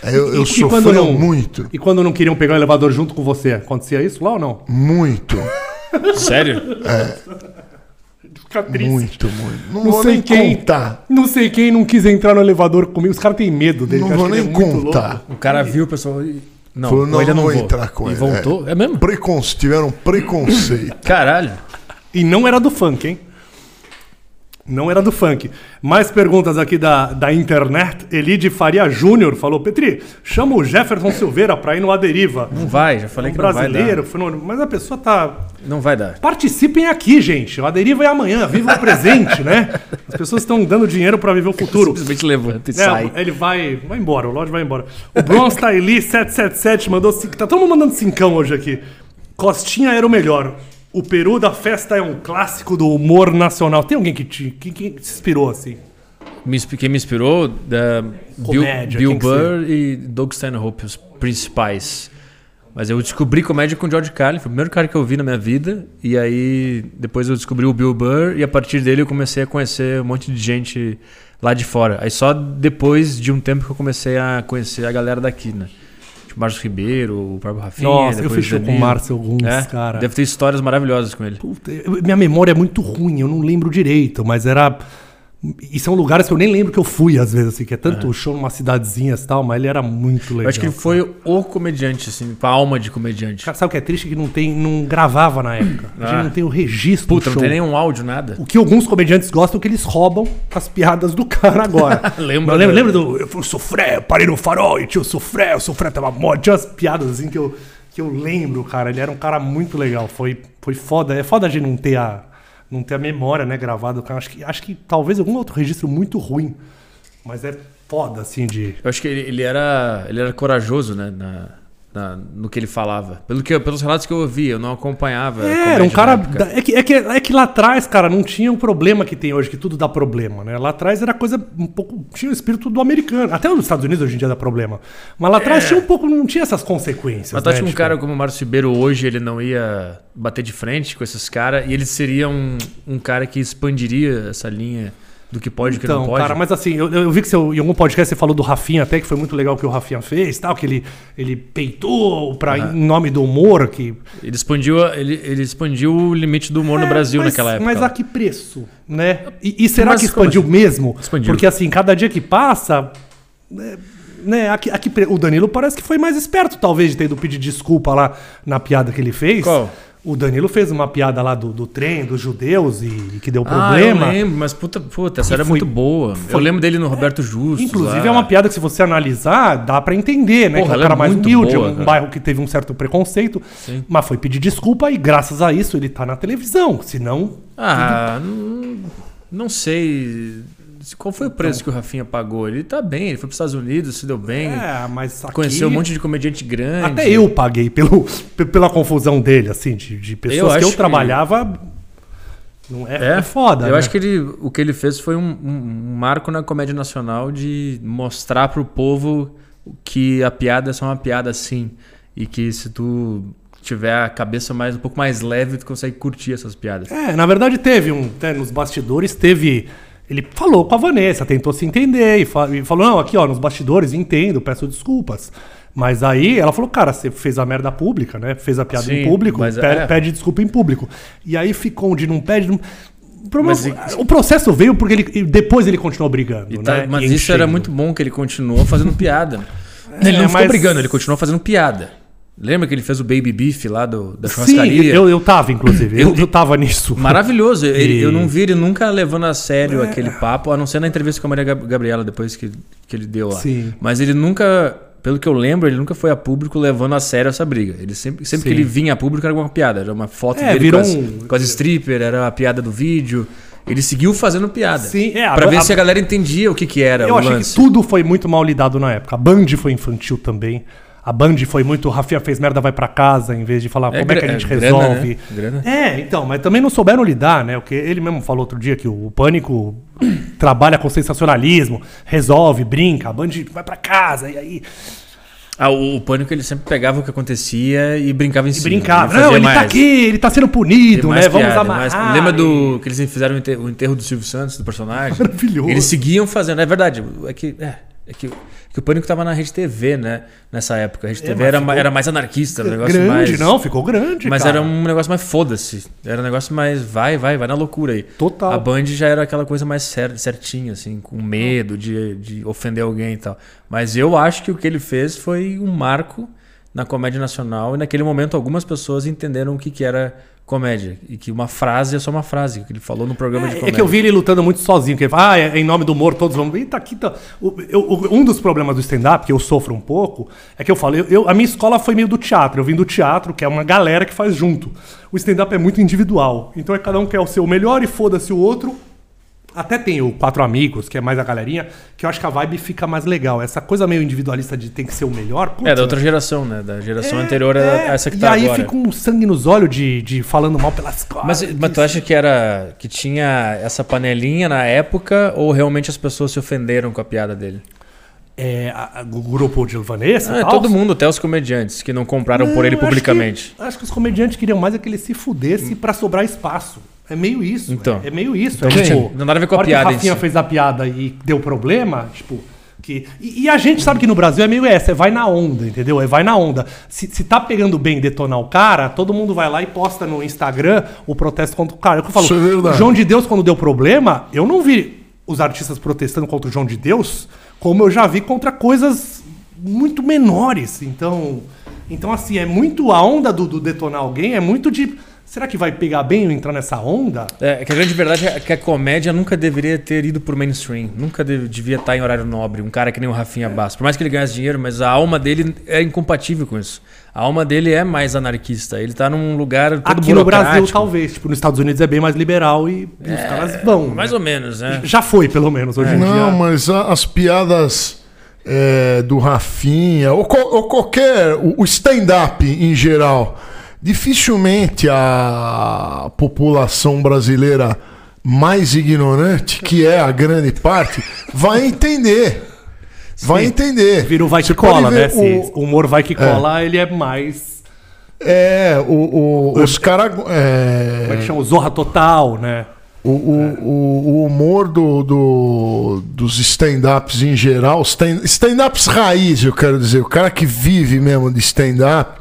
[SPEAKER 2] É, Eu, eu
[SPEAKER 1] E- e quando
[SPEAKER 2] sofri
[SPEAKER 1] não-
[SPEAKER 2] muito,
[SPEAKER 1] E quando não queriam pegar o elevador junto com você? Acontecia isso lá ou não?
[SPEAKER 2] muito,
[SPEAKER 3] Sério?
[SPEAKER 1] Fica
[SPEAKER 2] muito, muito. Não,
[SPEAKER 1] Não
[SPEAKER 2] vou
[SPEAKER 1] sei
[SPEAKER 2] nem
[SPEAKER 1] quem.
[SPEAKER 2] contar.
[SPEAKER 1] Não sei quem não quis entrar no elevador comigo. Os caras têm medo dele.
[SPEAKER 2] Não
[SPEAKER 1] que eu
[SPEAKER 2] vou
[SPEAKER 1] acho que
[SPEAKER 2] nem
[SPEAKER 1] ele é muito
[SPEAKER 2] contar.
[SPEAKER 1] louco.
[SPEAKER 3] O cara viu, o pessoal. e- Não,
[SPEAKER 2] Falou,
[SPEAKER 3] eu
[SPEAKER 2] não,
[SPEAKER 3] ainda não
[SPEAKER 2] vou
[SPEAKER 3] vou.
[SPEAKER 2] entrar com
[SPEAKER 3] e
[SPEAKER 2] ele,
[SPEAKER 3] voltou. É, mesmo?
[SPEAKER 2] Precon- tiveram preconceito.
[SPEAKER 3] Caralho.
[SPEAKER 1] E não era do funk, hein? Não era do funk. Mais perguntas aqui da, da internet. Elide Faria Júnior falou: Petri, chama o Jefferson Silveira pra ir no A Deriva.
[SPEAKER 3] Não vai, já falei
[SPEAKER 1] Um
[SPEAKER 3] É que não vai
[SPEAKER 1] brasileiro,
[SPEAKER 3] dar.
[SPEAKER 1] fenômeno. mas a pessoa tá.
[SPEAKER 3] Não vai dar.
[SPEAKER 1] Participem aqui, gente. O A Deriva é amanhã, viva o presente, né? As pessoas estão dando dinheiro pra viver o futuro.
[SPEAKER 3] É Simplesmente levanta
[SPEAKER 1] É,
[SPEAKER 3] e sai.
[SPEAKER 1] ele vai, vai embora, o Lodge vai embora. O Bronze tá Tylee 777 mandou cinco. Tá todo mundo mandando cincão hoje aqui. Costinha era o melhor. O Peru da festa é um clássico do humor nacional. Tem alguém que te que, que te inspirou assim?
[SPEAKER 3] Me inspi- Quem me inspirou? Da Bill,
[SPEAKER 1] Comédia,
[SPEAKER 3] Bill
[SPEAKER 1] quem que
[SPEAKER 3] Burr e Doug Stanhope, os principais. Mas eu descobri comédia com o George Carlin, foi o primeiro cara que eu vi na minha vida. E aí depois eu descobri o Bill Burr e a partir dele eu comecei a conhecer um monte de gente lá de fora. Aí só depois de um tempo que eu comecei a conhecer a galera daqui, né? Tipo Márcio Ribeiro, o próprio Rafinha.
[SPEAKER 1] Nossa, eu
[SPEAKER 3] depois
[SPEAKER 1] fiz show
[SPEAKER 3] Danilo.
[SPEAKER 1] com o Márcio alguns,
[SPEAKER 3] É,
[SPEAKER 1] cara.
[SPEAKER 3] Deve ter histórias maravilhosas com ele.
[SPEAKER 1] Puta, eu- minha memória é muito ruim, eu não lembro direito, mas era. E são lugares que eu nem lembro que eu fui, às vezes, assim, que é tanto show numa cidadezinha e tal, mas ele era muito legal.
[SPEAKER 3] Eu acho que ele foi o comediante, assim, com a alma de comediante.
[SPEAKER 1] Cara, sabe o que é triste? Que não tem, não gravava na época. A gente
[SPEAKER 3] Ah.
[SPEAKER 1] não tem o registro
[SPEAKER 3] Puta,
[SPEAKER 1] do
[SPEAKER 3] não
[SPEAKER 1] show.
[SPEAKER 3] tem nenhum áudio, nada.
[SPEAKER 1] O que alguns comediantes gostam é que eles roubam as piadas do cara agora.
[SPEAKER 3] Lembra
[SPEAKER 1] Mas lembra,
[SPEAKER 3] do-
[SPEAKER 1] lembra do. Eu fui o Sofré, eu parei no farol e tinha o Sofré, o Sofré tava morto. Tinha umas piadas assim que eu, que eu lembro, cara. Ele era um cara muito legal. Foi, foi foda. É foda a gente não ter a, não ter a memória, né, gravada. Cara, Acho que, acho que talvez algum outro registro muito ruim. Mas é foda, assim, de.
[SPEAKER 3] Eu acho que ele, ele era ele era corajoso, né? Na, na- no que ele falava. Pelo que, eu- pelos relatos que eu ouvi, eu não acompanhava. a
[SPEAKER 1] É,
[SPEAKER 3] comédia
[SPEAKER 1] era um
[SPEAKER 3] na
[SPEAKER 1] cara.
[SPEAKER 3] época. tá,
[SPEAKER 1] da- É que, é, que, é que lá atrás, cara, não tinha o problema que tem hoje, que tudo dá problema, né? Lá atrás era coisa um pouco. Tinha o espírito do americano. Até nos Estados Unidos hoje em dia dá problema. Mas lá atrás tinha um pouco. Não tinha essas consequências.
[SPEAKER 3] É. Mas tu acha
[SPEAKER 1] né?
[SPEAKER 3] que um
[SPEAKER 1] Tipo,
[SPEAKER 3] cara como o Márcio Ribeiro hoje ele não ia bater de frente com esses caras e ele seria um, um cara que expandiria essa linha do que pode e do que não
[SPEAKER 1] Então,
[SPEAKER 3] pode?
[SPEAKER 1] cara, mas assim, eu, eu vi que seu, em algum podcast você falou do Rafinha até, que foi muito legal o que o Rafinha fez, tal, que ele, ele peitou pra, em nome do humor, que
[SPEAKER 3] Ele, expandiu, a- ele, ele expandiu o limite do humor
[SPEAKER 1] É,
[SPEAKER 3] no Brasil
[SPEAKER 1] mas-
[SPEAKER 3] naquela época.
[SPEAKER 1] Mas
[SPEAKER 3] lá.
[SPEAKER 1] a que preço, né? E, e será
[SPEAKER 3] Mas
[SPEAKER 1] que
[SPEAKER 3] como
[SPEAKER 1] expandiu
[SPEAKER 3] assim?
[SPEAKER 1] mesmo?
[SPEAKER 3] Expandiu.
[SPEAKER 1] Porque assim, cada dia que passa, né, né, a que- a que pre- o Danilo parece que foi mais esperto, talvez, de ter ido pedir desculpa lá na piada que ele fez.
[SPEAKER 3] Qual?
[SPEAKER 1] O Danilo fez uma piada lá do, do trem, dos judeus, e, e que deu
[SPEAKER 3] Ah, eu
[SPEAKER 1] problema.
[SPEAKER 3] lembro, mas puta, puta
[SPEAKER 1] E
[SPEAKER 3] essa era
[SPEAKER 1] foi-
[SPEAKER 3] muito boa. Eu
[SPEAKER 1] foi-
[SPEAKER 3] lembro dele no Roberto Justo.
[SPEAKER 1] Inclusive, é uma piada que, se você analisar, dá pra entender, né? que é um
[SPEAKER 3] Porra, ela é
[SPEAKER 1] cara mais
[SPEAKER 3] muito
[SPEAKER 1] humilde,
[SPEAKER 3] boa,
[SPEAKER 1] um
[SPEAKER 3] cara.
[SPEAKER 1] bairro que teve um certo preconceito. Mas foi pedir desculpa e, graças a isso, ele tá na televisão. Senão,
[SPEAKER 3] Ah, não, não sei. Qual foi o preço que o Rafinha pagou? Ele tá bem, ele foi pros Estados Unidos, se deu bem.
[SPEAKER 1] Então é, mas aqui...
[SPEAKER 3] Conheceu um monte de comediante grande.
[SPEAKER 1] Até eu paguei pelo, p- pela confusão dele, assim, de, de
[SPEAKER 3] Eu
[SPEAKER 1] pessoas que
[SPEAKER 3] acho
[SPEAKER 1] eu
[SPEAKER 3] que-
[SPEAKER 1] trabalhava. Não é, é, foda.
[SPEAKER 3] Eu
[SPEAKER 1] né?
[SPEAKER 3] acho que ele, o que ele fez foi um, um- um marco na comédia nacional de mostrar pro povo que a piada é só uma piada sim. E que se tu tiver a cabeça mais um pouco mais leve, tu consegue curtir essas piadas.
[SPEAKER 1] É, na verdade teve um. né, nos bastidores teve. Ele falou com a Vanessa, tentou se entender e, fa- e falou: não, aqui ó, nos bastidores, entendo, peço desculpas. Mas aí ela falou: cara, você fez a merda pública, né? Fez a piada em
[SPEAKER 3] Sim,
[SPEAKER 1] público,
[SPEAKER 3] mas
[SPEAKER 1] pe-
[SPEAKER 3] é.
[SPEAKER 1] pede desculpa em público. E aí ficou onde não pede. Não... O, problema-
[SPEAKER 3] Mas e-
[SPEAKER 1] o processo veio porque ele, e depois ele continuou brigando.
[SPEAKER 3] E tá-
[SPEAKER 1] né?
[SPEAKER 3] mas
[SPEAKER 1] E
[SPEAKER 3] isso era
[SPEAKER 1] enchendo.
[SPEAKER 3] muito bom que ele continuou fazendo piada. ele não ficou
[SPEAKER 1] É. mas-
[SPEAKER 3] brigando, ele continuou fazendo piada. Lembra que ele fez o baby beef lá do, da
[SPEAKER 1] Sim,
[SPEAKER 3] churrascaria?
[SPEAKER 1] eu, eu tava, inclusive. eu,
[SPEAKER 3] Eu-
[SPEAKER 1] eu tava nisso.
[SPEAKER 3] Maravilhoso. Ele-
[SPEAKER 1] E- É.
[SPEAKER 3] Eu não vi ele nunca levando a sério aquele papo, a não ser na entrevista com a Maria Gab- Gabriela, depois que, que ele deu lá.
[SPEAKER 1] Sim.
[SPEAKER 3] Mas ele nunca, pelo que eu lembro, ele nunca foi a público levando a sério essa briga. Ele sempre, sempre que
[SPEAKER 1] Sim.
[SPEAKER 3] ele vinha a público era alguma piada. Era uma foto
[SPEAKER 1] É,
[SPEAKER 3] dele
[SPEAKER 1] virou
[SPEAKER 3] com, as,
[SPEAKER 1] um-
[SPEAKER 3] com as stripper, era a piada do vídeo. Ele seguiu fazendo piada.
[SPEAKER 1] Sim, é,
[SPEAKER 3] pra
[SPEAKER 1] a-
[SPEAKER 3] ver
[SPEAKER 1] a-
[SPEAKER 3] se a galera entendia o que, que era
[SPEAKER 1] Eu
[SPEAKER 3] o
[SPEAKER 1] achei que
[SPEAKER 3] lance.
[SPEAKER 1] tudo foi muito mal lidado na época. A Band foi infantil também. A Band foi muito. Rafinha fez merda, vai pra casa, em vez de falar
[SPEAKER 3] É
[SPEAKER 1] como é que a
[SPEAKER 3] gra-
[SPEAKER 1] gente
[SPEAKER 3] é grana,
[SPEAKER 1] resolve.
[SPEAKER 3] né? Grana.
[SPEAKER 1] É, então, mas também não souberam lidar, né? O que ele mesmo falou outro dia que o pânico trabalha com sensacionalismo, resolve, brinca, a Band vai pra casa, e aí.
[SPEAKER 3] Ah, o, o pânico ele sempre pegava o que acontecia e brincava em
[SPEAKER 1] E
[SPEAKER 3] cima.
[SPEAKER 1] brincava.
[SPEAKER 3] fazia
[SPEAKER 1] Não, ele tá
[SPEAKER 3] mais.
[SPEAKER 1] aqui, ele tá sendo
[SPEAKER 3] Tem
[SPEAKER 1] punido, né?
[SPEAKER 3] mais
[SPEAKER 1] Vamos
[SPEAKER 3] piada, é
[SPEAKER 1] amarrar.
[SPEAKER 3] mais- Lembra do que eles fizeram o enterro, o enterro do Silvio Santos, do personagem?
[SPEAKER 1] é Maravilhoso.
[SPEAKER 3] Eles seguiam fazendo. É verdade. É que, é, é que, que o Pânico tava na Rede TV, né? Nessa época. A Rede TV
[SPEAKER 1] É, mas
[SPEAKER 3] era,
[SPEAKER 1] ficou
[SPEAKER 3] ma- era mais anarquista. Era um negócio
[SPEAKER 1] Grande,
[SPEAKER 3] mais,
[SPEAKER 1] não, ficou grande.
[SPEAKER 3] Mas
[SPEAKER 1] cara.
[SPEAKER 3] era um negócio mais foda-se. Era um negócio mais vai, vai, vai na loucura aí.
[SPEAKER 1] Total.
[SPEAKER 3] A Band já era aquela coisa mais cer- certinha, assim, com medo de, de ofender alguém e tal. Mas eu acho que o que ele fez foi um marco na comédia nacional e naquele momento algumas pessoas entenderam o que, que era comédia. E que uma frase é só uma frase, que ele falou no programa de
[SPEAKER 1] É, É
[SPEAKER 3] comédia.
[SPEAKER 1] que eu vi ele lutando muito sozinho. Que ele fala, ah, é, é em nome do humor, todos vamos. Eita, aqui tá. o- eu- o- um dos problemas do stand-up, que eu sofro um pouco, é que eu falo, eu, eu- a minha escola foi meio do teatro. Eu vim do teatro, que é uma galera que faz junto. O stand-up é muito individual. Então é cada um quer o seu melhor e foda-se o outro. Até tem o Quatro Amigos, que é mais a galerinha, que eu acho que a vibe fica mais legal. Essa coisa meio individualista de tem que ser o melhor. putz,
[SPEAKER 3] É, da outra geração, né? Da geração
[SPEAKER 1] é,
[SPEAKER 3] anterior
[SPEAKER 1] é.
[SPEAKER 3] a essa que
[SPEAKER 1] E
[SPEAKER 3] tá
[SPEAKER 1] aí
[SPEAKER 3] agora.
[SPEAKER 1] fica um sangue nos olhos de, de falando mal pelas costas.
[SPEAKER 3] Mas, mas tu acha que era que tinha essa panelinha na época ou realmente as pessoas se ofenderam com a piada dele?
[SPEAKER 1] É, a- a- o grupo de Vanessa.
[SPEAKER 3] Ah, é
[SPEAKER 1] tal,
[SPEAKER 3] todo mundo, até os comediantes que não compraram
[SPEAKER 1] Não,
[SPEAKER 3] por ele
[SPEAKER 1] acho que-
[SPEAKER 3] publicamente. Hum.
[SPEAKER 1] Acho que, os comediantes queriam mais é que ele se fudesse pra sobrar espaço. É meio isso.
[SPEAKER 3] Então.
[SPEAKER 1] é, é meio isso.
[SPEAKER 3] Então,
[SPEAKER 1] é,
[SPEAKER 3] gente, não tem nada a ver com a
[SPEAKER 1] hora
[SPEAKER 3] piada
[SPEAKER 1] Que o
[SPEAKER 3] em
[SPEAKER 1] Rafinha
[SPEAKER 3] si.
[SPEAKER 1] fez a piada e deu problema, tipo. Que, e, e a gente sabe que no Brasil é meio essa, é vai na onda, entendeu? É vai na onda. Se, se tá pegando bem detonar o cara, todo mundo vai lá e posta no Instagram o protesto contra o cara. É o que eu falo.
[SPEAKER 2] Isso é verdade.
[SPEAKER 1] João de Deus, quando deu problema, eu não vi os artistas protestando contra o João de Deus, como eu já vi contra coisas muito menores. Então, então assim, é muito a onda do, do detonar alguém, é muito de. Será que vai pegar bem eu entrar nessa onda?
[SPEAKER 3] É, que a grande verdade é que a comédia nunca deveria ter ido pro mainstream. Nunca de- devia estar em horário nobre. Um cara que nem o Rafinha Bass. Por mais que ele ganhasse dinheiro, mas a alma dele é incompatível com isso. A alma dele é mais anarquista. Ele tá num lugar todo
[SPEAKER 1] Aqui no Brasil,
[SPEAKER 3] burocrático.
[SPEAKER 1] talvez. Tipo, nos Estados Unidos é bem mais liberal e, e os caras vão.
[SPEAKER 3] É, Mais
[SPEAKER 1] né?
[SPEAKER 3] ou menos, né?
[SPEAKER 1] É. Já foi, pelo menos, hoje em
[SPEAKER 2] Não,
[SPEAKER 1] dia.
[SPEAKER 2] mas a- as piadas é, do Rafinha, ou, qual- ou qualquer. o- o stand-up em geral. Dificilmente a população brasileira mais ignorante, que é a grande parte, vai entender. Vai entender.
[SPEAKER 1] Vira o vai que
[SPEAKER 2] Você pode
[SPEAKER 1] cola, né?
[SPEAKER 2] ver o-
[SPEAKER 1] Se o humor vai que cola, ele é mais.
[SPEAKER 2] É, o, o- os caras.
[SPEAKER 1] Como é que chama? Zorra total, né?
[SPEAKER 2] O, o, o, o humor do, do- dos stand-ups em geral, stand- stand-ups raiz, eu quero dizer, o cara que vive mesmo de stand-up,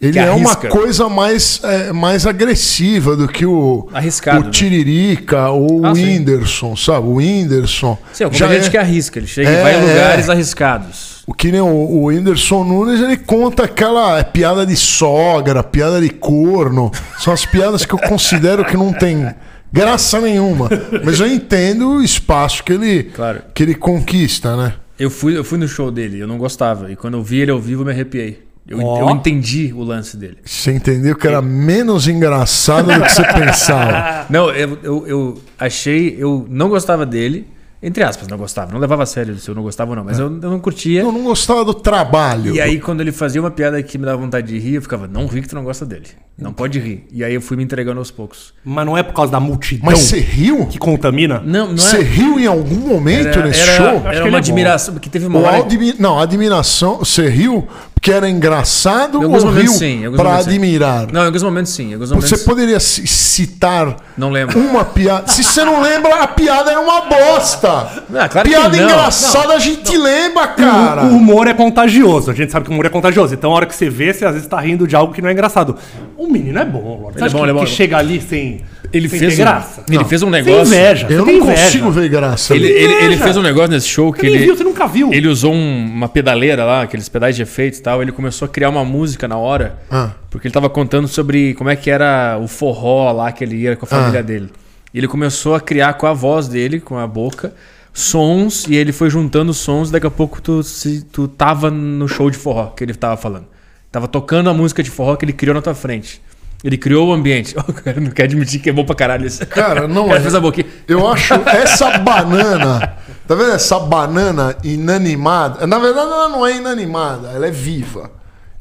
[SPEAKER 2] ele
[SPEAKER 3] Que
[SPEAKER 2] é uma
[SPEAKER 3] arrisca.
[SPEAKER 2] coisa mais, é, mais agressiva do que o,
[SPEAKER 3] Arriscado, né?
[SPEAKER 2] o Tiririca ou
[SPEAKER 3] Ah,
[SPEAKER 2] o
[SPEAKER 3] sim.
[SPEAKER 2] Whindersson, sabe? O Whindersson.
[SPEAKER 3] Sim,
[SPEAKER 2] já
[SPEAKER 3] já gente
[SPEAKER 2] é-
[SPEAKER 3] que arrisca, ele chega
[SPEAKER 2] É,
[SPEAKER 3] e vai em
[SPEAKER 2] é.
[SPEAKER 3] lugares arriscados.
[SPEAKER 2] o que nem o, o Whindersson Nunes, ele conta aquela é piada de sogra, piada de corno. São as piadas que eu considero que não tem graça nenhuma. Mas eu entendo o espaço que ele,
[SPEAKER 3] Claro.
[SPEAKER 2] que ele conquista, né?
[SPEAKER 3] Eu fui, eu fui no show dele, eu não gostava. E quando eu vi ele ao vivo, eu me arrepiei. Eu,
[SPEAKER 1] Ó.
[SPEAKER 3] eu entendi o lance dele.
[SPEAKER 2] Você entendeu que era menos engraçado do que você pensava.
[SPEAKER 3] Não, eu, eu, eu achei. Eu não gostava dele. Entre aspas, não gostava. Não levava a sério se eu não gostava ou não. Mas eu, eu não curtia.
[SPEAKER 2] Eu não gostava do trabalho.
[SPEAKER 3] E aí, quando ele fazia uma piada que me dava vontade de rir, eu ficava, não ri que tu não gosta dele. Não pode rir. E aí eu fui me entregando aos poucos.
[SPEAKER 1] Mas não é por causa da multidão
[SPEAKER 2] Mas você riu?
[SPEAKER 1] que contamina?
[SPEAKER 3] Não, não
[SPEAKER 2] Você
[SPEAKER 3] é.
[SPEAKER 2] riu em algum momento
[SPEAKER 3] Era,
[SPEAKER 2] nesse
[SPEAKER 3] era-
[SPEAKER 2] show?
[SPEAKER 3] era
[SPEAKER 1] Acho que ele é bom.
[SPEAKER 3] uma admiração, porque teve uma
[SPEAKER 2] Ou
[SPEAKER 3] hora.
[SPEAKER 2] admi- Não, admiração, você riu porque era engraçado
[SPEAKER 3] Em alguns
[SPEAKER 2] ou riu
[SPEAKER 3] momentos, sim. em alguns
[SPEAKER 2] pra
[SPEAKER 3] momentos, sim.
[SPEAKER 2] admirar?
[SPEAKER 3] Não, em alguns momentos sim. Em alguns momentos,
[SPEAKER 2] Você poderia ci- citar
[SPEAKER 3] Não lembro.
[SPEAKER 2] uma piada. Se você não lembra, a piada é uma bosta.
[SPEAKER 3] Ah, claro que
[SPEAKER 2] piada
[SPEAKER 3] não.
[SPEAKER 2] engraçada a gente lembra, cara.
[SPEAKER 1] O, o humor é contagioso. A gente sabe que o humor é contagioso. Então, a hora que você vê, você às vezes tá rindo de algo que não é engraçado. O menino é bom, Lorde. Você
[SPEAKER 3] Ele é
[SPEAKER 1] acha
[SPEAKER 3] bom,
[SPEAKER 1] que,
[SPEAKER 3] ele é bom.
[SPEAKER 1] que chega ali sem,
[SPEAKER 3] Ele
[SPEAKER 1] sem
[SPEAKER 3] fez
[SPEAKER 1] ter
[SPEAKER 3] um-
[SPEAKER 1] graça?
[SPEAKER 3] ele
[SPEAKER 1] Não.
[SPEAKER 3] fez um
[SPEAKER 1] Sem
[SPEAKER 3] negócio.
[SPEAKER 1] inveja.
[SPEAKER 2] Eu
[SPEAKER 1] você tem
[SPEAKER 2] não
[SPEAKER 1] inveja.
[SPEAKER 2] consigo ver graça.
[SPEAKER 3] Ele,
[SPEAKER 2] nisso.
[SPEAKER 3] ele, ele
[SPEAKER 1] Inveja.
[SPEAKER 3] fez um negócio nesse show que
[SPEAKER 1] Você nem
[SPEAKER 3] ele.
[SPEAKER 1] viu, você nunca viu.
[SPEAKER 3] Ele usou um- uma pedaleira lá, aqueles pedais de efeitos e tal. Ele começou a criar uma música na hora.
[SPEAKER 2] Ah.
[SPEAKER 3] Porque ele tava contando sobre como é que era o forró lá que ele ia com a família
[SPEAKER 2] Ah.
[SPEAKER 3] dele. E ele começou a criar com a voz dele, com a boca, sons. E ele foi juntando sons. Daqui a pouco tu, se, tu tava no show de forró que ele tava falando. Tava tocando a música de forró que ele criou na tua frente. Ele criou o ambiente. O cara não quer admitir que é bom pra caralho isso.
[SPEAKER 2] Cara, não
[SPEAKER 3] O cara
[SPEAKER 2] é.
[SPEAKER 3] fez a boquinha.
[SPEAKER 2] Eu acho essa banana. Tá vendo essa banana inanimada? Na verdade, ela não é inanimada, ela é viva.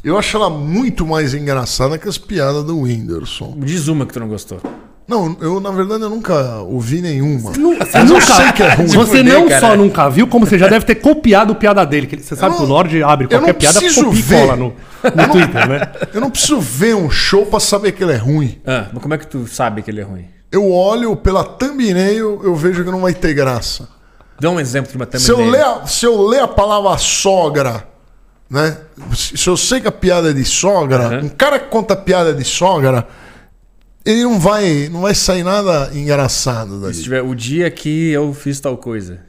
[SPEAKER 2] Eu acho ela muito mais engraçada que as piadas do Whindersson.
[SPEAKER 3] Diz uma que tu não gostou.
[SPEAKER 2] Não, eu, na verdade, eu nunca ouvi nenhuma.
[SPEAKER 1] Nu- Você
[SPEAKER 2] Eu
[SPEAKER 1] nunca,
[SPEAKER 2] sei que é ruim.
[SPEAKER 1] Você não
[SPEAKER 3] cara.
[SPEAKER 1] só nunca viu, como você já deve ter copiado piada dele. que ele- você sabe
[SPEAKER 2] não-
[SPEAKER 1] que o Lorde abre
[SPEAKER 2] eu não
[SPEAKER 1] qualquer piada
[SPEAKER 2] preciso
[SPEAKER 1] copia e
[SPEAKER 2] ver.
[SPEAKER 1] cola no, no Twitter, né?
[SPEAKER 2] Eu não preciso ver um show pra saber que ele é ruim.
[SPEAKER 3] Ah, mas como é que tu sabe que ele é ruim?
[SPEAKER 2] Eu olho pela thumbnail, eu vejo que não vai ter graça.
[SPEAKER 3] Dá um exemplo de uma
[SPEAKER 2] Se eu,
[SPEAKER 3] thumbnail.
[SPEAKER 2] ler a, se eu ler a palavra sogra, né? Se se eu sei que a piada é de sogra,
[SPEAKER 3] Uhum.
[SPEAKER 2] um cara que conta piada de sogra, ele não vai, não vai sair nada engraçado
[SPEAKER 3] Se
[SPEAKER 2] dali.
[SPEAKER 3] tiver o dia que eu fiz tal coisa.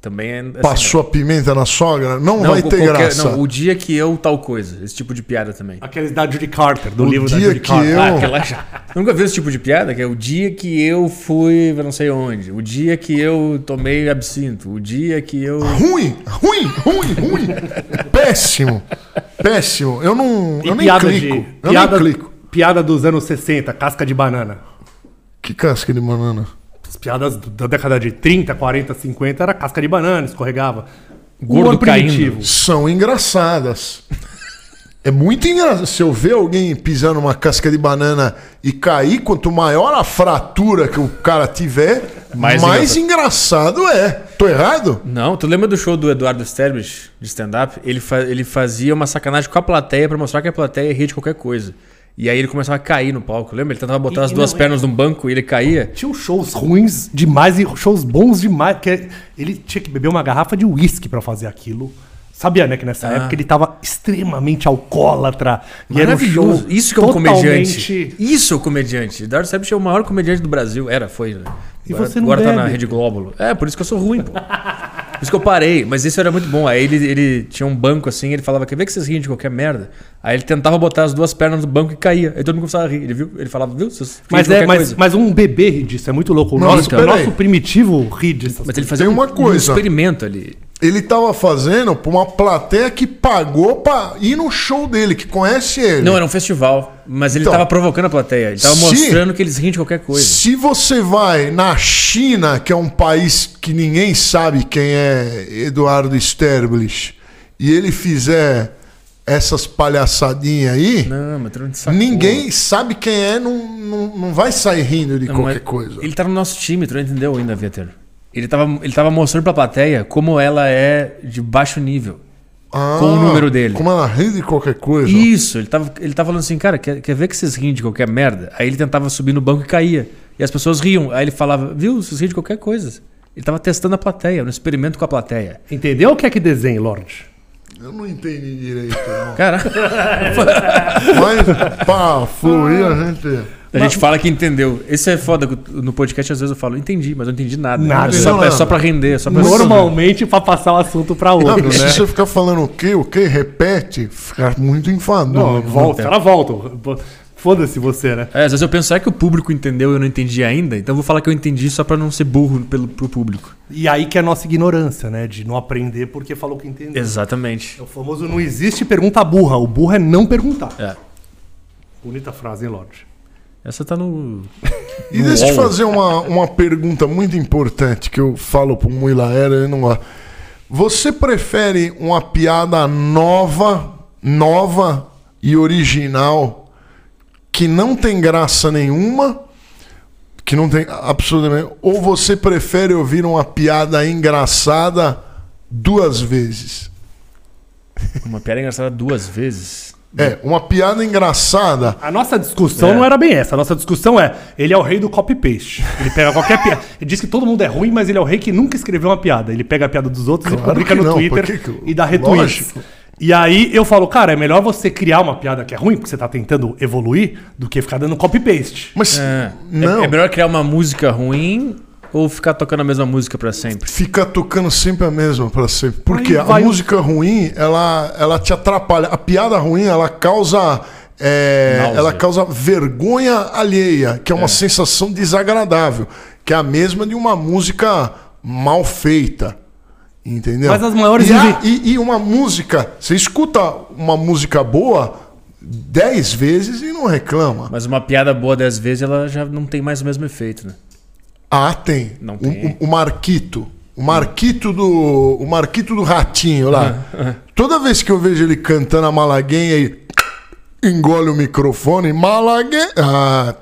[SPEAKER 3] Também é. assim,
[SPEAKER 2] Passou a pimenta na sogra, não,
[SPEAKER 3] né? Não,
[SPEAKER 2] vai ter
[SPEAKER 3] qualquer-
[SPEAKER 2] graça.
[SPEAKER 3] Não, o dia que eu tal coisa. Esse tipo de piada também.
[SPEAKER 1] Aqueles da Judy Carter, do
[SPEAKER 2] O
[SPEAKER 1] livro da
[SPEAKER 2] dia
[SPEAKER 1] Judy
[SPEAKER 2] que
[SPEAKER 1] Carter.
[SPEAKER 2] eu-
[SPEAKER 1] Ah,
[SPEAKER 3] Ah, aquela já. Nunca viu esse tipo de piada? Que é o dia que eu fui pra não sei onde. O dia que eu tomei absinto. O dia que eu.
[SPEAKER 2] Ruim, ruim, ruim, ruim. Péssimo. Péssimo. Eu não, eu
[SPEAKER 1] e
[SPEAKER 2] nem
[SPEAKER 1] piada
[SPEAKER 2] clico.
[SPEAKER 1] de.
[SPEAKER 2] Eu
[SPEAKER 1] piada,
[SPEAKER 2] nem clico.
[SPEAKER 1] piada dos anos 60, casca de banana.
[SPEAKER 2] Que casca de banana.
[SPEAKER 1] As piadas do- da década de 30, 40, 50 era casca de banana, escorregava.
[SPEAKER 3] Gordo
[SPEAKER 1] Humor
[SPEAKER 3] caindo.
[SPEAKER 2] São engraçadas. É muito engraçado. Se eu ver alguém pisando uma casca de banana e cair, quanto maior a fratura que o cara tiver, mais,
[SPEAKER 3] Mais
[SPEAKER 2] engraçado. é. Tô errado?
[SPEAKER 3] Não, tu lembra do show do Eduardo Sterbich de stand-up? Ele, fa- ele fazia uma sacanagem com a plateia pra mostrar que a plateia ria de qualquer coisa. E aí ele começava a cair no palco, lembra? Ele tentava botar
[SPEAKER 1] E-
[SPEAKER 3] as
[SPEAKER 1] e
[SPEAKER 3] duas
[SPEAKER 1] não,
[SPEAKER 3] pernas num banco e ele caía.
[SPEAKER 1] Tinha uns shows ruins demais e shows bons demais. Que é- ele tinha que beber uma garrafa de uísque pra fazer aquilo. Sabia, né, que nessa
[SPEAKER 3] Ah.
[SPEAKER 1] época ele tava extremamente alcoólatra. E era um show
[SPEAKER 3] Maravilhoso. Isso que é um comediante.
[SPEAKER 1] totalmente-
[SPEAKER 3] Isso é um comediante. Eduardo Sterbich é o maior comediante do Brasil. Era, foi. Né?
[SPEAKER 1] E
[SPEAKER 3] Agora-
[SPEAKER 1] você não
[SPEAKER 3] Agora tá na
[SPEAKER 1] bebe.
[SPEAKER 3] Rede Glóbulo. É, por isso que eu sou ruim, pô. Por isso que eu parei. Mas isso era muito bom. Aí ele, ele tinha um banco assim, ele falava, quer ver que vocês riem de qualquer merda? Aí ele tentava botar as duas pernas no banco e caía. Aí todo mundo começava a rir. Ele, viu? ele falava, viu? Vocês riem
[SPEAKER 1] Mas,
[SPEAKER 3] de
[SPEAKER 1] é,
[SPEAKER 3] qualquer
[SPEAKER 1] mas,
[SPEAKER 3] coisa." então,
[SPEAKER 1] mas um bebê ri disso, é muito louco. O
[SPEAKER 2] Nossa,
[SPEAKER 1] nosso, o
[SPEAKER 2] peraí.
[SPEAKER 1] nosso primitivo assim, ri disso.
[SPEAKER 3] Mas ele fazia
[SPEAKER 2] Tem uma
[SPEAKER 3] um, um
[SPEAKER 2] coisa.
[SPEAKER 3] experimento ali.
[SPEAKER 2] Ele tava fazendo pra uma plateia que pagou pra ir no show dele, que conhece ele.
[SPEAKER 3] Não, era um festival. Mas ele
[SPEAKER 2] Então.
[SPEAKER 3] tava provocando a plateia. Ele tava
[SPEAKER 2] Se-
[SPEAKER 3] mostrando que eles riem de qualquer coisa.
[SPEAKER 2] Se você vai na China, que é um país que ninguém sabe quem é Eduardo Sterblich, e ele fizer essas palhaçadinhas aí,
[SPEAKER 3] Não, mas tu não te sacou.
[SPEAKER 2] ninguém sabe quem é, não, não, não vai sair rindo de
[SPEAKER 3] Não,
[SPEAKER 2] qualquer
[SPEAKER 3] mas
[SPEAKER 2] coisa.
[SPEAKER 3] Ele tá no nosso time, tu não entendeu ainda, Vieter. Ele tava, ele tava mostrando pra plateia como ela é de baixo nível.
[SPEAKER 2] Ah,
[SPEAKER 3] com o número dele.
[SPEAKER 2] Como ela ri de qualquer coisa.
[SPEAKER 3] Isso, ele tava, ele tava falando assim, cara, quer, quer ver que vocês riem de qualquer merda? Aí ele tentava subir no banco e caía. E as pessoas riam. Aí ele falava, viu, vocês riem de qualquer coisa. Ele tava testando a plateia, um experimento com a plateia.
[SPEAKER 1] Entendeu o que é que desenha, Lorde?
[SPEAKER 2] Eu não entendi direito, não.
[SPEAKER 3] Cara,
[SPEAKER 2] Mas, pá, fluir a gente.
[SPEAKER 3] a gente fala que entendeu. Esse é foda. No podcast, às vezes eu falo, entendi, mas eu não entendi nada.
[SPEAKER 1] Nada.
[SPEAKER 3] É só,
[SPEAKER 2] Não,
[SPEAKER 3] é
[SPEAKER 2] não.
[SPEAKER 3] só pra render, é só pra
[SPEAKER 1] Normalmente pra passar o assunto pra
[SPEAKER 2] Não,
[SPEAKER 1] outro,
[SPEAKER 2] se
[SPEAKER 1] né?
[SPEAKER 2] você ficar falando o quê, o quê, repete, fica muito
[SPEAKER 1] Não,
[SPEAKER 2] enfadonho.
[SPEAKER 1] volta, ela volta. Foda-se você, né?
[SPEAKER 3] É, às vezes eu penso, será que o público entendeu e eu não entendi ainda? Então eu vou falar que eu entendi só pra não ser burro pelo, pro público.
[SPEAKER 1] E aí que é a nossa ignorância, né? De não aprender porque falou que entendeu.
[SPEAKER 3] Exatamente.
[SPEAKER 1] É o famoso não existe pergunta burra. O burro é não perguntar.
[SPEAKER 3] É.
[SPEAKER 1] Bonita frase, hein, Lorde?
[SPEAKER 3] Essa tá no.
[SPEAKER 2] E deixa eu te
[SPEAKER 3] Uou.
[SPEAKER 2] fazer uma, uma pergunta muito importante que eu falo pro Muila Era, ele não gosta. Você prefere uma piada nova, nova e original que não tem graça nenhuma, que não tem absolutamente, ou você prefere ouvir uma piada engraçada duas vezes?
[SPEAKER 3] Uma piada engraçada duas vezes.
[SPEAKER 2] É, uma piada engraçada
[SPEAKER 1] A nossa discussão
[SPEAKER 3] É.
[SPEAKER 1] não era bem essa. A nossa discussão é: ele é o rei do copy-paste. Ele pega qualquer piada. Ele diz que todo mundo é ruim, mas ele é o rei que nunca escreveu uma piada. Ele pega a piada dos outros e
[SPEAKER 2] Claro
[SPEAKER 1] publica
[SPEAKER 2] que
[SPEAKER 1] no
[SPEAKER 2] não,
[SPEAKER 1] Twitter
[SPEAKER 2] por que que eu-
[SPEAKER 1] e dá retweets.
[SPEAKER 2] Lógico.
[SPEAKER 1] E aí eu falo, cara, é melhor você criar uma piada que é ruim, porque você tá tentando evoluir, do que ficar dando copy-paste.
[SPEAKER 2] Mas
[SPEAKER 3] É.
[SPEAKER 2] não,
[SPEAKER 3] É, é melhor criar uma música ruim ou ficar tocando a mesma música pra sempre?
[SPEAKER 2] fica tocando sempre a mesma pra sempre. Porque
[SPEAKER 1] Aí
[SPEAKER 2] a
[SPEAKER 1] vai-
[SPEAKER 2] música ruim, ela, ela te atrapalha. A piada ruim, ela causa. é,
[SPEAKER 3] Náusea.
[SPEAKER 2] ela causa vergonha alheia, que é uma sensação desagradável, que é a mesma de uma música mal feita. Entendeu?
[SPEAKER 1] Mas as maiores
[SPEAKER 2] E, a-
[SPEAKER 1] invi-
[SPEAKER 2] e- e uma música, você escuta uma música boa dez vezes e não reclama.
[SPEAKER 3] Mas uma piada boa dez vezes, ela já não tem mais o mesmo efeito, né?
[SPEAKER 2] Ah, tem.
[SPEAKER 3] Não
[SPEAKER 2] O-
[SPEAKER 3] tem.
[SPEAKER 2] O, o Marquito. O Marquito do. O Marquito do Ratinho lá. Toda vez que eu vejo ele cantando a Malaguenha e engole o microfone, Malaguenha. Ah,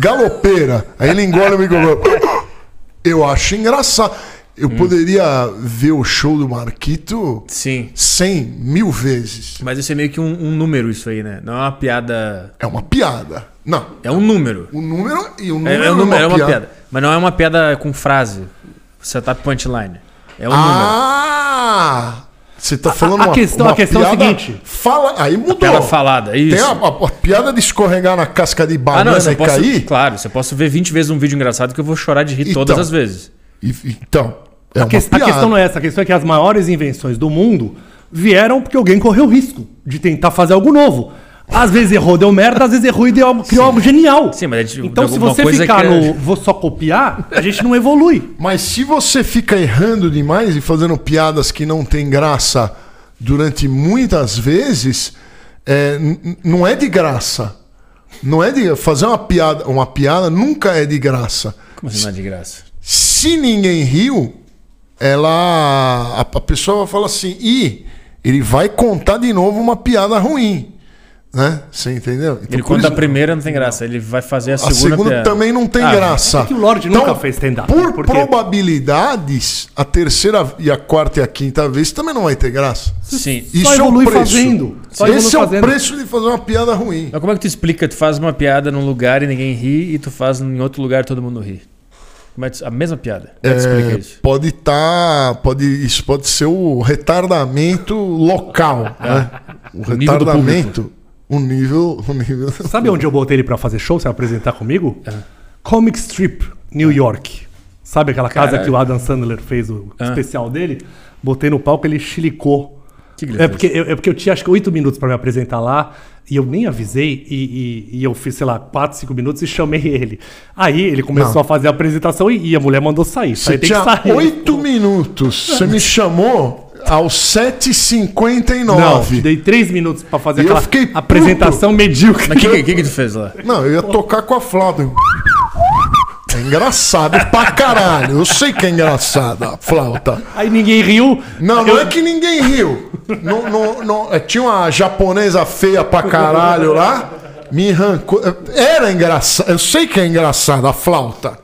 [SPEAKER 2] galopeira. Aí ele engole o microfone. Eu acho engraçado. Eu
[SPEAKER 3] Hum.
[SPEAKER 2] poderia ver o show do Marquito
[SPEAKER 3] Sim.
[SPEAKER 2] 100 mil vezes.
[SPEAKER 3] Mas isso é meio que um, um número, isso aí, né? Não é uma piada.
[SPEAKER 2] É uma piada. Não.
[SPEAKER 3] É um número.
[SPEAKER 2] O número e o
[SPEAKER 3] É,
[SPEAKER 2] número
[SPEAKER 3] é um número, é uma piada. Mas não é uma piada com frase. Setup punchline. É um número.
[SPEAKER 2] Ah! né? Você tá falando
[SPEAKER 1] a
[SPEAKER 2] uma,
[SPEAKER 1] questão-
[SPEAKER 2] uma
[SPEAKER 1] a questão é o
[SPEAKER 2] piada-
[SPEAKER 1] seguinte.
[SPEAKER 2] Fala, aí mudou.
[SPEAKER 3] Piada falada, isso.
[SPEAKER 2] Tem a, a- a piada de escorregar na casca de
[SPEAKER 3] Ah, não,
[SPEAKER 2] banana
[SPEAKER 3] você
[SPEAKER 2] e
[SPEAKER 3] posso,
[SPEAKER 2] cair.
[SPEAKER 3] Claro, você posso ver 20 vezes um vídeo engraçado que eu vou chorar de rir todas
[SPEAKER 2] Então.
[SPEAKER 3] as vezes.
[SPEAKER 2] E- então, é uma
[SPEAKER 1] Que-
[SPEAKER 2] piada.
[SPEAKER 1] a questão não é essa, a questão é que as maiores invenções do mundo vieram porque alguém correu risco de tentar fazer algo novo. Às vezes errou, deu merda, às vezes errou e deu algo- criou algo genial.
[SPEAKER 3] Sim, mas é de-
[SPEAKER 1] então,
[SPEAKER 3] de
[SPEAKER 1] se
[SPEAKER 3] alguma
[SPEAKER 1] você
[SPEAKER 3] coisa
[SPEAKER 1] ficar
[SPEAKER 3] que- é
[SPEAKER 1] no vou só copiar, a gente não evolui.
[SPEAKER 2] Mas se você fica errando demais e fazendo piadas que não tem graça durante muitas vezes, é, n- n- não é de graça. Não é de fazer uma piada, uma piada nunca é de graça.
[SPEAKER 3] Como assim não é de graça?
[SPEAKER 2] Se ninguém riu, ela a, a pessoa vai falar assim: "Ih, ele vai contar de novo uma piada ruim". Né? Você entendeu? Então,
[SPEAKER 3] Ele
[SPEAKER 2] por
[SPEAKER 3] conta a
[SPEAKER 2] isso-
[SPEAKER 3] primeira, não tem graça. Ele vai fazer a
[SPEAKER 2] a
[SPEAKER 3] segunda.
[SPEAKER 2] segunda
[SPEAKER 3] piada.
[SPEAKER 2] também não tem
[SPEAKER 3] Ah,
[SPEAKER 2] graça. Então,
[SPEAKER 1] é que o Lorde nunca fez stand-up,
[SPEAKER 2] Por
[SPEAKER 1] por quê?
[SPEAKER 2] probabilidades, a terceira e a quarta e a quinta vez também não vai ter graça. é
[SPEAKER 3] Sim.
[SPEAKER 1] Só evolui fazendo. Só
[SPEAKER 2] Esse
[SPEAKER 1] evolui
[SPEAKER 2] é o
[SPEAKER 1] fazendo.
[SPEAKER 2] preço de fazer uma piada ruim.
[SPEAKER 3] Mas como é que tu explica? Tu faz uma piada num lugar e ninguém ri, e tu faz em outro lugar e todo mundo ri. Como é que tu- a mesma piada. Como é que tu explica
[SPEAKER 2] É,
[SPEAKER 3] isso?
[SPEAKER 2] pode estar. pode, isso pode ser o retardamento local. Né? O
[SPEAKER 3] O nível do
[SPEAKER 2] retardamento. O nível. O nível.
[SPEAKER 1] Sabe onde eu botei ele pra fazer show, se apresentar comigo? Comic Strip, New York. Sabe aquela casa
[SPEAKER 3] Caralho.
[SPEAKER 1] que o Adam Sandler fez o
[SPEAKER 3] Ah.
[SPEAKER 1] especial dele? Botei no palco, ele chilicou.
[SPEAKER 3] Que que ele
[SPEAKER 1] é,
[SPEAKER 3] fez?
[SPEAKER 1] porque, eu, é porque eu tinha acho que oito minutos pra me apresentar lá e eu nem avisei e, e- e eu fiz, sei lá, quatro, cinco minutos e chamei ele. Aí ele começou
[SPEAKER 2] Não.
[SPEAKER 1] a fazer a apresentação e, e a mulher mandou sair.
[SPEAKER 2] Você
[SPEAKER 1] Aí tem que
[SPEAKER 2] tinha
[SPEAKER 1] sair.
[SPEAKER 2] oito minutos. Você me chamou. aos 7h59.
[SPEAKER 1] Não, te dei três minutos pra fazer
[SPEAKER 2] Eu
[SPEAKER 1] aquela
[SPEAKER 2] fiquei puto.
[SPEAKER 1] apresentação medíocre.
[SPEAKER 3] Mas o que, que, que que tu fez lá?
[SPEAKER 2] Não, eu ia tocar com a flauta. É engraçado pra caralho. Eu sei que é engraçado a flauta.
[SPEAKER 1] Aí ninguém riu.
[SPEAKER 2] Não, não
[SPEAKER 1] Eu-
[SPEAKER 2] é que ninguém riu. Não, não, não- é, tinha uma japonesa feia pra caralho lá. Me arrancou. Era engraçado. Eu sei que é engraçado a flauta.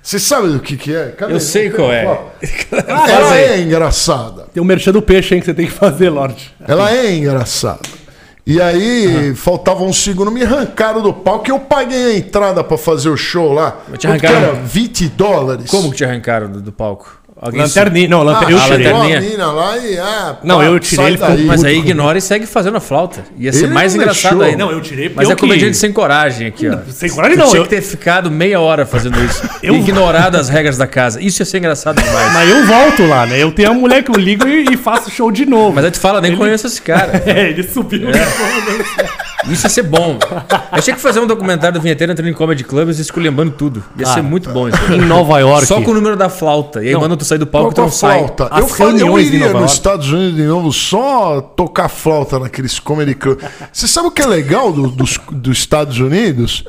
[SPEAKER 2] Você sabe do que, que é? Cadê?
[SPEAKER 3] Eu sei qual é.
[SPEAKER 2] Ah,
[SPEAKER 3] Faz
[SPEAKER 2] ela
[SPEAKER 3] aí.
[SPEAKER 2] é engraçada.
[SPEAKER 1] Tem o merchan do peixe, hein, que você tem que fazer, Lorde.
[SPEAKER 2] Ela é engraçada. E aí, faltava um segundo, me arrancaram do palco e eu paguei a entrada pra fazer o show lá.
[SPEAKER 3] te
[SPEAKER 2] Quanto que
[SPEAKER 3] arrancaram?
[SPEAKER 2] era 20 dólares.
[SPEAKER 3] Como que te arrancaram do, do palco? Alguém
[SPEAKER 1] Lanterninha. Não,
[SPEAKER 2] Ah,
[SPEAKER 1] lanter... eu
[SPEAKER 2] chegou
[SPEAKER 1] tirei.
[SPEAKER 3] lanterninha.
[SPEAKER 2] a mina lá e. Ah,
[SPEAKER 1] Não,
[SPEAKER 2] pá,
[SPEAKER 1] eu tirei,
[SPEAKER 2] sai
[SPEAKER 1] ele ficou
[SPEAKER 2] daí.
[SPEAKER 3] Mas aí ignora e segue fazendo a flauta. Ia ser
[SPEAKER 2] Ele
[SPEAKER 3] mais
[SPEAKER 2] não
[SPEAKER 3] engraçado
[SPEAKER 2] deixou.
[SPEAKER 3] ainda.
[SPEAKER 1] Não, eu tirei porque
[SPEAKER 3] Mas
[SPEAKER 1] eu
[SPEAKER 3] é comediante
[SPEAKER 1] quis.
[SPEAKER 3] sem coragem aqui, ó.
[SPEAKER 1] Sem coragem
[SPEAKER 3] Tu
[SPEAKER 1] não.
[SPEAKER 3] tinha
[SPEAKER 1] Eu...
[SPEAKER 3] que ter ficado meia hora fazendo isso.
[SPEAKER 1] Eu-
[SPEAKER 3] Ignorado as regras da casa. Isso ia ser engraçado demais.
[SPEAKER 1] Mas eu volto lá, né? Eu tenho a mulher que eu ligo e, e faço show de novo.
[SPEAKER 3] Mas aí tu fala, nem conheço esse cara.
[SPEAKER 1] É, ele subiu.
[SPEAKER 3] É. Isso ia ser bom. Eu tinha que fazer um documentário do vinheteiro entrando em comedy clubs e esculhambando tudo. Ia ser muito bom isso.
[SPEAKER 1] Ah, Em Nova York.
[SPEAKER 3] Só com o número da flauta. E aí
[SPEAKER 1] Não.
[SPEAKER 3] manda tu sair do palco
[SPEAKER 2] Qual
[SPEAKER 3] e tu
[SPEAKER 2] que é
[SPEAKER 3] não
[SPEAKER 2] a
[SPEAKER 3] sai.
[SPEAKER 2] flauta?
[SPEAKER 1] As
[SPEAKER 2] Eu, falei, eu
[SPEAKER 1] reuniões em
[SPEAKER 2] iria
[SPEAKER 1] Nova
[SPEAKER 2] nos
[SPEAKER 1] York.
[SPEAKER 2] Estados Unidos de novo só tocar flauta naqueles comedy club. Você sabe o que é legal do- dos, dos Estados Unidos?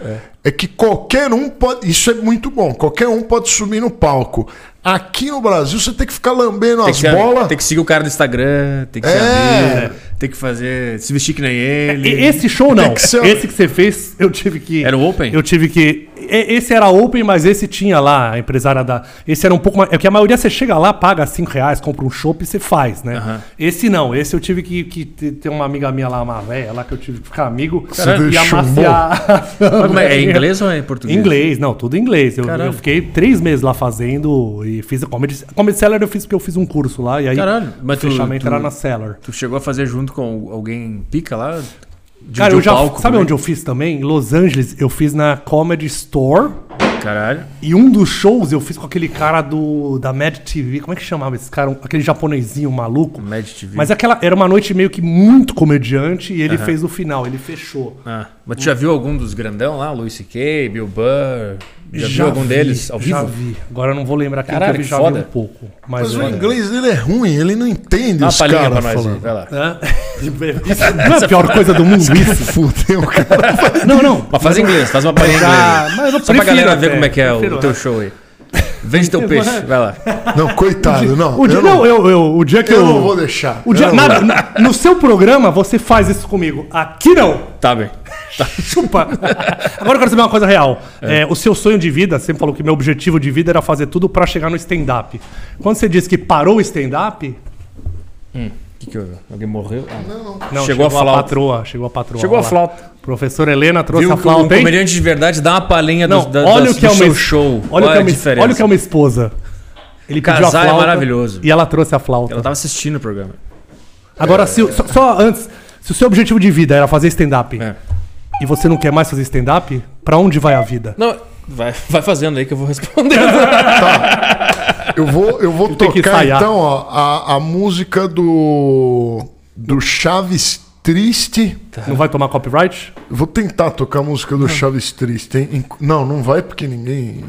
[SPEAKER 2] É. que qualquer um pode. Isso é muito bom. Qualquer um pode subir no palco. Aqui no Brasil você tem que ficar lambendo
[SPEAKER 3] Tem
[SPEAKER 2] as
[SPEAKER 3] que, ser-
[SPEAKER 2] bolas.
[SPEAKER 3] tem que seguir o cara do Instagram, tem que ser
[SPEAKER 2] É.
[SPEAKER 3] amigo, tem que fazer. se vestir que nem ele.
[SPEAKER 1] E Esse show
[SPEAKER 2] Tem
[SPEAKER 1] não.
[SPEAKER 2] que ser-
[SPEAKER 1] Esse que você fez, eu tive que.
[SPEAKER 3] Era o open?
[SPEAKER 1] Eu tive que. e- Esse era open, mas esse tinha lá, a empresária da. Esse era um pouco mais. É porque a maioria você chega lá, paga 5 reais, compra um chopp e você faz, né? Esse não. Esse eu tive que, que ter ter uma amiga minha lá, uma véia lá, que eu tive que ficar amigo
[SPEAKER 2] Você
[SPEAKER 1] e
[SPEAKER 2] deixou
[SPEAKER 1] amaciar.
[SPEAKER 3] Mas como é, é em inglês ou é em português?
[SPEAKER 1] Inglês, não, tudo em inglês. Eu,
[SPEAKER 3] Caralho.
[SPEAKER 1] eu fiquei três meses lá fazendo e fiz a Comedy, comedy Cellar eu fiz porque eu fiz um curso lá e aí
[SPEAKER 3] Caralho, mas
[SPEAKER 1] o
[SPEAKER 3] tu-
[SPEAKER 1] fechamento
[SPEAKER 3] tu-
[SPEAKER 1] era na Cellar.
[SPEAKER 3] Tu chegou a fazer junto com alguém pica lá? De,
[SPEAKER 1] Cara,
[SPEAKER 3] de
[SPEAKER 1] eu já.
[SPEAKER 3] palco,
[SPEAKER 1] sabe
[SPEAKER 3] né?
[SPEAKER 1] onde eu fiz também? Em Los Angeles, eu fiz na Comedy Store.
[SPEAKER 3] Caralho.
[SPEAKER 1] E um dos shows eu fiz com aquele cara do da Mad TV. Como é que chamava esse cara? Um- Aquele japonesinho maluco.
[SPEAKER 3] Mad TV.
[SPEAKER 1] Mas é- aquela era uma noite meio que muito comediante e ele fez o final, ele fechou.
[SPEAKER 3] Ah, mas tu já viu algum dos grandão lá? Louis C.K., Bill Burr? Já, viu algum
[SPEAKER 1] vi,
[SPEAKER 3] deles ao vivo?
[SPEAKER 1] Já vi. Agora eu não vou lembrar quem
[SPEAKER 3] Caralho,
[SPEAKER 1] que eu vi,
[SPEAKER 3] que
[SPEAKER 1] já
[SPEAKER 3] foda.
[SPEAKER 1] vi um pouco. Mas,
[SPEAKER 2] Mas o
[SPEAKER 1] olha.
[SPEAKER 2] inglês dele é ruim, ele não entende
[SPEAKER 3] Dá uma
[SPEAKER 2] os
[SPEAKER 3] palhinha pra
[SPEAKER 2] caras
[SPEAKER 3] nós né?
[SPEAKER 2] falando.
[SPEAKER 3] aí, vai lá.
[SPEAKER 1] Hã? Isso não é a pior coisa do mundo isso.
[SPEAKER 2] Fudeu, cara.
[SPEAKER 1] Não, não.
[SPEAKER 3] Mas faz em inglês, faz uma palhinha em inglês.
[SPEAKER 1] Já-
[SPEAKER 3] aí.
[SPEAKER 1] Ah, mas eu
[SPEAKER 3] Só pra
[SPEAKER 1] prefiro
[SPEAKER 3] galera ver
[SPEAKER 1] até,
[SPEAKER 3] como é que é o,
[SPEAKER 1] prefiro,
[SPEAKER 3] teu
[SPEAKER 1] né?
[SPEAKER 3] show aí. Vende teu peixe, vai lá.
[SPEAKER 2] Não, coitado, não.
[SPEAKER 1] O dia,
[SPEAKER 2] eu
[SPEAKER 1] não, eu, eu- o dia que eu.
[SPEAKER 2] eu não vou deixar.
[SPEAKER 1] O dia,
[SPEAKER 2] Eu não
[SPEAKER 1] nada, n- no seu programa você faz isso comigo. Aqui não.
[SPEAKER 3] Tá bem.
[SPEAKER 1] Chupa! Agora eu quero saber uma coisa real. É, o seu sonho de vida, você falou que meu objetivo de vida era fazer tudo pra chegar no stand-up. Quando você disse que parou o stand-up,
[SPEAKER 3] O que, que houve? Alguém morreu? Ah, não.
[SPEAKER 1] não,
[SPEAKER 3] Chegou a flauta.
[SPEAKER 1] patroa, chegou a patroa.
[SPEAKER 3] Chegou a
[SPEAKER 1] olha lá.
[SPEAKER 3] flauta.
[SPEAKER 1] Professor Helena trouxe
[SPEAKER 3] Viu
[SPEAKER 1] a
[SPEAKER 3] que um
[SPEAKER 1] flauta, hein?
[SPEAKER 3] comediante de verdade dá uma palhinha dos-
[SPEAKER 1] Não,
[SPEAKER 3] da-
[SPEAKER 1] olha
[SPEAKER 3] das-
[SPEAKER 1] o que é
[SPEAKER 3] do
[SPEAKER 1] uma
[SPEAKER 3] seu
[SPEAKER 1] es-
[SPEAKER 3] show.
[SPEAKER 1] Olha, o
[SPEAKER 3] Qual
[SPEAKER 1] que
[SPEAKER 3] é
[SPEAKER 1] é
[SPEAKER 3] a
[SPEAKER 1] uma,
[SPEAKER 3] diferença?
[SPEAKER 1] olha o que é uma esposa. Ele pediu
[SPEAKER 3] Casar
[SPEAKER 1] a
[SPEAKER 3] é
[SPEAKER 1] flauta
[SPEAKER 3] maravilhoso.
[SPEAKER 1] E ela trouxe a flauta.
[SPEAKER 3] Ela tava assistindo o programa. É.
[SPEAKER 1] Agora, se, o- só, só antes, se o seu objetivo de vida era fazer stand-up
[SPEAKER 3] É.
[SPEAKER 1] e você não quer mais fazer stand-up, pra onde vai a vida?
[SPEAKER 3] Não, vai, vai fazendo aí que eu vou responder.
[SPEAKER 2] Eu vou, eu vou
[SPEAKER 1] Tem que
[SPEAKER 2] tocar
[SPEAKER 1] ensaiar.
[SPEAKER 2] então ó, a, a música do do Chaves Triste.
[SPEAKER 3] Tá.
[SPEAKER 1] Não vai tomar copyright?
[SPEAKER 2] Eu Vou tentar tocar a música do Chaves Triste. hein? Inc- Não, não vai porque ninguém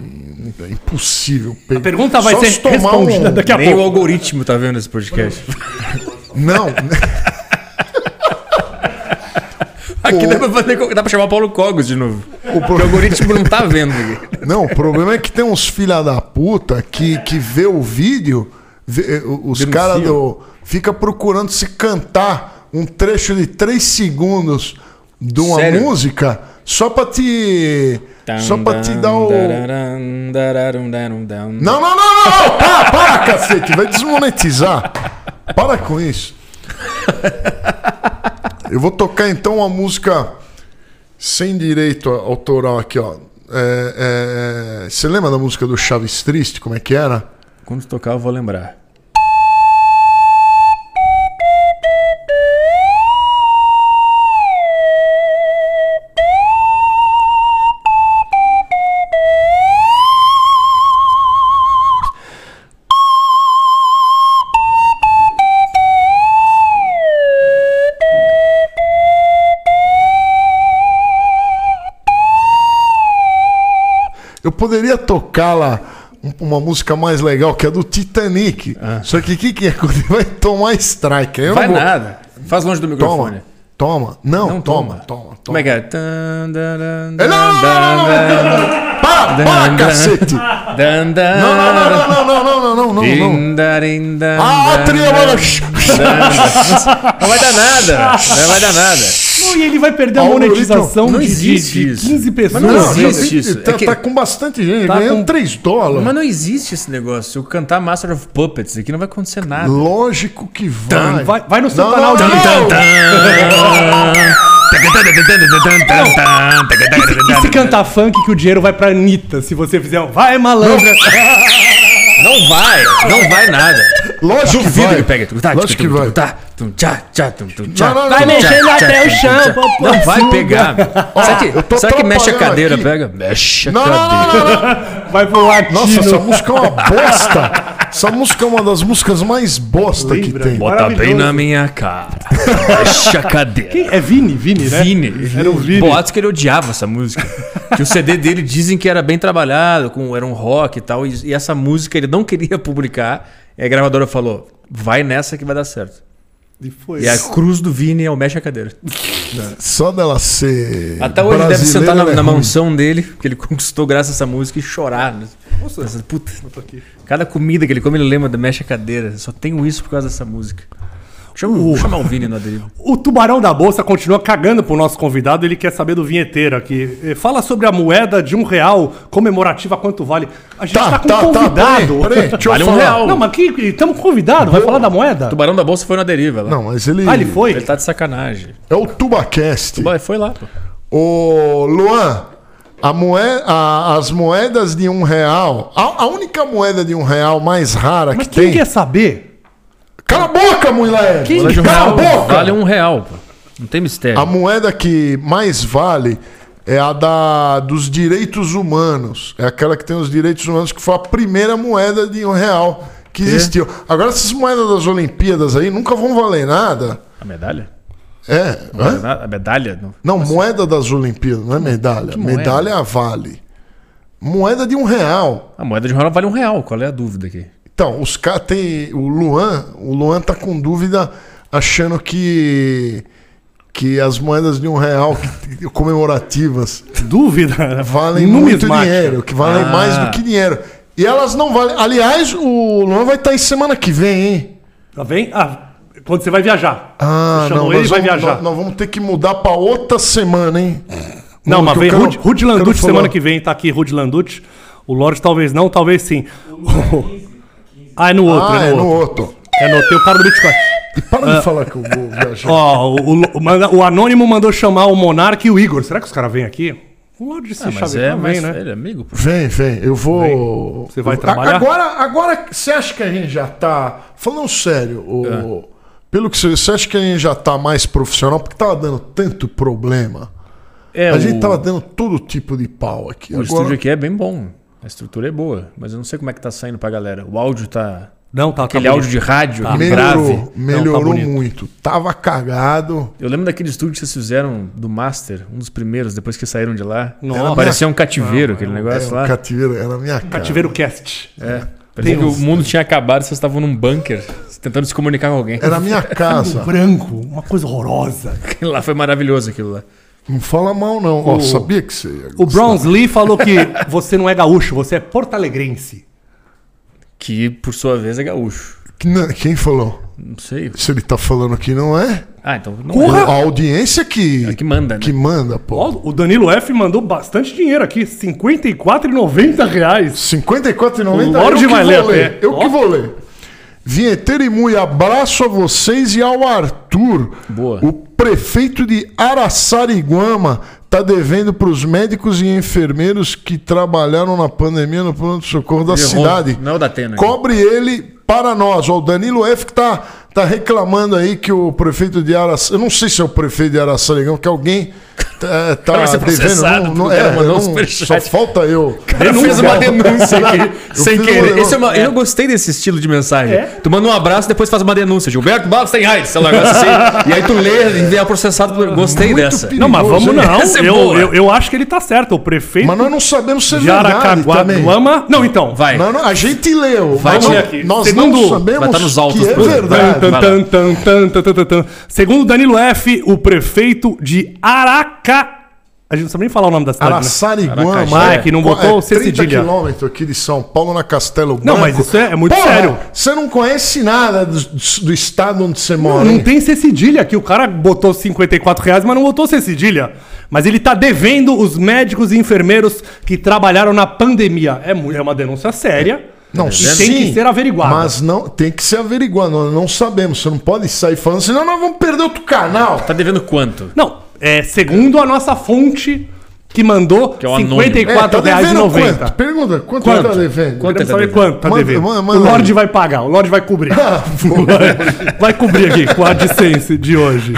[SPEAKER 2] é impossível. A
[SPEAKER 1] pergunta vai ser
[SPEAKER 2] um
[SPEAKER 1] respondida daqui a
[SPEAKER 3] Nem o
[SPEAKER 1] pouco.
[SPEAKER 3] algoritmo tá vendo esse podcast.
[SPEAKER 2] Não.
[SPEAKER 3] Aqui dá pra, fazer- dá pra chamar o Paulo Cogos de novo.
[SPEAKER 2] O
[SPEAKER 3] O
[SPEAKER 2] pro-
[SPEAKER 3] algoritmo não tá vendo aqui.
[SPEAKER 2] Não, o problema é que tem uns filha da puta que, que vê o vídeo, vê- eh, o- os
[SPEAKER 3] Denuncia.
[SPEAKER 2] caras do. Fica procurando se cantar um trecho de 3 segundos de uma
[SPEAKER 3] Sério?
[SPEAKER 2] música só pra te. Só pra te dar o.
[SPEAKER 3] Dararam, dararam, dararam, dararam.
[SPEAKER 2] Não, não, não, não, não! Para, para, cacete! Vai desmonetizar! Para com isso! Eu vou tocar então uma música sem direito autoral aqui, ó. É, é, você lembra da música do Chaves Triste? Como é que era?
[SPEAKER 3] Quando tocar, eu vou lembrar.
[SPEAKER 2] Eu poderia tocá-la um- uma música mais legal, que é do Titanic. Só que o que, que é? Quando ele vai tomar strike. Aí eu
[SPEAKER 3] Ah. Vai
[SPEAKER 2] não Então vou-
[SPEAKER 3] nada. Faz longe do microfone.
[SPEAKER 2] Toma. Toma. Não,
[SPEAKER 3] Não
[SPEAKER 2] toma,
[SPEAKER 3] toma.
[SPEAKER 2] toma,
[SPEAKER 3] Como
[SPEAKER 2] toma.
[SPEAKER 3] é que é? Tan, dan, dan,
[SPEAKER 2] É, Não, não, não, não, não, não, não. Para, para,
[SPEAKER 3] Dan, dan.
[SPEAKER 2] cacete.
[SPEAKER 3] dan, dan,
[SPEAKER 2] Não, não, não, não, não, não, não, não, não, não, não.
[SPEAKER 3] Din, darin, dan,
[SPEAKER 2] Ah, a
[SPEAKER 3] dan,
[SPEAKER 2] trilha,
[SPEAKER 3] dan,
[SPEAKER 2] mano.
[SPEAKER 3] dan. Não vai dar nada. Não vai dar nada.
[SPEAKER 1] Não, e ele vai perder a
[SPEAKER 2] Algoritmo.
[SPEAKER 1] monetização
[SPEAKER 3] Não
[SPEAKER 1] de, de,
[SPEAKER 3] existe
[SPEAKER 1] de
[SPEAKER 3] isso.
[SPEAKER 1] 15 pessoas.
[SPEAKER 3] Mas não
[SPEAKER 2] já
[SPEAKER 3] existe
[SPEAKER 2] tem-
[SPEAKER 3] isso.
[SPEAKER 2] Tá,
[SPEAKER 3] É que-
[SPEAKER 2] tá com bastante gente,
[SPEAKER 1] Tá
[SPEAKER 2] ganhando
[SPEAKER 1] com-
[SPEAKER 2] 3 dólares.
[SPEAKER 3] Mas não existe esse negócio. Eu cantar Master of Puppets aqui não vai acontecer nada.
[SPEAKER 2] Lógico que vai.
[SPEAKER 1] é Vai, vai no seu
[SPEAKER 2] Não,
[SPEAKER 1] canal
[SPEAKER 2] não,
[SPEAKER 1] de
[SPEAKER 2] não.
[SPEAKER 1] YouTube. E se
[SPEAKER 3] né?
[SPEAKER 1] cantar funk que o dinheiro vai pra Anitta, se você fizer um Vai malandra.
[SPEAKER 3] Não vai, não vai nada.
[SPEAKER 2] Lógico que
[SPEAKER 3] Duvido
[SPEAKER 2] vai.
[SPEAKER 3] que pega. Tum, tá,
[SPEAKER 2] Lógico que
[SPEAKER 3] tum, tum,
[SPEAKER 2] vai.
[SPEAKER 3] tá, tum, tchá, tchá, tum, tum, tchá,
[SPEAKER 2] Não, não, não, não.
[SPEAKER 3] tum, tchá,
[SPEAKER 1] Mexendo
[SPEAKER 3] tchá,
[SPEAKER 1] até o
[SPEAKER 3] tum,
[SPEAKER 1] chão,
[SPEAKER 3] tchá.
[SPEAKER 1] popô,
[SPEAKER 3] Não vai
[SPEAKER 1] suga.
[SPEAKER 3] pegar.
[SPEAKER 2] eu
[SPEAKER 3] Será que,
[SPEAKER 2] tô
[SPEAKER 3] será que mexe a
[SPEAKER 2] atrapalhando
[SPEAKER 3] cadeira,
[SPEAKER 2] aqui.
[SPEAKER 3] pega? Mexe a
[SPEAKER 2] Não, não, não,
[SPEAKER 3] cadeira.
[SPEAKER 2] não, não.
[SPEAKER 1] Vai pro latino.
[SPEAKER 2] Nossa, essa música é uma bosta. Essa música é uma das músicas mais bosta
[SPEAKER 1] Lembra?
[SPEAKER 2] que tem.
[SPEAKER 1] Bota-
[SPEAKER 3] Bota bem
[SPEAKER 1] Maravilhoso.
[SPEAKER 3] na minha cara. Mexe a cadeira.
[SPEAKER 1] Quem- É Vini, Vini, né?
[SPEAKER 3] Vini.
[SPEAKER 1] Era o Vini.
[SPEAKER 3] Boatos que ele odiava essa música. que o CD dele dizem que era bem trabalhado, com, era um rock e tal. E, e essa música ele não queria publicar. E a gravadora falou: vai nessa que vai dar certo.
[SPEAKER 1] E foi.
[SPEAKER 3] E a cruz do Vini é o mexe a cadeira.
[SPEAKER 2] Só dela ser.
[SPEAKER 3] É. Até hoje ele deve
[SPEAKER 2] brasileira,
[SPEAKER 3] sentar na,
[SPEAKER 2] ela é
[SPEAKER 3] na
[SPEAKER 2] ruim.
[SPEAKER 3] mansão dele, que ele conquistou graças a essa música, e chorar. né? Nossa, puta, cada comida que ele come, ele lembra do mexe a cadeira. Só tenho isso por causa dessa música. Chama,
[SPEAKER 2] Uh.
[SPEAKER 3] vou chamar o Vini na deriva.
[SPEAKER 1] O tubarão da bolsa continua cagando pro nosso convidado. Ele quer saber do vinheteiro aqui. Eh, Fala sobre a moeda de um real comemorativa quanto vale. A gente tá,
[SPEAKER 2] Tá,
[SPEAKER 1] com
[SPEAKER 2] tá,
[SPEAKER 1] um
[SPEAKER 2] tá.
[SPEAKER 1] convidado.
[SPEAKER 2] Peraí, peraí, deixa eu
[SPEAKER 3] Vale um
[SPEAKER 2] falar.
[SPEAKER 3] real.
[SPEAKER 1] Não, mas que estamos convidados. Vai falar da moeda?
[SPEAKER 3] Tubarão da Bolsa foi na deriva lá.
[SPEAKER 2] Não, mas ele.
[SPEAKER 1] Ah, ele foi?
[SPEAKER 3] Ele tá de sacanagem.
[SPEAKER 2] É o Tubacast.
[SPEAKER 3] Boy, foi lá, pô.
[SPEAKER 2] Ô, Luan, a moe- a- as moedas de um real. A, a única moeda de um real mais rara
[SPEAKER 1] Mas
[SPEAKER 2] que
[SPEAKER 1] quem
[SPEAKER 2] tem.
[SPEAKER 1] quer saber?
[SPEAKER 2] Cala a boca, mulher!
[SPEAKER 1] Quem-
[SPEAKER 3] de um
[SPEAKER 2] Cala a
[SPEAKER 3] real
[SPEAKER 2] boca!
[SPEAKER 3] vale um real, pô. Não tem mistério.
[SPEAKER 2] A moeda que mais vale é a da, dos direitos humanos. É aquela que tem os direitos humanos, que foi a primeira moeda de um real que existiu. Agora, essas moedas das Olimpíadas aí nunca vão valer nada.
[SPEAKER 3] A medalha?
[SPEAKER 2] É. hã?
[SPEAKER 3] A medalha? Não.
[SPEAKER 2] Não, moeda das Olimpíadas, não é medalha.
[SPEAKER 3] moeda?
[SPEAKER 2] Medalha é a vale. Moeda de um real.
[SPEAKER 3] A moeda de um real vale um real. Qual é a dúvida aqui?
[SPEAKER 2] Então, os caras tem. O Luan, o Luan tá com dúvida achando que. Que as moedas de um real que- comemorativas
[SPEAKER 1] Dúvida.
[SPEAKER 2] valem muito
[SPEAKER 1] Numismática.
[SPEAKER 2] dinheiro, que valem
[SPEAKER 3] Ah.
[SPEAKER 2] mais do que dinheiro. E elas não valem. Aliás, o Luan vai estar aí semana que vem, hein?
[SPEAKER 1] Tá bem? Ah, quando você vai viajar.
[SPEAKER 2] Ah,
[SPEAKER 1] Você chamou ele
[SPEAKER 2] nós
[SPEAKER 1] e vai
[SPEAKER 2] vamos-
[SPEAKER 1] viajar.
[SPEAKER 2] Nós, nós vamos ter que mudar pra outra semana, hein?
[SPEAKER 1] Não, mas
[SPEAKER 2] que o
[SPEAKER 1] vem
[SPEAKER 2] cara-
[SPEAKER 1] Rude, Rude
[SPEAKER 2] o cara
[SPEAKER 1] Landucci
[SPEAKER 2] falou-
[SPEAKER 1] semana que vem, tá aqui Rude Landucci. O Lorde talvez não, talvez sim. ah, é no outro,
[SPEAKER 2] ah,
[SPEAKER 1] é no outro.
[SPEAKER 2] outro.
[SPEAKER 1] É no tem o cara do Bitcoin.
[SPEAKER 2] E para
[SPEAKER 1] Ah.
[SPEAKER 2] de falar que eu vou viajar.
[SPEAKER 1] Ó, o, o- o manda- o Anônimo mandou chamar o Monark e o Igor. Será que os caras vêm aqui? Um O Lorde se
[SPEAKER 3] Ah, mas é,
[SPEAKER 1] chavecar
[SPEAKER 3] mas
[SPEAKER 1] vem, né?
[SPEAKER 3] ele é amigo, pô.
[SPEAKER 2] Vem, vem, eu vou.
[SPEAKER 1] Você vai
[SPEAKER 2] eu-
[SPEAKER 1] trabalhar?
[SPEAKER 2] Agora, agora, você acha que a gente já tá. Falando sério, o- pelo que você, você acha que a gente já tá mais profissional? Porque tava dando tanto problema.
[SPEAKER 3] É,
[SPEAKER 2] a
[SPEAKER 3] o,
[SPEAKER 2] gente tava dando todo tipo de pau aqui.
[SPEAKER 3] o estúdio aqui é bem bom. A estrutura é boa. Mas eu não sei como é que tá saindo pra galera. O áudio tá...
[SPEAKER 1] Não, tá, tá
[SPEAKER 3] Aquele
[SPEAKER 1] bonito.
[SPEAKER 3] áudio de rádio, aquele
[SPEAKER 2] melhorou,
[SPEAKER 3] grave.
[SPEAKER 1] Não, tá
[SPEAKER 2] melhorou
[SPEAKER 1] bonito.
[SPEAKER 2] muito. Tava cagado.
[SPEAKER 3] Eu lembro daquele estúdio que vocês fizeram do Master, um dos primeiros, depois que saíram de lá.
[SPEAKER 1] Nossa. é
[SPEAKER 3] Parecia um cativeiro, aquele
[SPEAKER 2] Era
[SPEAKER 3] negócio
[SPEAKER 2] um
[SPEAKER 3] lá.
[SPEAKER 2] cativeiro, era a minha cara.
[SPEAKER 1] Cativeiro Cast.
[SPEAKER 3] É. Parecia que o mundo tinha acabado e vocês estavam num bunker, tentando se comunicar com alguém.
[SPEAKER 2] Era a minha casa.
[SPEAKER 1] Branco, uma coisa horrorosa.
[SPEAKER 3] Aquilo lá foi maravilhoso, aquilo lá.
[SPEAKER 2] Não fala mal, não. Ó, sabia que você ia
[SPEAKER 1] O
[SPEAKER 2] gostar.
[SPEAKER 1] Bronze Lee falou que você não é gaúcho, você é portalegrense.
[SPEAKER 3] Que, por sua vez, é gaúcho.
[SPEAKER 2] Que- não, Quem falou?
[SPEAKER 3] Não sei.
[SPEAKER 2] Se ele tá falando aqui, não é?
[SPEAKER 3] Ah, então não
[SPEAKER 1] Porra!
[SPEAKER 2] A audiência que,
[SPEAKER 3] é. É que manda, né?
[SPEAKER 2] que manda, pô.
[SPEAKER 1] Ó, O Danilo F mandou bastante dinheiro aqui, R$ 54,90 reais.
[SPEAKER 2] 54,90.
[SPEAKER 1] O Lorde
[SPEAKER 2] eu que
[SPEAKER 1] vai ler
[SPEAKER 2] vou ler.
[SPEAKER 1] até.
[SPEAKER 2] Eu que vou ler. Vinheteiro e Mui, abraço a vocês e ao Arthur.
[SPEAKER 3] Boa.
[SPEAKER 2] O prefeito de Araçariguama tá devendo para os médicos e enfermeiros que trabalharam na pandemia no pronto-socorro da
[SPEAKER 3] Ele errou.
[SPEAKER 2] cidade.
[SPEAKER 3] Não é o da Atena.
[SPEAKER 2] Cobre ele para nós. Ó, o Danilo F que tá, tá reclamando aí que o prefeito de Araçariguama. Eu não sei se é o prefeito de Araçariguama, que alguém é, tá
[SPEAKER 5] vai ser processado
[SPEAKER 2] devendo. Não, não,
[SPEAKER 5] porque o cara
[SPEAKER 2] é,
[SPEAKER 5] mandou um
[SPEAKER 2] não, só
[SPEAKER 5] superchat.
[SPEAKER 2] falta eu.
[SPEAKER 5] Cara, fez uma denúncia
[SPEAKER 2] Eu
[SPEAKER 5] aqui, sem
[SPEAKER 2] fiz
[SPEAKER 5] querer.
[SPEAKER 2] uma-
[SPEAKER 5] Esse é uma- Eu gostei desse estilo de mensagem.
[SPEAKER 1] É?
[SPEAKER 5] Tu manda um abraço e depois faz uma denúncia. Gilberto Barros tem AIDS, sei lá, um negócio assim. E aí tu lê e é processado. por- Gostei dessa.
[SPEAKER 2] perigo.
[SPEAKER 1] Não, mas
[SPEAKER 2] Perigoso,
[SPEAKER 1] vamos
[SPEAKER 5] hein?
[SPEAKER 1] não.
[SPEAKER 5] Essa é
[SPEAKER 1] eu,
[SPEAKER 5] boa.
[SPEAKER 1] eu, eu acho que ele tá certo. O prefeito
[SPEAKER 2] Mas nós não sabemos se é
[SPEAKER 1] de
[SPEAKER 2] verdade
[SPEAKER 1] Aracaguá
[SPEAKER 2] também.
[SPEAKER 1] clama. Não, então.
[SPEAKER 5] Vai.
[SPEAKER 2] Não, não, a gente leu.
[SPEAKER 5] Vai
[SPEAKER 2] mas
[SPEAKER 5] ler
[SPEAKER 2] não-
[SPEAKER 1] aqui.
[SPEAKER 2] Nós
[SPEAKER 1] Segundo-
[SPEAKER 2] não
[SPEAKER 5] vai
[SPEAKER 2] sabemos
[SPEAKER 5] estar nos autos,
[SPEAKER 2] que é
[SPEAKER 5] pô. Vai,
[SPEAKER 2] verdade.
[SPEAKER 1] Tan,
[SPEAKER 5] vai
[SPEAKER 1] tan, tan, tan, tan, tan, tan, tan. Segundo Danilo F., o prefeito de Araca. A gente não sabe nem falar o nome da cidade. né?
[SPEAKER 2] Araçariguama.
[SPEAKER 1] Ah, é que não botou o C cedilha.
[SPEAKER 2] quilômetros aqui de São Paulo, na Castelo Branco.
[SPEAKER 1] Não, mas isso é- é muito sério.
[SPEAKER 2] Você não conhece nada do, do estado onde você mora.
[SPEAKER 1] Não
[SPEAKER 2] hein?
[SPEAKER 1] tem C cedilha aqui. O cara botou 54 reais, mas não botou C cedilha. Mas ele tá devendo os médicos e enfermeiros que trabalharam na pandemia. É, mu- é uma denúncia séria.
[SPEAKER 2] Não,
[SPEAKER 1] e tem que ser averiguada.
[SPEAKER 2] Mas não, tem que ser averiguado. Nós não sabemos. Você não pode sair falando, senão nós vamos perder outro canal.
[SPEAKER 3] Tá devendo quanto?
[SPEAKER 1] Não, é segundo a nossa fonte que mandou
[SPEAKER 3] é o
[SPEAKER 1] R$
[SPEAKER 3] anônimo.
[SPEAKER 2] É,
[SPEAKER 1] 54 reais e
[SPEAKER 2] quanto? Pergunta, quanto,
[SPEAKER 3] Quanto?
[SPEAKER 2] tá devendo?
[SPEAKER 3] Quanto?
[SPEAKER 1] Queremos
[SPEAKER 3] tá
[SPEAKER 1] saber
[SPEAKER 3] devendo?
[SPEAKER 1] quanto tá
[SPEAKER 2] Manda-
[SPEAKER 1] devendo.
[SPEAKER 2] manda-
[SPEAKER 1] o
[SPEAKER 2] manda
[SPEAKER 1] Lorde
[SPEAKER 2] aí.
[SPEAKER 1] vai pagar, o Lorde vai cobrir.
[SPEAKER 2] Ah,
[SPEAKER 1] vai cobrir aqui com a AdSense de hoje.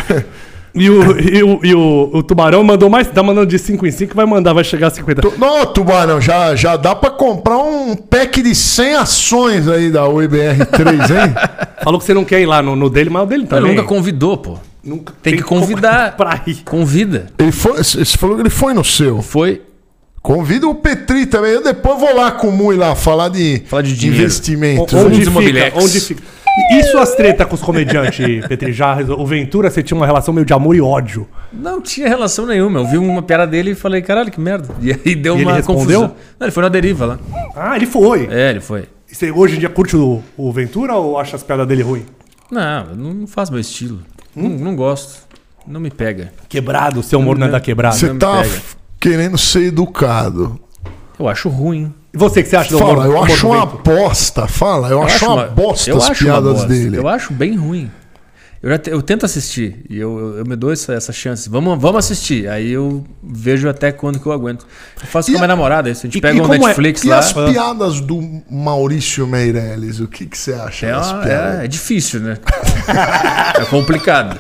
[SPEAKER 1] E o, e o, e o, o Tubarão mandou mais, tá mandando de 5 em 5, vai mandar, vai chegar a 50.
[SPEAKER 2] Tu- Não, Tubarão, já, já dá pra comprar um pack de 100 ações aí da UBR3, hein?
[SPEAKER 1] Falou que você não quer ir lá no, no dele, mas o dele
[SPEAKER 3] Ele
[SPEAKER 1] também.
[SPEAKER 3] nunca convidou, pô.
[SPEAKER 1] Nunca-
[SPEAKER 3] Tem que convidar.
[SPEAKER 1] Pra ir.
[SPEAKER 3] Convida.
[SPEAKER 2] Ele foi, você falou que ele foi no seu.
[SPEAKER 3] Foi.
[SPEAKER 2] Convida o Petri também. Eu depois vou lá com o Mui lá falar de,
[SPEAKER 3] Falar de dinheiro.
[SPEAKER 2] investimento.
[SPEAKER 1] onde
[SPEAKER 3] fundos
[SPEAKER 1] fica,
[SPEAKER 3] imobiliários.
[SPEAKER 1] onde fica. E suas treta com os comediantes, Petri? Já resol- o Ventura, você tinha uma relação meio de amor e ódio.
[SPEAKER 3] Não tinha relação nenhuma. Eu vi uma piada dele e falei, caralho, que merda. E aí deu
[SPEAKER 1] E ele
[SPEAKER 3] uma
[SPEAKER 1] respondeu?
[SPEAKER 3] confusão. Não, ele foi na deriva lá.
[SPEAKER 1] Ah, ele foi.
[SPEAKER 3] É, ele foi.
[SPEAKER 1] E Você hoje em dia curte o, o Ventura ou acha as piadas dele ruim?
[SPEAKER 3] Não, eu não faz meu estilo. Não, não gosto. Não me pega.
[SPEAKER 1] Quebrado, seu humor não é da quebrada.
[SPEAKER 2] Você
[SPEAKER 3] me
[SPEAKER 2] tá
[SPEAKER 3] pega.
[SPEAKER 2] f- querendo ser educado.
[SPEAKER 3] Eu acho ruim.
[SPEAKER 1] E você que você acha do humor
[SPEAKER 2] Fala, eu
[SPEAKER 1] humor do
[SPEAKER 2] acho uma
[SPEAKER 1] Ventura?
[SPEAKER 2] bosta. Fala, eu, acho uma bosta
[SPEAKER 3] um eu
[SPEAKER 2] as
[SPEAKER 3] acho uma
[SPEAKER 2] piadas
[SPEAKER 3] bosta.
[SPEAKER 2] dele.
[SPEAKER 3] Eu acho bem ruim. Eu, já te- eu tento assistir e eu, eu, eu me dou essa, essa chance. Vamos, vamos assistir. Aí eu vejo até quando que eu aguento. Eu faço
[SPEAKER 2] E
[SPEAKER 3] com a minha
[SPEAKER 2] a-
[SPEAKER 3] namorada isso. A gente
[SPEAKER 1] e-
[SPEAKER 3] pega
[SPEAKER 1] e
[SPEAKER 3] um
[SPEAKER 1] como é-
[SPEAKER 3] Netflix
[SPEAKER 2] E
[SPEAKER 3] lá.
[SPEAKER 2] as piadas do Maurício Meirelles? O que que você acha
[SPEAKER 3] É,
[SPEAKER 2] das
[SPEAKER 3] uma-
[SPEAKER 2] piadas?
[SPEAKER 3] é- é difícil, né? é complicado.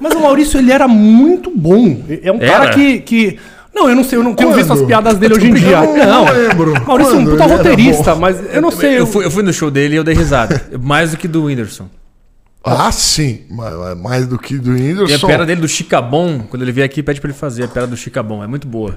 [SPEAKER 1] Mas o Maurício, ele era muito bom. É um cara
[SPEAKER 3] Era?
[SPEAKER 1] que, que- Não, eu não sei, eu não tenho
[SPEAKER 2] Quando?
[SPEAKER 1] visto as piadas dele hoje em dia.
[SPEAKER 2] Eu não lembro.
[SPEAKER 1] Maurício é um
[SPEAKER 2] Quando
[SPEAKER 1] puta
[SPEAKER 2] ele era
[SPEAKER 1] roteirista,
[SPEAKER 2] bom?
[SPEAKER 1] mas eu não sei.
[SPEAKER 3] Eu
[SPEAKER 1] eu-
[SPEAKER 3] fui, eu fui no show dele e eu dei risada. Mais do que do Whindersson.
[SPEAKER 2] Ah, sim. Mas- mas Mais do que do
[SPEAKER 3] E a
[SPEAKER 2] Whindersson.
[SPEAKER 3] pera dele do Chicabon, quando ele vier aqui, pede pra ele fazer a pera do Chicabon. É muito boa.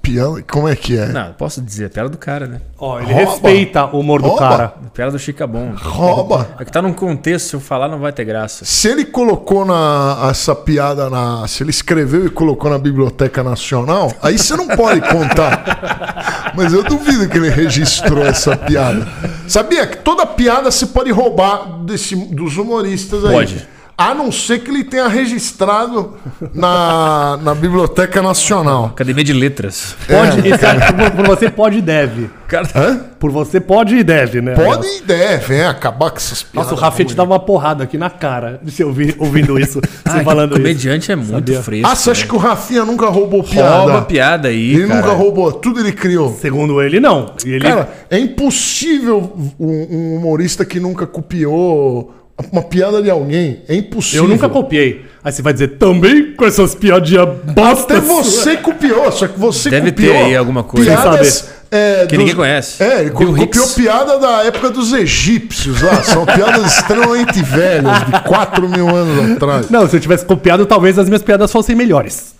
[SPEAKER 2] Piada, como é que é?
[SPEAKER 3] Não, posso dizer, a pera do cara, né?
[SPEAKER 1] Ó, ele
[SPEAKER 2] Rouba.
[SPEAKER 1] respeita o humor do
[SPEAKER 2] Rouba.
[SPEAKER 1] cara.
[SPEAKER 3] A pera do Chicabon.
[SPEAKER 2] Rouba.
[SPEAKER 3] É que tá num contexto, se eu falar, não vai ter graça.
[SPEAKER 2] Se ele colocou na, essa piada na. Se ele escreveu e colocou na Biblioteca Nacional, aí você não pode contar. Mas eu duvido que ele registrou essa piada. Sabia que toda piada se pode roubar desse- dos humoristas aí.
[SPEAKER 3] Pode.
[SPEAKER 2] A não ser que ele tenha registrado na, na Biblioteca Nacional.
[SPEAKER 3] Academia de Letras.
[SPEAKER 1] Pode,
[SPEAKER 2] É.
[SPEAKER 1] esse cara, por, por você pode e deve.
[SPEAKER 3] Cara,
[SPEAKER 2] Hã?
[SPEAKER 1] Por você pode e deve, né?
[SPEAKER 2] Pode e deve, é, acabar com essas piadas.
[SPEAKER 1] Nossa, o Rafinha te
[SPEAKER 2] ruins.
[SPEAKER 1] dava uma porrada aqui na cara de você ouvir, ouvindo isso,
[SPEAKER 3] ah,
[SPEAKER 1] você
[SPEAKER 3] que
[SPEAKER 1] falando isso.
[SPEAKER 3] comediante é muito
[SPEAKER 1] Sabia.
[SPEAKER 3] fresco.
[SPEAKER 2] Ah, você acha que o Rafinha nunca roubou piada?
[SPEAKER 3] Rouba piada aí,
[SPEAKER 2] Ele
[SPEAKER 3] cara.
[SPEAKER 2] nunca roubou, tudo ele criou.
[SPEAKER 1] Segundo ele, não. E ele...
[SPEAKER 2] Cara, é impossível um, um humorista que nunca copiou uma piada de alguém. É impossível.
[SPEAKER 1] Eu nunca copiei. Aí você vai dizer, também com essas piadinhas
[SPEAKER 2] Até
[SPEAKER 1] bostas.
[SPEAKER 2] você copiou, só que você
[SPEAKER 3] Deve ter
[SPEAKER 2] copiou.
[SPEAKER 3] aí alguma coisa.
[SPEAKER 1] Sem
[SPEAKER 2] Piadas, é,
[SPEAKER 3] Que ninguém conhece.
[SPEAKER 2] É, ele co-
[SPEAKER 3] Bill
[SPEAKER 2] copiou
[SPEAKER 3] Hicks.
[SPEAKER 2] piada da época dos egípcios lá. São piadas extremamente velhas, de 4 mil anos atrás.
[SPEAKER 1] Não, se eu tivesse copiado, talvez as minhas piadas fossem melhores.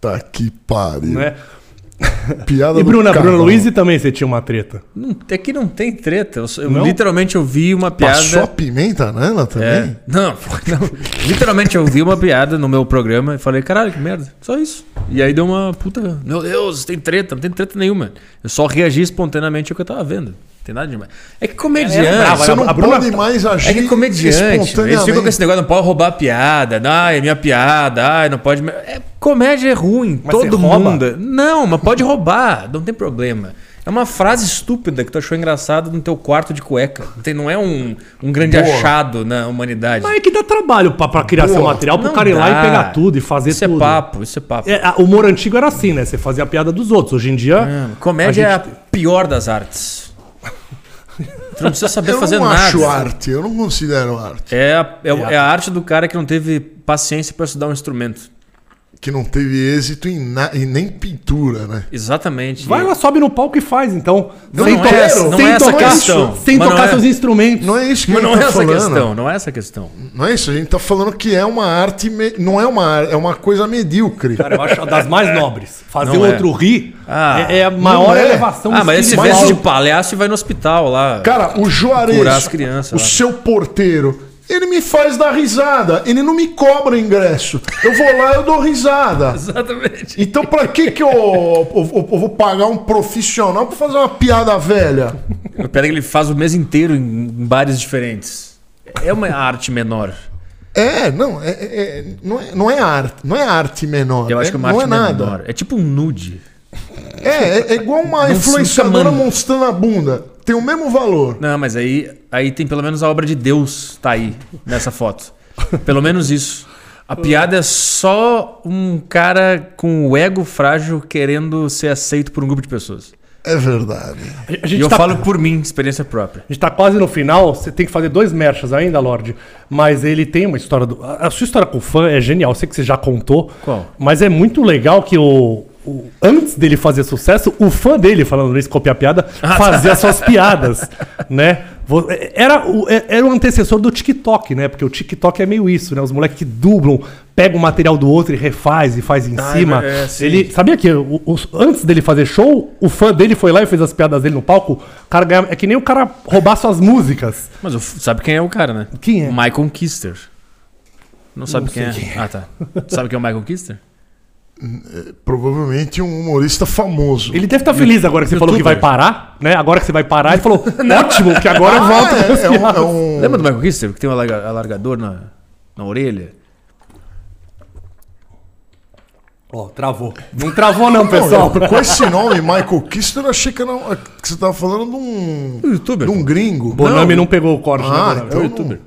[SPEAKER 2] Tá que pariu.
[SPEAKER 3] é?
[SPEAKER 1] Né?
[SPEAKER 2] Piada
[SPEAKER 1] E
[SPEAKER 2] do
[SPEAKER 1] Bruna,
[SPEAKER 2] caralho.
[SPEAKER 1] Bruna Luiz também você tinha uma treta.
[SPEAKER 3] Não- é que não tem treta. Eu, só- eu
[SPEAKER 1] Não?
[SPEAKER 3] literalmente eu vi uma piada.
[SPEAKER 2] Passou a pimenta nela também?
[SPEAKER 3] É. Não, foi- não. Literalmente eu vi uma piada no meu programa e falei, caralho, que merda. Só isso. E aí deu uma puta. Meu Deus, tem treta, não tem treta nenhuma. Eu só reagi espontaneamente ao que eu tava vendo. Não tem nada demais. É que comediante.
[SPEAKER 1] Ela é brava,
[SPEAKER 2] Você
[SPEAKER 1] A-
[SPEAKER 2] não
[SPEAKER 1] a Bruna-
[SPEAKER 2] pode mais agir
[SPEAKER 3] É que comediante. Eles ficam com esse negócio, não pode roubar a piada. Ai, é minha piada. Ai, não pode. me- É, comédia é ruim.
[SPEAKER 1] Mas
[SPEAKER 3] todo
[SPEAKER 1] você rouba?
[SPEAKER 3] mundo. é- Não, mas pode roubar. Não tem problema. É uma frase estúpida que tu achou engraçado no teu quarto de cueca. Não, tem- não é um, um grande
[SPEAKER 2] Boa.
[SPEAKER 3] achado na humanidade.
[SPEAKER 1] Mas é que dá trabalho pra, pra criar seu
[SPEAKER 2] Pô,
[SPEAKER 1] material, pro
[SPEAKER 3] Não
[SPEAKER 1] cara ir lá
[SPEAKER 3] dá.
[SPEAKER 1] e pegar tudo e fazer
[SPEAKER 3] isso
[SPEAKER 1] tudo.
[SPEAKER 3] é papo, isso é papo.
[SPEAKER 1] É, a- o humor antigo era assim, né? Você fazia a piada dos outros. Hoje em dia.
[SPEAKER 3] É, Comédia
[SPEAKER 1] a gente-
[SPEAKER 3] é a pior das artes. Tu não precisa saber
[SPEAKER 2] Eu
[SPEAKER 3] fazer
[SPEAKER 2] não
[SPEAKER 3] nada.
[SPEAKER 2] acho arte, eu não considero arte.
[SPEAKER 3] É, a, é o- é a arte do cara que não teve paciência pra estudar um instrumento.
[SPEAKER 2] que não teve êxito em, na- em nem pintura, né?
[SPEAKER 3] Exatamente.
[SPEAKER 1] Vai lá, sobe no palco e faz, então.
[SPEAKER 3] Não,
[SPEAKER 1] sem
[SPEAKER 3] não
[SPEAKER 1] tocar-
[SPEAKER 3] é essa- não
[SPEAKER 1] sem
[SPEAKER 3] é essa
[SPEAKER 1] tocar,
[SPEAKER 3] questão.
[SPEAKER 1] Sem
[SPEAKER 3] Mas não
[SPEAKER 1] tocar
[SPEAKER 3] é.
[SPEAKER 1] seus instrumentos.
[SPEAKER 2] Não é isso que
[SPEAKER 3] Mas
[SPEAKER 2] a gente
[SPEAKER 3] não é
[SPEAKER 2] tá
[SPEAKER 3] essa a
[SPEAKER 2] falando.
[SPEAKER 3] questão, não é essa a questão.
[SPEAKER 2] Não é isso, a gente tá falando que é uma arte, me- não é uma arte, é uma coisa medíocre.
[SPEAKER 1] Cara, eu acho das mais nobres. Fazer
[SPEAKER 3] Não
[SPEAKER 1] o
[SPEAKER 3] é.
[SPEAKER 1] outro rir
[SPEAKER 3] Ah.
[SPEAKER 1] é, é a maior
[SPEAKER 2] Não é.
[SPEAKER 1] elevação
[SPEAKER 3] Ah, mas esse
[SPEAKER 1] espiritual.
[SPEAKER 3] veste de palhaço e vai no hospital lá.
[SPEAKER 2] Cara, o Juarez,
[SPEAKER 3] Curar as crianças
[SPEAKER 2] o
[SPEAKER 3] lá.
[SPEAKER 2] seu porteiro, ele me faz dar risada, ele não me cobra ingresso. Eu vou lá, eu dou risada.
[SPEAKER 3] Exatamente.
[SPEAKER 2] Então pra que que eu, eu- eu- eu vou pagar um profissional pra fazer uma piada velha?
[SPEAKER 3] O pior é que ele faz o mês inteiro em- em bares diferentes. É uma arte menor.
[SPEAKER 2] É, não, é, é- é- não, é, não é arte, não é arte menor.
[SPEAKER 3] Eu acho
[SPEAKER 2] é,
[SPEAKER 3] que uma arte
[SPEAKER 2] não é nada.
[SPEAKER 3] menor. É tipo um nude.
[SPEAKER 2] É, é, é igual uma
[SPEAKER 3] Não se
[SPEAKER 2] influenciadora
[SPEAKER 3] chama-
[SPEAKER 2] mostrando a bunda. Tem o mesmo valor.
[SPEAKER 3] Não, mas aí, aí tem pelo menos a obra de Deus tá aí nessa foto. Pelo menos isso. A piada é só um cara com o ego frágil querendo ser aceito por um grupo de pessoas.
[SPEAKER 2] É verdade.
[SPEAKER 1] A
[SPEAKER 3] E
[SPEAKER 1] gente
[SPEAKER 3] eu
[SPEAKER 1] tá-
[SPEAKER 3] falo por mim, experiência própria.
[SPEAKER 1] A gente tá quase no final, você tem que fazer dois merchas ainda, Lorde. Mas ele tem uma história do. A a sua história com o fã é genial, eu sei que você já contou.
[SPEAKER 3] Qual?
[SPEAKER 1] Mas é muito legal que o. o- antes dele fazer sucesso, o fã dele, falando isso, copiar piada, fazia suas piadas, né? Vo- é- Era o, é- era o antecessor do TikTok, né? Porque o TikTok é meio isso, né? Os moleques que dublam, pegam o material do outro e refaz e faz em
[SPEAKER 3] Ah,
[SPEAKER 1] cima.
[SPEAKER 3] é, é, sim.
[SPEAKER 1] ele, Sabia que o- os- antes dele fazer show, o fã dele foi lá e fez as piadas dele no palco. O cara ganhava, é que nem o cara roubar suas músicas.
[SPEAKER 3] Mas o f- sabe quem é o cara, né?
[SPEAKER 1] Quem é?
[SPEAKER 3] Michael Kister. Não sabe quem, é.
[SPEAKER 1] sei
[SPEAKER 3] Ah, tá. Sabe quem é o Michael Kister?
[SPEAKER 2] Provavelmente um humorista famoso.
[SPEAKER 1] Ele deve estar feliz agora que você falou que vai
[SPEAKER 3] Youtuber.
[SPEAKER 1] parar, né? Agora que você vai parar, ele falou, ótimo, que agora eu volto.
[SPEAKER 2] Ah,
[SPEAKER 1] pras
[SPEAKER 2] é, é um-
[SPEAKER 1] piadas."
[SPEAKER 2] é um-
[SPEAKER 3] Lembra do Michael Kister? Que tem um alarga- alargador na, na orelha?
[SPEAKER 1] Ó, travou. Não travou não, pessoal.
[SPEAKER 2] Não, eu- com esse nome, Michael Kister, eu achei que, era, um- que você tava falando de um,
[SPEAKER 3] Um youtuber.
[SPEAKER 2] de um gringo.
[SPEAKER 1] Bonami não pegou o corte,
[SPEAKER 2] Ah,
[SPEAKER 1] né,
[SPEAKER 2] eu
[SPEAKER 1] Bonami?
[SPEAKER 2] não
[SPEAKER 3] youtuber.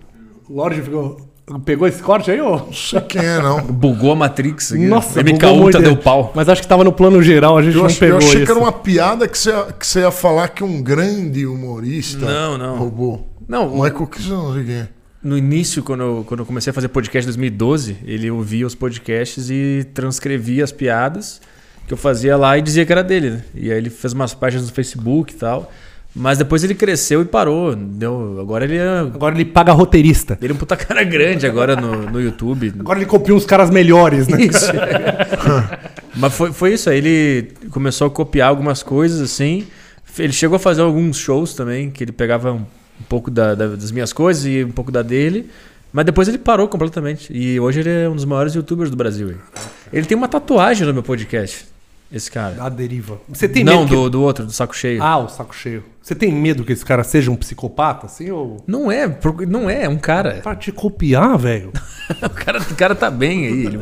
[SPEAKER 1] O Lorde ficou... Pegou esse corte aí, ô?
[SPEAKER 2] sei quem é, não.
[SPEAKER 3] Bugou a Matrix. aqui.
[SPEAKER 1] bugou muito
[SPEAKER 3] MK-8 deu
[SPEAKER 1] ele.
[SPEAKER 3] pau.
[SPEAKER 1] Mas acho que tava no plano geral, a gente
[SPEAKER 2] Eu,
[SPEAKER 1] não
[SPEAKER 2] ach- eu
[SPEAKER 1] pegou
[SPEAKER 2] achei
[SPEAKER 1] isso.
[SPEAKER 2] que era uma piada que você, ia- que você ia falar que um grande humorista
[SPEAKER 3] Não, não.
[SPEAKER 2] roubou.
[SPEAKER 3] Não, o-
[SPEAKER 2] Michael Kister, eu não sei quem é.
[SPEAKER 3] No início, quando eu, quando eu comecei a fazer podcast em 2012, ele ouvia os podcasts e transcrevia as piadas que eu fazia lá e dizia que era dele. Né? E aí ele fez umas páginas no Facebook e tal. Mas depois ele cresceu e parou. Deu, agora ele é,
[SPEAKER 1] Agora ele paga roteirista.
[SPEAKER 3] ele é um puta cara grande agora no, no YouTube.
[SPEAKER 1] Agora ele copia uns caras melhores, né?
[SPEAKER 3] Isso. Mas foi, foi isso aí. Ele começou a copiar algumas coisas, assim. Ele chegou a fazer alguns shows também, que ele pegava um, um pouco da- da- das minhas coisas e um pouco da dele. Mas depois ele parou completamente. E hoje ele é um dos maiores youtubers do Brasil. aí. Ele tem uma tatuagem no meu podcast, esse cara.
[SPEAKER 1] A deriva. Você tem
[SPEAKER 3] Não,
[SPEAKER 1] medo que-
[SPEAKER 3] do, do outro, do saco cheio.
[SPEAKER 1] Ah, o saco cheio. Você tem medo que esse cara seja um psicopata, assim, ou...
[SPEAKER 3] Não é, por- não é, é um cara.
[SPEAKER 1] Pra te copiar, velho.
[SPEAKER 3] O cara, o cara tá bem aí. Ele,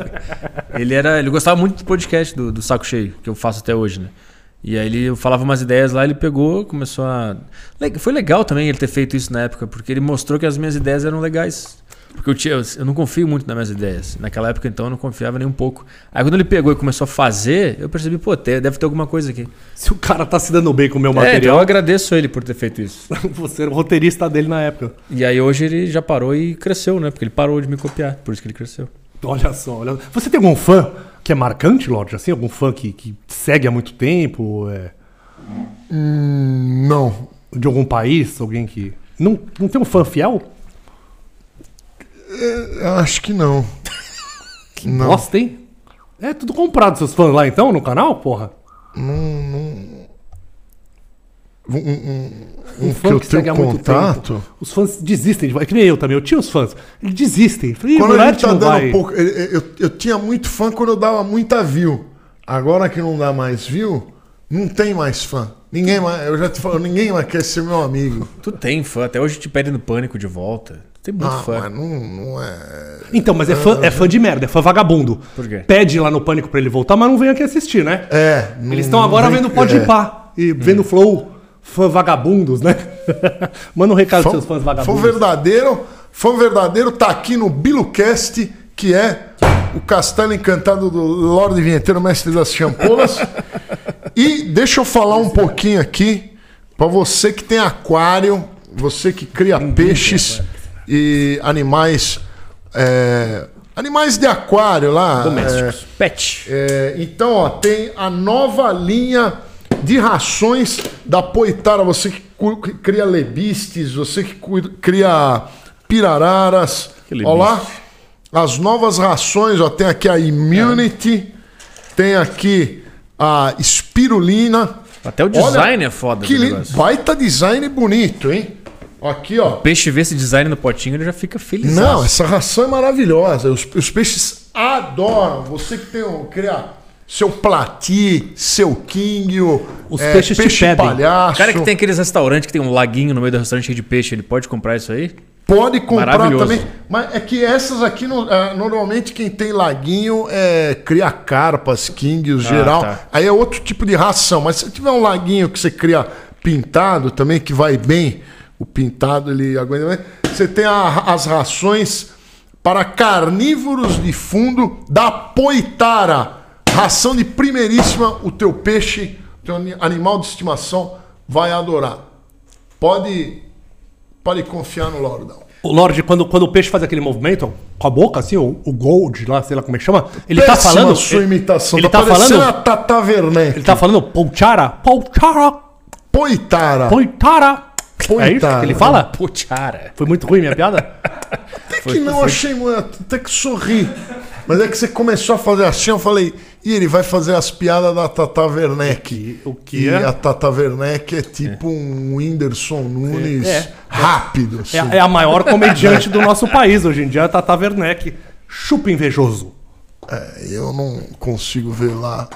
[SPEAKER 3] ele era, ele gostava muito do podcast do, do Saco Cheio, que eu faço até hoje, né? E aí ele, eu falava umas ideias lá, ele pegou, começou a... Le- Foi legal também ele ter feito isso na época, porque ele mostrou que as minhas ideias eram legais. Porque eu, tinha, eu, eu não confio muito nas minhas ideias. Naquela época, então, eu não confiava nem um pouco. Aí quando ele pegou e começou a fazer, eu percebi, pô, te- deve ter alguma coisa aqui.
[SPEAKER 1] Se o cara tá se dando bem com o meu
[SPEAKER 3] É, então eu
[SPEAKER 1] material,
[SPEAKER 3] agradeço ele por ter feito isso.
[SPEAKER 1] você era o roteirista dele na época.
[SPEAKER 3] E aí hoje ele já parou e cresceu, né? Porque ele parou de me copiar, por isso que ele cresceu.
[SPEAKER 1] Olha só, olha... Você tem algum fã que é marcante, Lorde? Assim, algum fã que, que te segue há muito tempo? é,
[SPEAKER 2] Hum, não.
[SPEAKER 1] De algum país? Alguém que... Não, não tem um fã fiel?
[SPEAKER 2] Eu Acho que não.
[SPEAKER 1] Que
[SPEAKER 2] Não.
[SPEAKER 1] bosta, hein? É tudo comprado seus fãs lá, então, no canal, porra?
[SPEAKER 2] Um, um- um
[SPEAKER 1] Um
[SPEAKER 2] que
[SPEAKER 1] fã
[SPEAKER 2] eu
[SPEAKER 1] que segue
[SPEAKER 2] tenho
[SPEAKER 1] há muito
[SPEAKER 2] contato.
[SPEAKER 1] Os fãs desistem. De... É que nem eu também. Eu tinha os fãs. Eles desistem. Falei,
[SPEAKER 2] Quando
[SPEAKER 1] "Moleque,
[SPEAKER 2] ele tá
[SPEAKER 1] não
[SPEAKER 2] dando
[SPEAKER 1] vai."
[SPEAKER 2] pouco. Eu, eu- eu tinha muito fã quando eu dava muita view. Agora que não dá mais view, não tem mais fã. Ninguém mais. Eu já te falo, ninguém mais quer ser meu amigo.
[SPEAKER 3] Tu tem fã, até hoje te pedem no pânico de volta. Tu tem muito
[SPEAKER 2] Ah,
[SPEAKER 3] fã.
[SPEAKER 2] mas não, não é.
[SPEAKER 1] Então, mas é fã, é fã de merda, é fã vagabundo.
[SPEAKER 3] Por quê?
[SPEAKER 1] Pede lá no Pânico pra ele voltar, mas não vem aqui assistir, né?
[SPEAKER 2] É. não-
[SPEAKER 1] Eles estão agora
[SPEAKER 2] não vem-
[SPEAKER 1] vendo Pode
[SPEAKER 2] é.
[SPEAKER 1] Pá e vendo Flow, fã vagabundos, né? Manda um recado
[SPEAKER 2] Fã,
[SPEAKER 1] pros seus fãs
[SPEAKER 2] fã
[SPEAKER 1] vagabundos.
[SPEAKER 2] verdadeiro, fã verdadeiro tá aqui no Bilocast, que é o castelo encantado do Lorde Vinheteiro, mestre das champolas. e deixa eu falar um pouquinho aqui para você que tem aquário, você que cria peixes e animais é, Animais de aquário lá.
[SPEAKER 5] Domésticos. Pet.
[SPEAKER 2] é, é, então, ó, tem a nova linha de rações da Poitara. Você que cu- que cria lebistes, você que cu- cria pirararas.
[SPEAKER 5] lebiste.
[SPEAKER 2] Olha lá. As novas rações, ó, tem aqui a Immunity, tem aqui a Espirulina.
[SPEAKER 3] Até o
[SPEAKER 2] Olha,
[SPEAKER 3] design é foda.
[SPEAKER 2] Que
[SPEAKER 3] do
[SPEAKER 2] lindo.
[SPEAKER 3] negócio.
[SPEAKER 2] Baita design bonito, hein? Aqui, ó.
[SPEAKER 3] Peixe vê esse design no potinho, ele já fica feliz.
[SPEAKER 2] Não, essa ração é maravilhosa. Os, os peixes adoram. Você que tem um criar seu plati, seu king, é,
[SPEAKER 1] Os peixes te
[SPEAKER 2] peixe
[SPEAKER 1] pedem.
[SPEAKER 2] palhaço.
[SPEAKER 3] O cara que tem aqueles restaurantes que tem um laguinho no meio do restaurante cheio de peixe, ele pode comprar isso aí?
[SPEAKER 2] Pode comprar
[SPEAKER 3] Maravilhoso.
[SPEAKER 2] também. Mas é que essas aqui, no- ah, normalmente quem tem laguinho é, cria carpas, kings, geral.
[SPEAKER 3] tá.
[SPEAKER 2] Aí é outro tipo de ração. Mas se tiver um laguinho que você cria pintado também, que vai bem, o pintado ele aguenta bem. Você tem a- as rações para carnívoros de fundo da Poitara. Ração de primeiríssima, o teu peixe, teu ani- animal de estimação vai adorar. Pode, pode confiar no Lordão.
[SPEAKER 1] O Lorde, quando, quando o peixe faz aquele movimento ó, com a boca, assim, o, o gold lá, sei lá como é que chama, ele tá
[SPEAKER 2] Péssima
[SPEAKER 1] falando.
[SPEAKER 2] sua
[SPEAKER 1] ele-
[SPEAKER 2] imitação.
[SPEAKER 1] Ele tá,
[SPEAKER 2] parecendo a
[SPEAKER 1] falando.
[SPEAKER 2] Tata Werneck.
[SPEAKER 1] Ele tá falando Polchara, Polchara,
[SPEAKER 2] Poitara.
[SPEAKER 1] Polchara. É isso
[SPEAKER 2] Poitara.
[SPEAKER 1] que ele fala?
[SPEAKER 3] Puchara.
[SPEAKER 1] Foi muito ruim minha piada?
[SPEAKER 2] Até que não achei muito. Até que sorri. Mas é que você começou a fazer assim, eu falei... E ele vai fazer as piadas da Tata Werneck.
[SPEAKER 1] O que
[SPEAKER 2] e
[SPEAKER 1] é?
[SPEAKER 2] a Tata Werneck é tipo um Whindersson Nunes
[SPEAKER 1] É.
[SPEAKER 2] rápido. assim.
[SPEAKER 1] É, a- é a maior comediante do nosso país hoje em dia, a Tata Werneck. Chupa invejoso.
[SPEAKER 2] É, Eu não consigo ver lá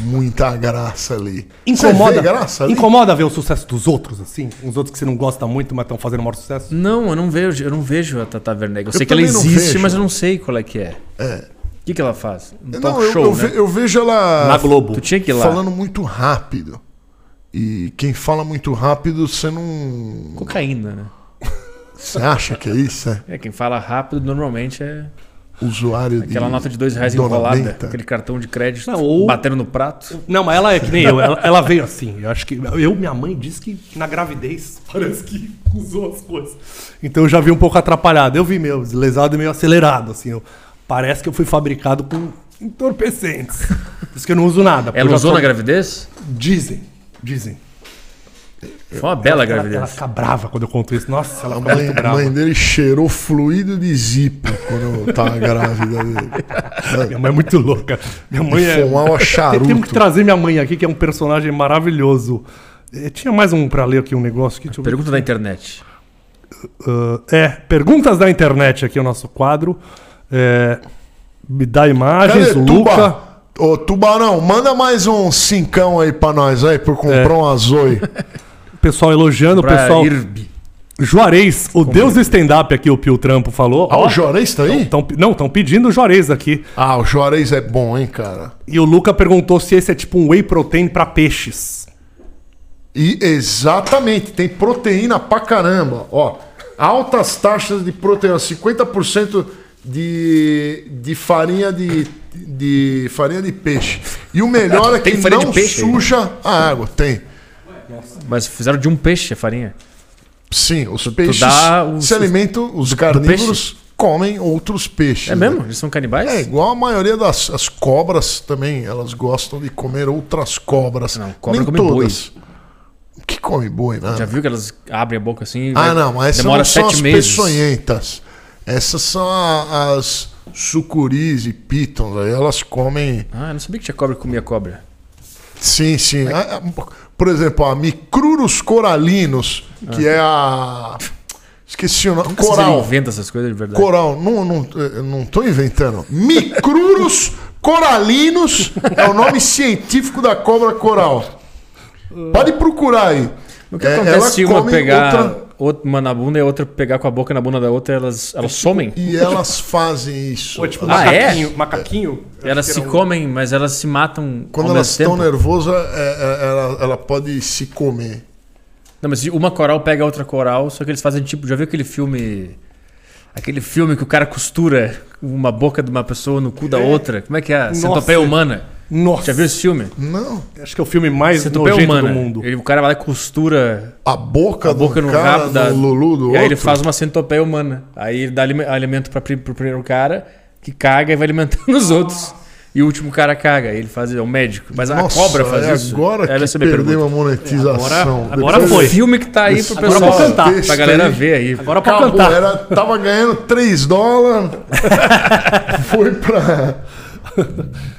[SPEAKER 2] muita graça ali. Você
[SPEAKER 1] Incomoda,
[SPEAKER 2] vê graça ali?
[SPEAKER 1] incomoda ver o sucesso dos outros, assim? Uns outros que você não gosta muito, mas estão fazendo o maior sucesso?
[SPEAKER 3] Não, eu não vejo, eu não vejo a Tata Werneck. Eu, sei que ela
[SPEAKER 2] também não
[SPEAKER 3] existe,
[SPEAKER 2] vejo.
[SPEAKER 3] mas eu não sei qual é que é. É. O que, que ela faz? Um
[SPEAKER 2] Não,
[SPEAKER 3] talk
[SPEAKER 2] eu,
[SPEAKER 3] show,
[SPEAKER 2] eu
[SPEAKER 3] né?
[SPEAKER 2] ve- eu vejo ela...
[SPEAKER 1] Na Globo.
[SPEAKER 3] Tu tinha que ir lá.
[SPEAKER 2] falando muito rápido. E quem fala muito rápido, você não.
[SPEAKER 3] Cocaína, né?
[SPEAKER 2] Você acha que é isso? É?
[SPEAKER 3] É, quem fala rápido normalmente é
[SPEAKER 2] Usuário de.
[SPEAKER 3] aquela nota de dois reais
[SPEAKER 2] Dona
[SPEAKER 3] enrolada,
[SPEAKER 2] Benta.
[SPEAKER 3] aquele cartão de crédito
[SPEAKER 1] Não, ou-
[SPEAKER 3] batendo no prato.
[SPEAKER 1] Não, mas ela é que nem eu. Ela, ela veio assim. Eu acho que. Eu, minha mãe disse que na gravidez parece que usou as coisas. Então eu já vi um pouco atrapalhado. Eu vi meio deslesado e meio acelerado, assim. Eu- parece que eu fui fabricado com entorpecentes. Por isso que eu não uso nada. porque eu
[SPEAKER 3] Ela
[SPEAKER 1] já
[SPEAKER 3] usou
[SPEAKER 1] tô-
[SPEAKER 3] na gravidez?
[SPEAKER 1] Dizem. Dizem.
[SPEAKER 3] Foi uma bela
[SPEAKER 1] Ela, ela
[SPEAKER 3] gravidez.
[SPEAKER 1] fica brava quando eu conto isso. Nossa, ela
[SPEAKER 2] A
[SPEAKER 1] fica muito
[SPEAKER 2] mãe, a
[SPEAKER 1] brava.
[SPEAKER 2] mãe dele cheirou fluido de zipo quando eu tava grávida dele.
[SPEAKER 1] Minha mãe é muito louca. Minha mãe é.
[SPEAKER 2] Fumava charuto.
[SPEAKER 1] Temos que trazer minha mãe aqui, que é um personagem maravilhoso. Eh, Tinha mais um pra ler aqui, um negócio aqui. Deixa eu ver.
[SPEAKER 3] Pergunta da internet.
[SPEAKER 1] Ah, é, perguntas da internet aqui é o nosso quadro. É, me dá imagens,
[SPEAKER 2] Cadê
[SPEAKER 1] o Luca.
[SPEAKER 2] Tuba? Ô, Tubarão, manda mais um cincão aí pra nós aí, por comprar
[SPEAKER 1] É.
[SPEAKER 2] um azoi.
[SPEAKER 1] O pessoal elogiando, o pessoal.
[SPEAKER 3] Irbi.
[SPEAKER 1] Juarez, o deus do stand-up aqui, o Pio Trampo falou.
[SPEAKER 2] Ah,
[SPEAKER 1] Ó, Então tá.
[SPEAKER 2] o Jorez tá aí?
[SPEAKER 1] tão- não, estão pedindo o Juarez aqui.
[SPEAKER 2] Ah, o Jorez é bom, hein, cara?
[SPEAKER 1] E o Luca perguntou se esse é tipo um whey protein pra peixes.
[SPEAKER 2] E exatamente, tem proteína pra caramba. Ó, altas taxas de proteína, 50% de, de farinha de, de farinha de peixe. E o melhor é
[SPEAKER 3] Tem
[SPEAKER 2] que
[SPEAKER 3] farinha de
[SPEAKER 2] não
[SPEAKER 3] peixe ainda?
[SPEAKER 2] suja a água. Tem.
[SPEAKER 3] Mas fizeram de um peixe a farinha.
[SPEAKER 2] Sim, os peixes
[SPEAKER 3] dá os-
[SPEAKER 2] se alimentam, os carnívoros comem outros peixes.
[SPEAKER 3] É
[SPEAKER 2] né?
[SPEAKER 3] mesmo? Eles são canibais?
[SPEAKER 2] É igual a maioria das as cobras também, elas gostam de comer outras cobras.
[SPEAKER 3] Não, cobra
[SPEAKER 2] Nem
[SPEAKER 3] come
[SPEAKER 2] todas. Que come boi, né?
[SPEAKER 3] Já viu que elas abrem a boca assim? e
[SPEAKER 2] Ah,
[SPEAKER 3] vai-
[SPEAKER 2] não, mas essas
[SPEAKER 3] demora
[SPEAKER 2] não um são
[SPEAKER 3] sete
[SPEAKER 2] as
[SPEAKER 3] meses.
[SPEAKER 2] peçonhentas. Essas são a- as sucuris e pitons. Aí elas comem.
[SPEAKER 3] Ah, eu não sabia que tinha cobra que comia cobra.
[SPEAKER 2] Sim, sim. Ah, ah, Por exemplo, a Micrurus coralinos, que
[SPEAKER 3] Ah.
[SPEAKER 2] é a. Esqueci o nome.
[SPEAKER 3] Coral. Vocês
[SPEAKER 2] Coral.
[SPEAKER 3] inventam essas coisas de verdade.
[SPEAKER 2] Coral. Não, não, eh, não tô inventando. Micrurus coralinos é o nome científico da cobra coral. Pode procurar aí.
[SPEAKER 3] O que
[SPEAKER 2] É,
[SPEAKER 3] acontece se uma
[SPEAKER 2] come
[SPEAKER 3] pegar
[SPEAKER 2] outra-
[SPEAKER 3] outra- uma na bunda e a outra pegar com a boca na bunda da outra, elas, elas somem?
[SPEAKER 2] E elas fazem isso.
[SPEAKER 1] Ou tipo
[SPEAKER 3] Ah, é?
[SPEAKER 1] macaquinho. Macaquinho.
[SPEAKER 3] Elas se comem, mas elas se matam
[SPEAKER 2] Quando
[SPEAKER 3] ao
[SPEAKER 2] elas
[SPEAKER 3] mesmo tempo.
[SPEAKER 2] estão nervosas, é- é- ela, ela pode se comer.
[SPEAKER 3] Não, mas uma coral pega a outra coral, só que eles fazem tipo. Já viu aquele filme. Aquele filme que o cara costura uma boca de uma pessoa no cu da outra? Como é que é? A Centopeia
[SPEAKER 1] Nossa.
[SPEAKER 3] humana.
[SPEAKER 1] É. Nossa,
[SPEAKER 3] Já viu esse filme?
[SPEAKER 2] Não.
[SPEAKER 1] acho que é o filme mais
[SPEAKER 3] Centopeia
[SPEAKER 1] nojento
[SPEAKER 3] humana.
[SPEAKER 1] do mundo.
[SPEAKER 3] Ele- o cara vai lá e costura
[SPEAKER 2] A boca,
[SPEAKER 3] a boca
[SPEAKER 2] do
[SPEAKER 3] no
[SPEAKER 2] cara,
[SPEAKER 3] rabo da.
[SPEAKER 2] no Lulu do
[SPEAKER 3] e aí ele
[SPEAKER 2] outro.
[SPEAKER 3] faz uma centopeia humana. Aí ele dá alime- alimento pra, pri- pro primeiro cara. que caga e vai alimentando os outros. E o último cara caga, ele faz, é o médico. Mas a cobra faz
[SPEAKER 2] é
[SPEAKER 3] isso.
[SPEAKER 2] Agora
[SPEAKER 3] Era essa
[SPEAKER 2] que
[SPEAKER 3] a minha
[SPEAKER 2] perdeu a
[SPEAKER 3] pergunta.
[SPEAKER 2] monetização.
[SPEAKER 1] Agora- agora
[SPEAKER 2] Depois-
[SPEAKER 1] foi.
[SPEAKER 3] O filme que tá aí pro
[SPEAKER 2] Agora
[SPEAKER 3] pessoal,
[SPEAKER 1] vou cantar.
[SPEAKER 3] pra galera ver aí.
[SPEAKER 1] Agora pode
[SPEAKER 2] Acabou,
[SPEAKER 1] cantar.
[SPEAKER 2] era, tava ganhando 3 dólares, foi pra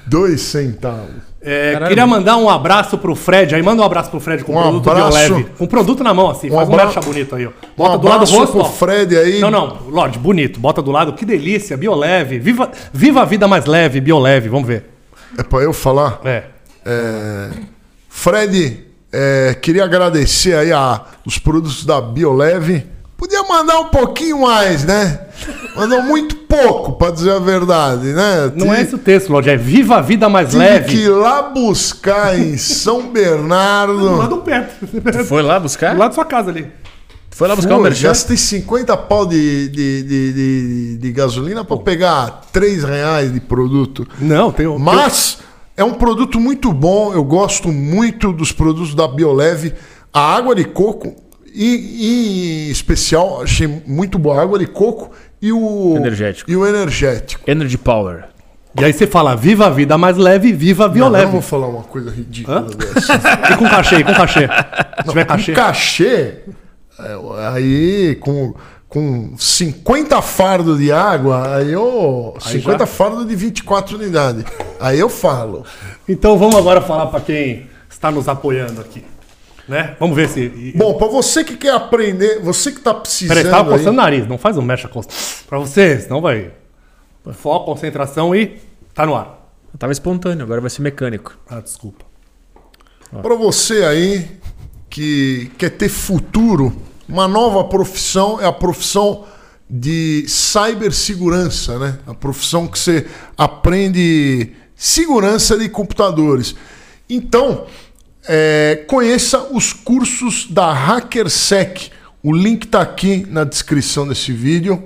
[SPEAKER 2] 2 centavos.
[SPEAKER 1] É,
[SPEAKER 3] Caralho.
[SPEAKER 1] queria mandar um abraço pro Fred. Aí manda um abraço pro Fred com
[SPEAKER 2] Um
[SPEAKER 1] produto
[SPEAKER 2] abraço.
[SPEAKER 1] Bioleve. Com produto na mão, assim.
[SPEAKER 2] Um
[SPEAKER 1] faz um
[SPEAKER 2] abra-
[SPEAKER 1] mecha bonito aí, ó.
[SPEAKER 2] um
[SPEAKER 1] Bota do lado do
[SPEAKER 2] abraço
[SPEAKER 1] rosto,
[SPEAKER 2] pro
[SPEAKER 1] ó.
[SPEAKER 2] Fred aí.
[SPEAKER 1] Não, não. Lorde, bonito. Bota do lado. Que delícia. Bioleve. Viva, viva a vida mais leve. Bioleve. Vamos ver.
[SPEAKER 2] É pra eu falar?
[SPEAKER 1] É.
[SPEAKER 2] É, Fred, é, queria agradecer aí a, os produtos da Bioleve. Podia mandar um pouquinho mais, né? Mandou muito pouco, pra dizer a verdade, né?
[SPEAKER 1] Não é
[SPEAKER 2] Tive-
[SPEAKER 1] esse o texto, Lorde. É viva a vida mais
[SPEAKER 2] Tive
[SPEAKER 1] leve.
[SPEAKER 2] que ir lá buscar em São
[SPEAKER 1] Do
[SPEAKER 2] Bernardo.
[SPEAKER 1] lado perto.
[SPEAKER 2] É?
[SPEAKER 1] do
[SPEAKER 3] Foi lá buscar?
[SPEAKER 1] lado da sua casa ali.
[SPEAKER 3] Foi lá buscar o
[SPEAKER 2] Pô,
[SPEAKER 3] merchan?
[SPEAKER 2] gastei 50 pau de, de, de, de- de gasolina pra pegar 3 reais de produto.
[SPEAKER 1] Não, tem o.
[SPEAKER 2] Mas é um produto muito bom. Eu gosto muito dos produtos da Bioleve. A água de coco, e, em especial, achei muito boa. A água de coco e o.
[SPEAKER 3] Energético.
[SPEAKER 2] E o energético.
[SPEAKER 3] Energy Power.
[SPEAKER 1] E aí você fala, viva a vida mais leve, viva a
[SPEAKER 2] Eu
[SPEAKER 1] Bioleve.
[SPEAKER 2] não vou falar uma coisa ridícula dessa.
[SPEAKER 1] E com cachê, e com cachê. Se tiver
[SPEAKER 2] Um
[SPEAKER 1] cachê.
[SPEAKER 2] cachê, é, aí com, com 50 fardos de água, aí eu. 50 fardos de 24 unidades. Aí eu falo.
[SPEAKER 1] Então vamos agora falar pra quem está nos apoiando aqui. Né? Vamos ver se. e-
[SPEAKER 2] Bom, pra você que quer aprender, você que tá
[SPEAKER 1] Peraí,
[SPEAKER 2] precisando.
[SPEAKER 1] você tava
[SPEAKER 2] aí-
[SPEAKER 1] coçando o nariz, não faz um mecha costa. Pra você, senão vai. Foco, concentração e. Tá no ar.
[SPEAKER 3] Eu tava espontâneo, agora vai ser mecânico.
[SPEAKER 1] Ah, desculpa.
[SPEAKER 2] Para você aí que quer ter futuro, uma nova profissão é a profissão de cibersegurança, né? A profissão que você aprende segurança de computadores. Então, é, conheça os cursos da HackerSec. O link está aqui na descrição desse vídeo.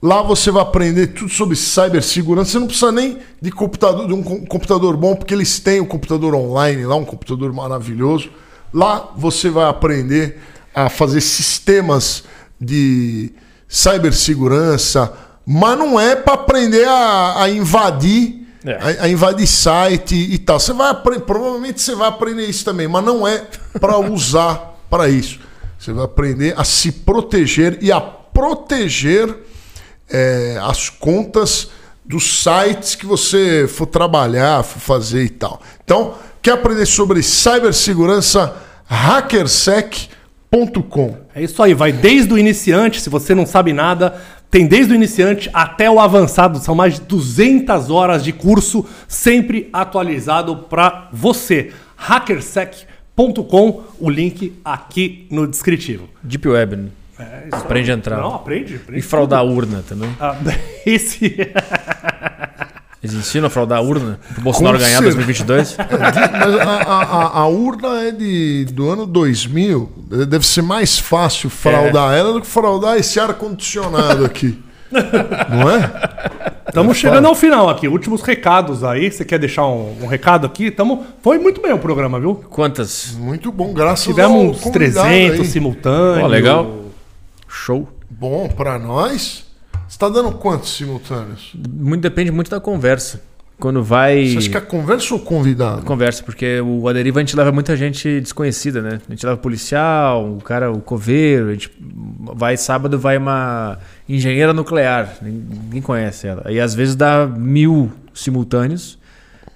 [SPEAKER 2] Lá você vai aprender tudo sobre cibersegurança. Você não precisa nem de computador, de um com- computador bom, porque eles têm um computador online lá, um computador maravilhoso. Lá você vai aprender a fazer sistemas de cibersegurança, mas não é para aprender a, a invadir,
[SPEAKER 3] É.
[SPEAKER 2] a, a invadir site e tal. Você vai apre- provavelmente você vai aprender isso também, mas não é para usar para isso. Você vai aprender a se proteger e a proteger é, as contas dos sites que você for trabalhar, for fazer e tal. Então, quer aprender sobre cibersegurança? hackersec.com.
[SPEAKER 1] É isso aí, vai desde o iniciante, se você não sabe nada, tem desde o iniciante até o avançado, são mais de 200 horas de curso, sempre atualizado para você. hackersec.com, o link aqui no descritivo.
[SPEAKER 3] Deep Web. né? Aprende a entrar.
[SPEAKER 1] É, Não, aprende,
[SPEAKER 3] E
[SPEAKER 1] aprende.
[SPEAKER 3] fraudar a urna tá também.
[SPEAKER 1] Ah, esse
[SPEAKER 3] Eles ensinam a fraudar a urna pro Bolsonaro
[SPEAKER 2] Com
[SPEAKER 3] ganhar
[SPEAKER 2] certeza. É.
[SPEAKER 3] 2022.
[SPEAKER 2] Mas a, a- a- a urna é de, do ano 2000. Deve ser mais fácil fraudar ela do que fraudar esse ar-condicionado aqui. Não é?
[SPEAKER 1] Estamos chegando ao final aqui. Últimos recados aí. Você quer deixar um, um recado aqui? Tamo... Foi muito bem o programa, viu?
[SPEAKER 3] Quantas?
[SPEAKER 2] Muito bom, graças ao
[SPEAKER 1] Tivemos uns
[SPEAKER 2] convidado
[SPEAKER 1] 300
[SPEAKER 2] aí.
[SPEAKER 1] simultâneos.
[SPEAKER 3] Ó, legal. Show.
[SPEAKER 2] Bom, pra nós. Você está dando quantos simultâneos?
[SPEAKER 3] Muito, depende muito da conversa. Quando vai.
[SPEAKER 2] Você acha que é conversa ou convidado?
[SPEAKER 3] Conversa, porque o A Deriva a gente leva muita gente desconhecida, né? A gente leva policial, o cara, o coveiro, a gente vai sábado, vai uma engenheira nuclear, nin- ninguém conhece ela. E às vezes dá mil simultâneos,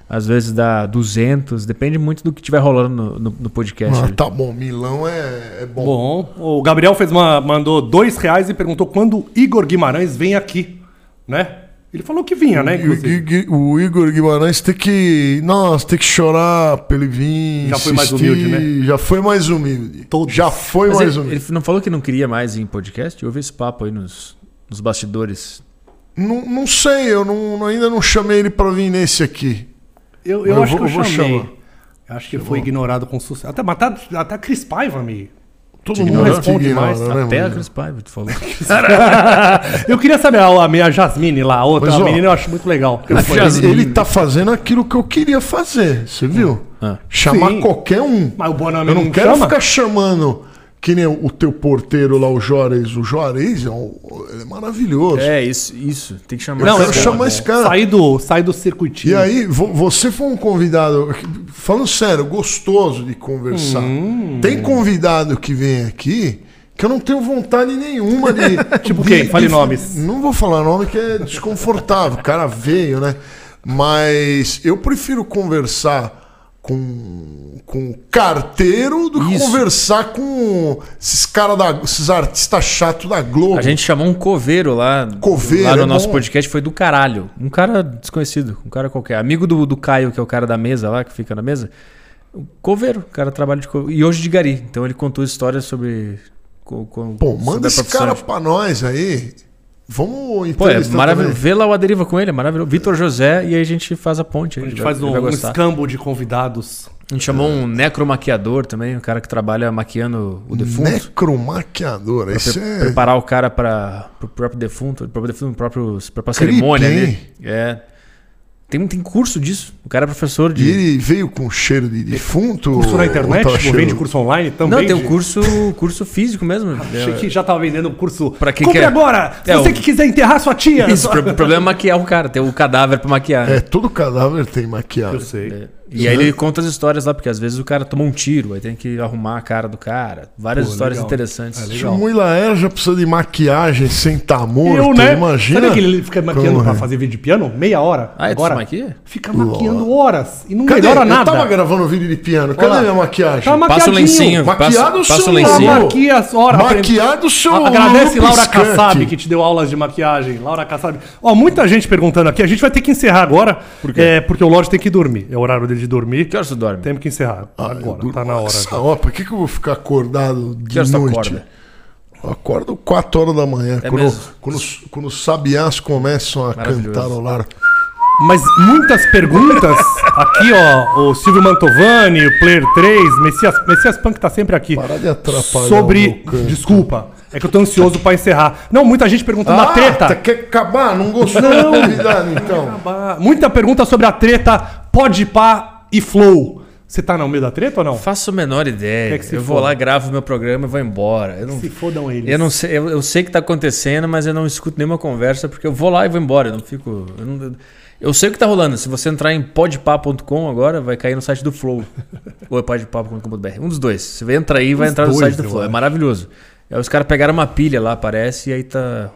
[SPEAKER 3] às vezes dá 200, depende muito do que tiver rolando no, no- no podcast. né?
[SPEAKER 2] Ah,
[SPEAKER 3] ali.
[SPEAKER 2] tá bom, Milão é, é bom.
[SPEAKER 1] É, Bom, o Gabriel fez uma, mandou dois reais e perguntou quando Igor Guimarães vem aqui, né? Ele falou que vinha, né?
[SPEAKER 2] E o,
[SPEAKER 1] Inclusive.
[SPEAKER 2] Gui- Gui- o Igor Guimarães tem que. Nossa, tem que chorar pelo vir.
[SPEAKER 1] Já foi mais
[SPEAKER 2] insistir,
[SPEAKER 1] humilde, né?
[SPEAKER 2] Já foi mais humilde. Já foi
[SPEAKER 3] Mas
[SPEAKER 2] mais
[SPEAKER 3] ele,
[SPEAKER 2] humilde.
[SPEAKER 3] ele não falou que não queria mais ir em podcast? Houve esse papo aí nos, nos bastidores.
[SPEAKER 2] Não, não sei, eu não- não- ainda não chamei ele pra vir nesse aqui.
[SPEAKER 1] Eu,
[SPEAKER 2] Eu
[SPEAKER 1] eu acho que
[SPEAKER 2] vou- eu
[SPEAKER 1] eu
[SPEAKER 2] vou
[SPEAKER 1] chamei.
[SPEAKER 2] chamar.
[SPEAKER 1] Eu acho que foi ignorado com sucesso. Até, mas tá- até Cris Paiva me...
[SPEAKER 2] Todo
[SPEAKER 1] Te
[SPEAKER 2] mundo
[SPEAKER 1] ignorou?
[SPEAKER 2] responde
[SPEAKER 1] Te ignora,
[SPEAKER 2] mais.
[SPEAKER 1] né,
[SPEAKER 2] né,
[SPEAKER 3] Até a
[SPEAKER 2] mano?
[SPEAKER 3] Cris Paiva, tu falou.
[SPEAKER 1] eu queria saber a, a minha Jasmine lá, a outra
[SPEAKER 2] Mas,
[SPEAKER 1] a
[SPEAKER 2] ó,
[SPEAKER 1] menina, eu acho muito legal.
[SPEAKER 2] Ele-
[SPEAKER 3] foi-
[SPEAKER 2] ele, tá fazendo aquilo que eu queria fazer, você viu?
[SPEAKER 3] Ah.
[SPEAKER 2] Chamar
[SPEAKER 1] Hum. Sim.
[SPEAKER 2] qualquer um.
[SPEAKER 1] Mas o Bonami
[SPEAKER 2] Eu não
[SPEAKER 1] não
[SPEAKER 2] quero
[SPEAKER 1] chama?
[SPEAKER 2] ficar chamando Que nem o teu porteiro lá, o Juarez. O Juarez é, um- ele é maravilhoso.
[SPEAKER 3] É, isso, isso. Tem que chamar.
[SPEAKER 2] Não,
[SPEAKER 3] esse
[SPEAKER 2] eu
[SPEAKER 3] cara.
[SPEAKER 2] chamo esse cara.
[SPEAKER 1] Sai do, sai do circuitinho.
[SPEAKER 2] E aí, vo- você foi um convidado, falando sério, gostoso de conversar.
[SPEAKER 3] Hum.
[SPEAKER 2] Tem convidado que vem aqui que eu não tenho vontade nenhuma de.
[SPEAKER 1] Tipo
[SPEAKER 2] de-
[SPEAKER 1] quem? Fale
[SPEAKER 2] de-
[SPEAKER 1] nomes.
[SPEAKER 2] Não vou falar nome que é desconfortável, o cara veio, né? Mas eu prefiro conversar com, com carteiro do que
[SPEAKER 3] Isso.
[SPEAKER 2] conversar com esses caras da. esses artistas chatos da Globo.
[SPEAKER 3] A gente chamou um coveiro lá.
[SPEAKER 2] Coveiro,
[SPEAKER 3] Lá no
[SPEAKER 2] é
[SPEAKER 3] nosso
[SPEAKER 2] bom.
[SPEAKER 3] podcast foi do caralho. Um cara desconhecido, um cara qualquer. Amigo do, do Caio, que é o cara da mesa lá, que fica na mesa. O Coveiro, o cara trabalha de coveiro. E hoje de gari. Então ele contou histórias sobre. co- co-
[SPEAKER 2] Pô,
[SPEAKER 3] sobre
[SPEAKER 2] manda
[SPEAKER 3] a
[SPEAKER 2] esse
[SPEAKER 3] profissão
[SPEAKER 2] cara
[SPEAKER 3] de-
[SPEAKER 2] pra nós aí. Vamos
[SPEAKER 3] Pô, é
[SPEAKER 2] entrevistar
[SPEAKER 3] maravilhoso.
[SPEAKER 2] também.
[SPEAKER 3] Vê lá o Aderiva com ele, é maravilhoso. Vitor José, e aí a gente faz a ponte.
[SPEAKER 1] A gente faz um, um escambo de convidados.
[SPEAKER 3] A gente chamou um necromaquiador também, um cara que trabalha maquiando o defunto.
[SPEAKER 2] Necromaquiador. Esse
[SPEAKER 3] Pre-
[SPEAKER 2] é.
[SPEAKER 3] Preparar o cara para o próprio defunto, para o próprio para a
[SPEAKER 2] Creepy,
[SPEAKER 3] cerimônia
[SPEAKER 2] hein?
[SPEAKER 3] ali. É. Tem, um- tem curso disso. O cara é professor
[SPEAKER 2] E
[SPEAKER 3] de.
[SPEAKER 2] ele veio com cheiro de defunto.
[SPEAKER 1] Curso na internet,
[SPEAKER 2] ou tá
[SPEAKER 1] tipo,
[SPEAKER 2] cheiro-
[SPEAKER 1] vende curso online também.
[SPEAKER 3] Não, tem um
[SPEAKER 1] de-
[SPEAKER 3] curso, curso físico mesmo.
[SPEAKER 1] Achei que já tava vendendo um curso.
[SPEAKER 3] Pra quem
[SPEAKER 1] Compre
[SPEAKER 3] quer.
[SPEAKER 1] agora! Se
[SPEAKER 3] É,
[SPEAKER 1] você
[SPEAKER 3] o-
[SPEAKER 1] que quiser enterrar sua tia!
[SPEAKER 3] Isso, o pro- problema é maquiar o cara, ter o cadáver para maquiar. né?
[SPEAKER 2] É, todo cadáver tem maquiagem.
[SPEAKER 1] Eu sei.
[SPEAKER 3] E aí ele conta as histórias lá, porque às vezes o cara toma um tiro, aí tem que arrumar a cara do cara. Várias
[SPEAKER 1] Pô,
[SPEAKER 3] histórias
[SPEAKER 1] legal.
[SPEAKER 3] interessantes.
[SPEAKER 2] Se o Muilaer já precisa de maquiagem sem estar morto,
[SPEAKER 1] eu, né?
[SPEAKER 2] imagina.
[SPEAKER 1] Sabe que ele fica maquiando
[SPEAKER 2] Como é?
[SPEAKER 1] pra fazer vídeo de piano? Meia hora?
[SPEAKER 3] Ah, é
[SPEAKER 1] agora?
[SPEAKER 3] tu maquia?
[SPEAKER 1] Fica maquiando horas e não
[SPEAKER 2] Cadê?
[SPEAKER 1] melhora
[SPEAKER 2] eu
[SPEAKER 1] nada.
[SPEAKER 2] tava gravando vídeo de piano. Cadê
[SPEAKER 1] Olha lá.
[SPEAKER 2] minha maquiagem?
[SPEAKER 1] Tá
[SPEAKER 3] Passa o
[SPEAKER 1] maquiadinho.
[SPEAKER 3] lencinho.
[SPEAKER 2] Maquiado
[SPEAKER 3] passa,
[SPEAKER 1] Ah,
[SPEAKER 2] seu
[SPEAKER 3] passa o
[SPEAKER 2] Sim.
[SPEAKER 3] lencinho.
[SPEAKER 2] maluco.
[SPEAKER 1] maquia as horas.
[SPEAKER 2] Maquiado seu
[SPEAKER 1] A- Agradece
[SPEAKER 2] Lulu
[SPEAKER 1] Laura
[SPEAKER 2] Piscante.
[SPEAKER 1] Kassab, que te deu aulas de maquiagem. Laura Kassab. Ó, muita gente perguntando aqui. A gente vai ter que encerrar agora. Por É, porque o Lorde tem que dormir. É o horário dele de dormir.
[SPEAKER 3] Que horas tu dorme?
[SPEAKER 1] Temos que encerrar.
[SPEAKER 2] Ah, eu
[SPEAKER 1] agora,
[SPEAKER 2] durmo
[SPEAKER 1] tá na hora.
[SPEAKER 2] essa
[SPEAKER 1] já.
[SPEAKER 2] hora. Por que, que eu vou ficar acordado de
[SPEAKER 3] Que horas tu
[SPEAKER 2] noite?
[SPEAKER 3] acorda?
[SPEAKER 2] Eu acordo 4 horas da manhã.
[SPEAKER 3] É
[SPEAKER 2] quando,
[SPEAKER 3] mesmo?
[SPEAKER 2] quando, os- quando os sabiás começam a
[SPEAKER 3] Maravilhoso.
[SPEAKER 2] cantarolar.
[SPEAKER 1] Mas muitas perguntas aqui, ó. O Silvio Mantovani, o Player 3, Messias, Messias Punk tá sempre aqui.
[SPEAKER 2] Para de atrapalhar o
[SPEAKER 1] Sobre.
[SPEAKER 2] meu canto.
[SPEAKER 1] Desculpa, é que eu tô ansioso pra encerrar. Não, muita gente
[SPEAKER 3] É
[SPEAKER 1] perguntando da treta.
[SPEAKER 2] tá- quer acabar? Não gostou da convidada, então?
[SPEAKER 1] Bah, Muita pergunta sobre a treta Pode Pá e Flow. Você tá no meio da treta ou não?
[SPEAKER 3] Faço a menor ideia.
[SPEAKER 1] Quer que se
[SPEAKER 3] eu vou
[SPEAKER 1] foda.
[SPEAKER 3] lá, gravo meu programa e vou embora. Eu não,
[SPEAKER 1] Se fodam eles.
[SPEAKER 3] Eu não sei, eu, eu sei que tá acontecendo, mas eu não escuto nenhuma conversa, porque eu vou lá e vou embora. Eu não fico. Eu, não- eu sei o que tá rolando. Se você entrar em podpá.com agora, vai cair no site do Flow. Ou é podpá.com.br. Um dos dois. Você entra aí e vai entrar no
[SPEAKER 1] dois,
[SPEAKER 3] site do
[SPEAKER 1] eu
[SPEAKER 3] Flow. É
[SPEAKER 1] acho.
[SPEAKER 3] maravilhoso. Aí os caras pegaram uma pilha lá, parece, e aí tá.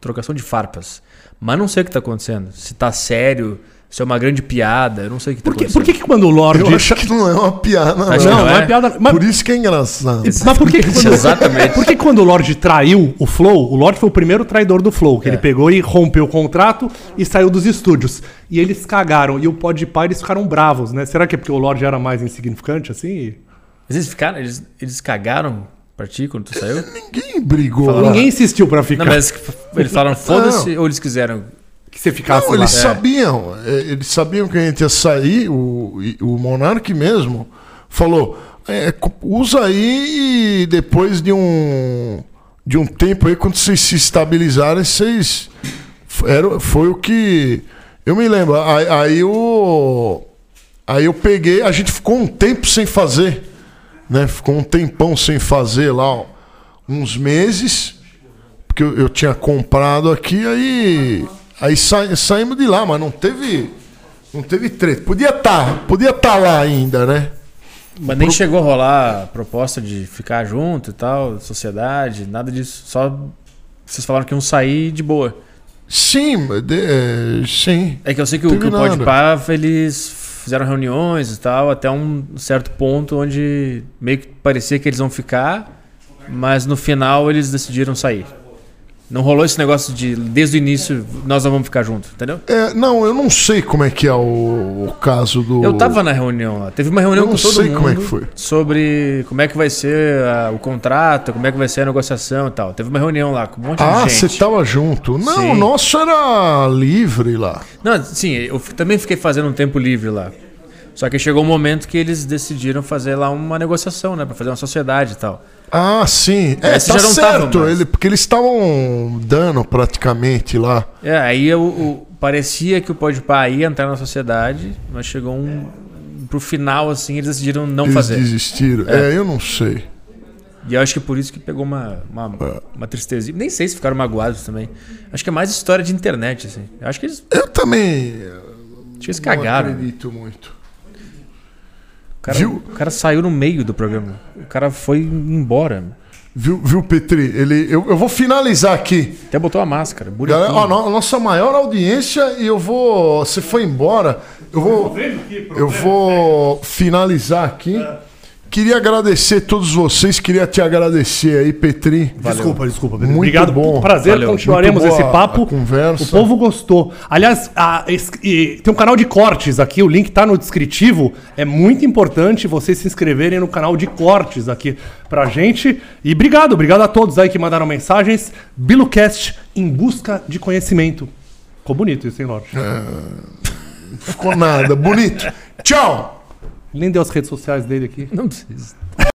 [SPEAKER 3] Trocação de farpas. Mas não sei o que tá acontecendo. Se tá sério, se é uma grande piada, eu não sei o que
[SPEAKER 1] Por
[SPEAKER 3] tá
[SPEAKER 1] que, por
[SPEAKER 3] acontecendo.
[SPEAKER 1] que que quando o Lorde.
[SPEAKER 2] Eu acho que não é uma piada, não.
[SPEAKER 3] Acho que
[SPEAKER 1] Não, não é,
[SPEAKER 3] é?
[SPEAKER 1] piada. Mas,
[SPEAKER 2] Por isso que é engraçado.
[SPEAKER 1] mas por que que quando...
[SPEAKER 3] Exatamente.
[SPEAKER 1] Por que quando o Lorde traiu o Flow, o Lorde foi o primeiro traidor do Flow, que ele pegou e rompeu o contrato e saiu dos estúdios. E eles cagaram. E o Pode Pá, eles ficaram bravos, né? Será que é porque o Lorde era mais insignificante, assim?
[SPEAKER 3] Mas eles ficaram. Eles, eles cagaram pra ti quando tu saiu?
[SPEAKER 2] Ninguém brigou lá.
[SPEAKER 1] Ninguém insistiu pra
[SPEAKER 3] Não,
[SPEAKER 1] ficar.
[SPEAKER 3] mas que- eles falaram foda-se ou eles quiseram.
[SPEAKER 1] Que você ficasse
[SPEAKER 2] Não,
[SPEAKER 1] lá.
[SPEAKER 2] eles
[SPEAKER 1] É.
[SPEAKER 2] sabiam. É, Eles sabiam que a gente ia sair. O, e- o Monark mesmo falou, é, co- usa aí e depois de um, de um tempo aí, quando vocês se estabilizarem, vocês... f- Era, foi o que... Eu me lembro. Aí, aí o... Aí eu peguei... A gente ficou um tempo sem fazer. Né? Ficou um tempão sem fazer lá, ó, uns meses porque eu, eu tinha comprado aqui, aí aí sa- saímos de lá, mas não teve não teve treta. Podia estar, podia estar lá ainda, né?
[SPEAKER 3] Mas nem chegou a rolar proposta de ficar junto e tal, sociedade, nada disso. Só vocês falaram que iam sair de boa.
[SPEAKER 2] Sim, mas de- é, sim.
[SPEAKER 3] É que eu sei que o, que o
[SPEAKER 2] Terminando.
[SPEAKER 3] Podpah, eles fizeram reuniões e tal, até um certo ponto onde meio que parecia que eles iam ficar, mas no final eles decidiram sair. Não rolou esse negócio de desde o início nós não vamos ficar junto, entendeu?
[SPEAKER 2] É, não, eu não sei como é que é o, o caso do.
[SPEAKER 3] Eu tava na reunião lá. Teve uma reunião
[SPEAKER 2] Eu não
[SPEAKER 3] com todo
[SPEAKER 2] sei
[SPEAKER 3] mundo
[SPEAKER 2] como é que foi.
[SPEAKER 3] sobre como é que vai ser ah, o contrato, como é que vai ser a negociação e tal. Teve uma reunião lá com um monte
[SPEAKER 2] Ah,
[SPEAKER 3] de
[SPEAKER 2] você
[SPEAKER 3] gente.
[SPEAKER 2] tava junto. Não,
[SPEAKER 3] Sim.
[SPEAKER 2] o nosso era livre lá.
[SPEAKER 3] Não, sim, eu f- também fiquei fazendo um tempo livre lá. Só que chegou um momento que eles decidiram fazer lá uma negociação, né, Pra fazer uma sociedade e tal.
[SPEAKER 2] Ah, sim. É,
[SPEAKER 3] Esse
[SPEAKER 2] tá
[SPEAKER 3] já não tava
[SPEAKER 2] certo.
[SPEAKER 3] mais.
[SPEAKER 2] ele, porque eles estavam dando praticamente lá.
[SPEAKER 3] É, aí eu, o- parecia que o Podpah ia entrar na sociedade, mas chegou um pro final assim, eles decidiram não
[SPEAKER 2] eles
[SPEAKER 3] fazer.
[SPEAKER 2] desistiram. É. eu não sei.
[SPEAKER 3] E eu acho que é por isso que pegou uma,
[SPEAKER 2] É.
[SPEAKER 3] uma, uma tristeza. Nem sei se ficaram magoados também. Acho que é mais história de internet, assim. Eu acho que eles,
[SPEAKER 2] Eu também
[SPEAKER 3] acho que eles
[SPEAKER 2] não
[SPEAKER 3] cagaram.
[SPEAKER 2] acredito muito.
[SPEAKER 3] O cara,
[SPEAKER 2] Viu?
[SPEAKER 3] o cara saiu no meio do programa. O cara foi embora.
[SPEAKER 2] Viu, viu Petri? Ele, eu, eu vou finalizar aqui.
[SPEAKER 3] Até botou a máscara.
[SPEAKER 2] Galera,
[SPEAKER 3] Bonitinho.
[SPEAKER 2] ó, no- nossa maior audiência e eu vou. Você foi embora. Eu vou. Eu vou finalizar aqui. Queria agradecer a todos vocês. Queria te agradecer aí, Petri.
[SPEAKER 1] Desculpa, desculpa. Pedro.
[SPEAKER 2] Muito
[SPEAKER 1] Obrigado.
[SPEAKER 2] bom.
[SPEAKER 1] Prazer.
[SPEAKER 3] Valeu.
[SPEAKER 1] Continuaremos
[SPEAKER 2] Muito
[SPEAKER 1] esse
[SPEAKER 2] boa
[SPEAKER 1] papo.
[SPEAKER 2] a conversa.
[SPEAKER 1] O povo gostou. Aliás, a- es- e tem um canal de cortes aqui. O link tá no descritivo. É muito importante vocês se inscreverem no canal de cortes aqui pra gente. E obrigado, obrigado a todos aí que mandaram mensagens. BiluCast em busca de conhecimento. Ficou bonito isso, hein, Lorde?
[SPEAKER 2] Ficou nada. Bonito. Tchau.
[SPEAKER 1] Nem deu as redes sociais dele aqui.
[SPEAKER 3] Não precisa.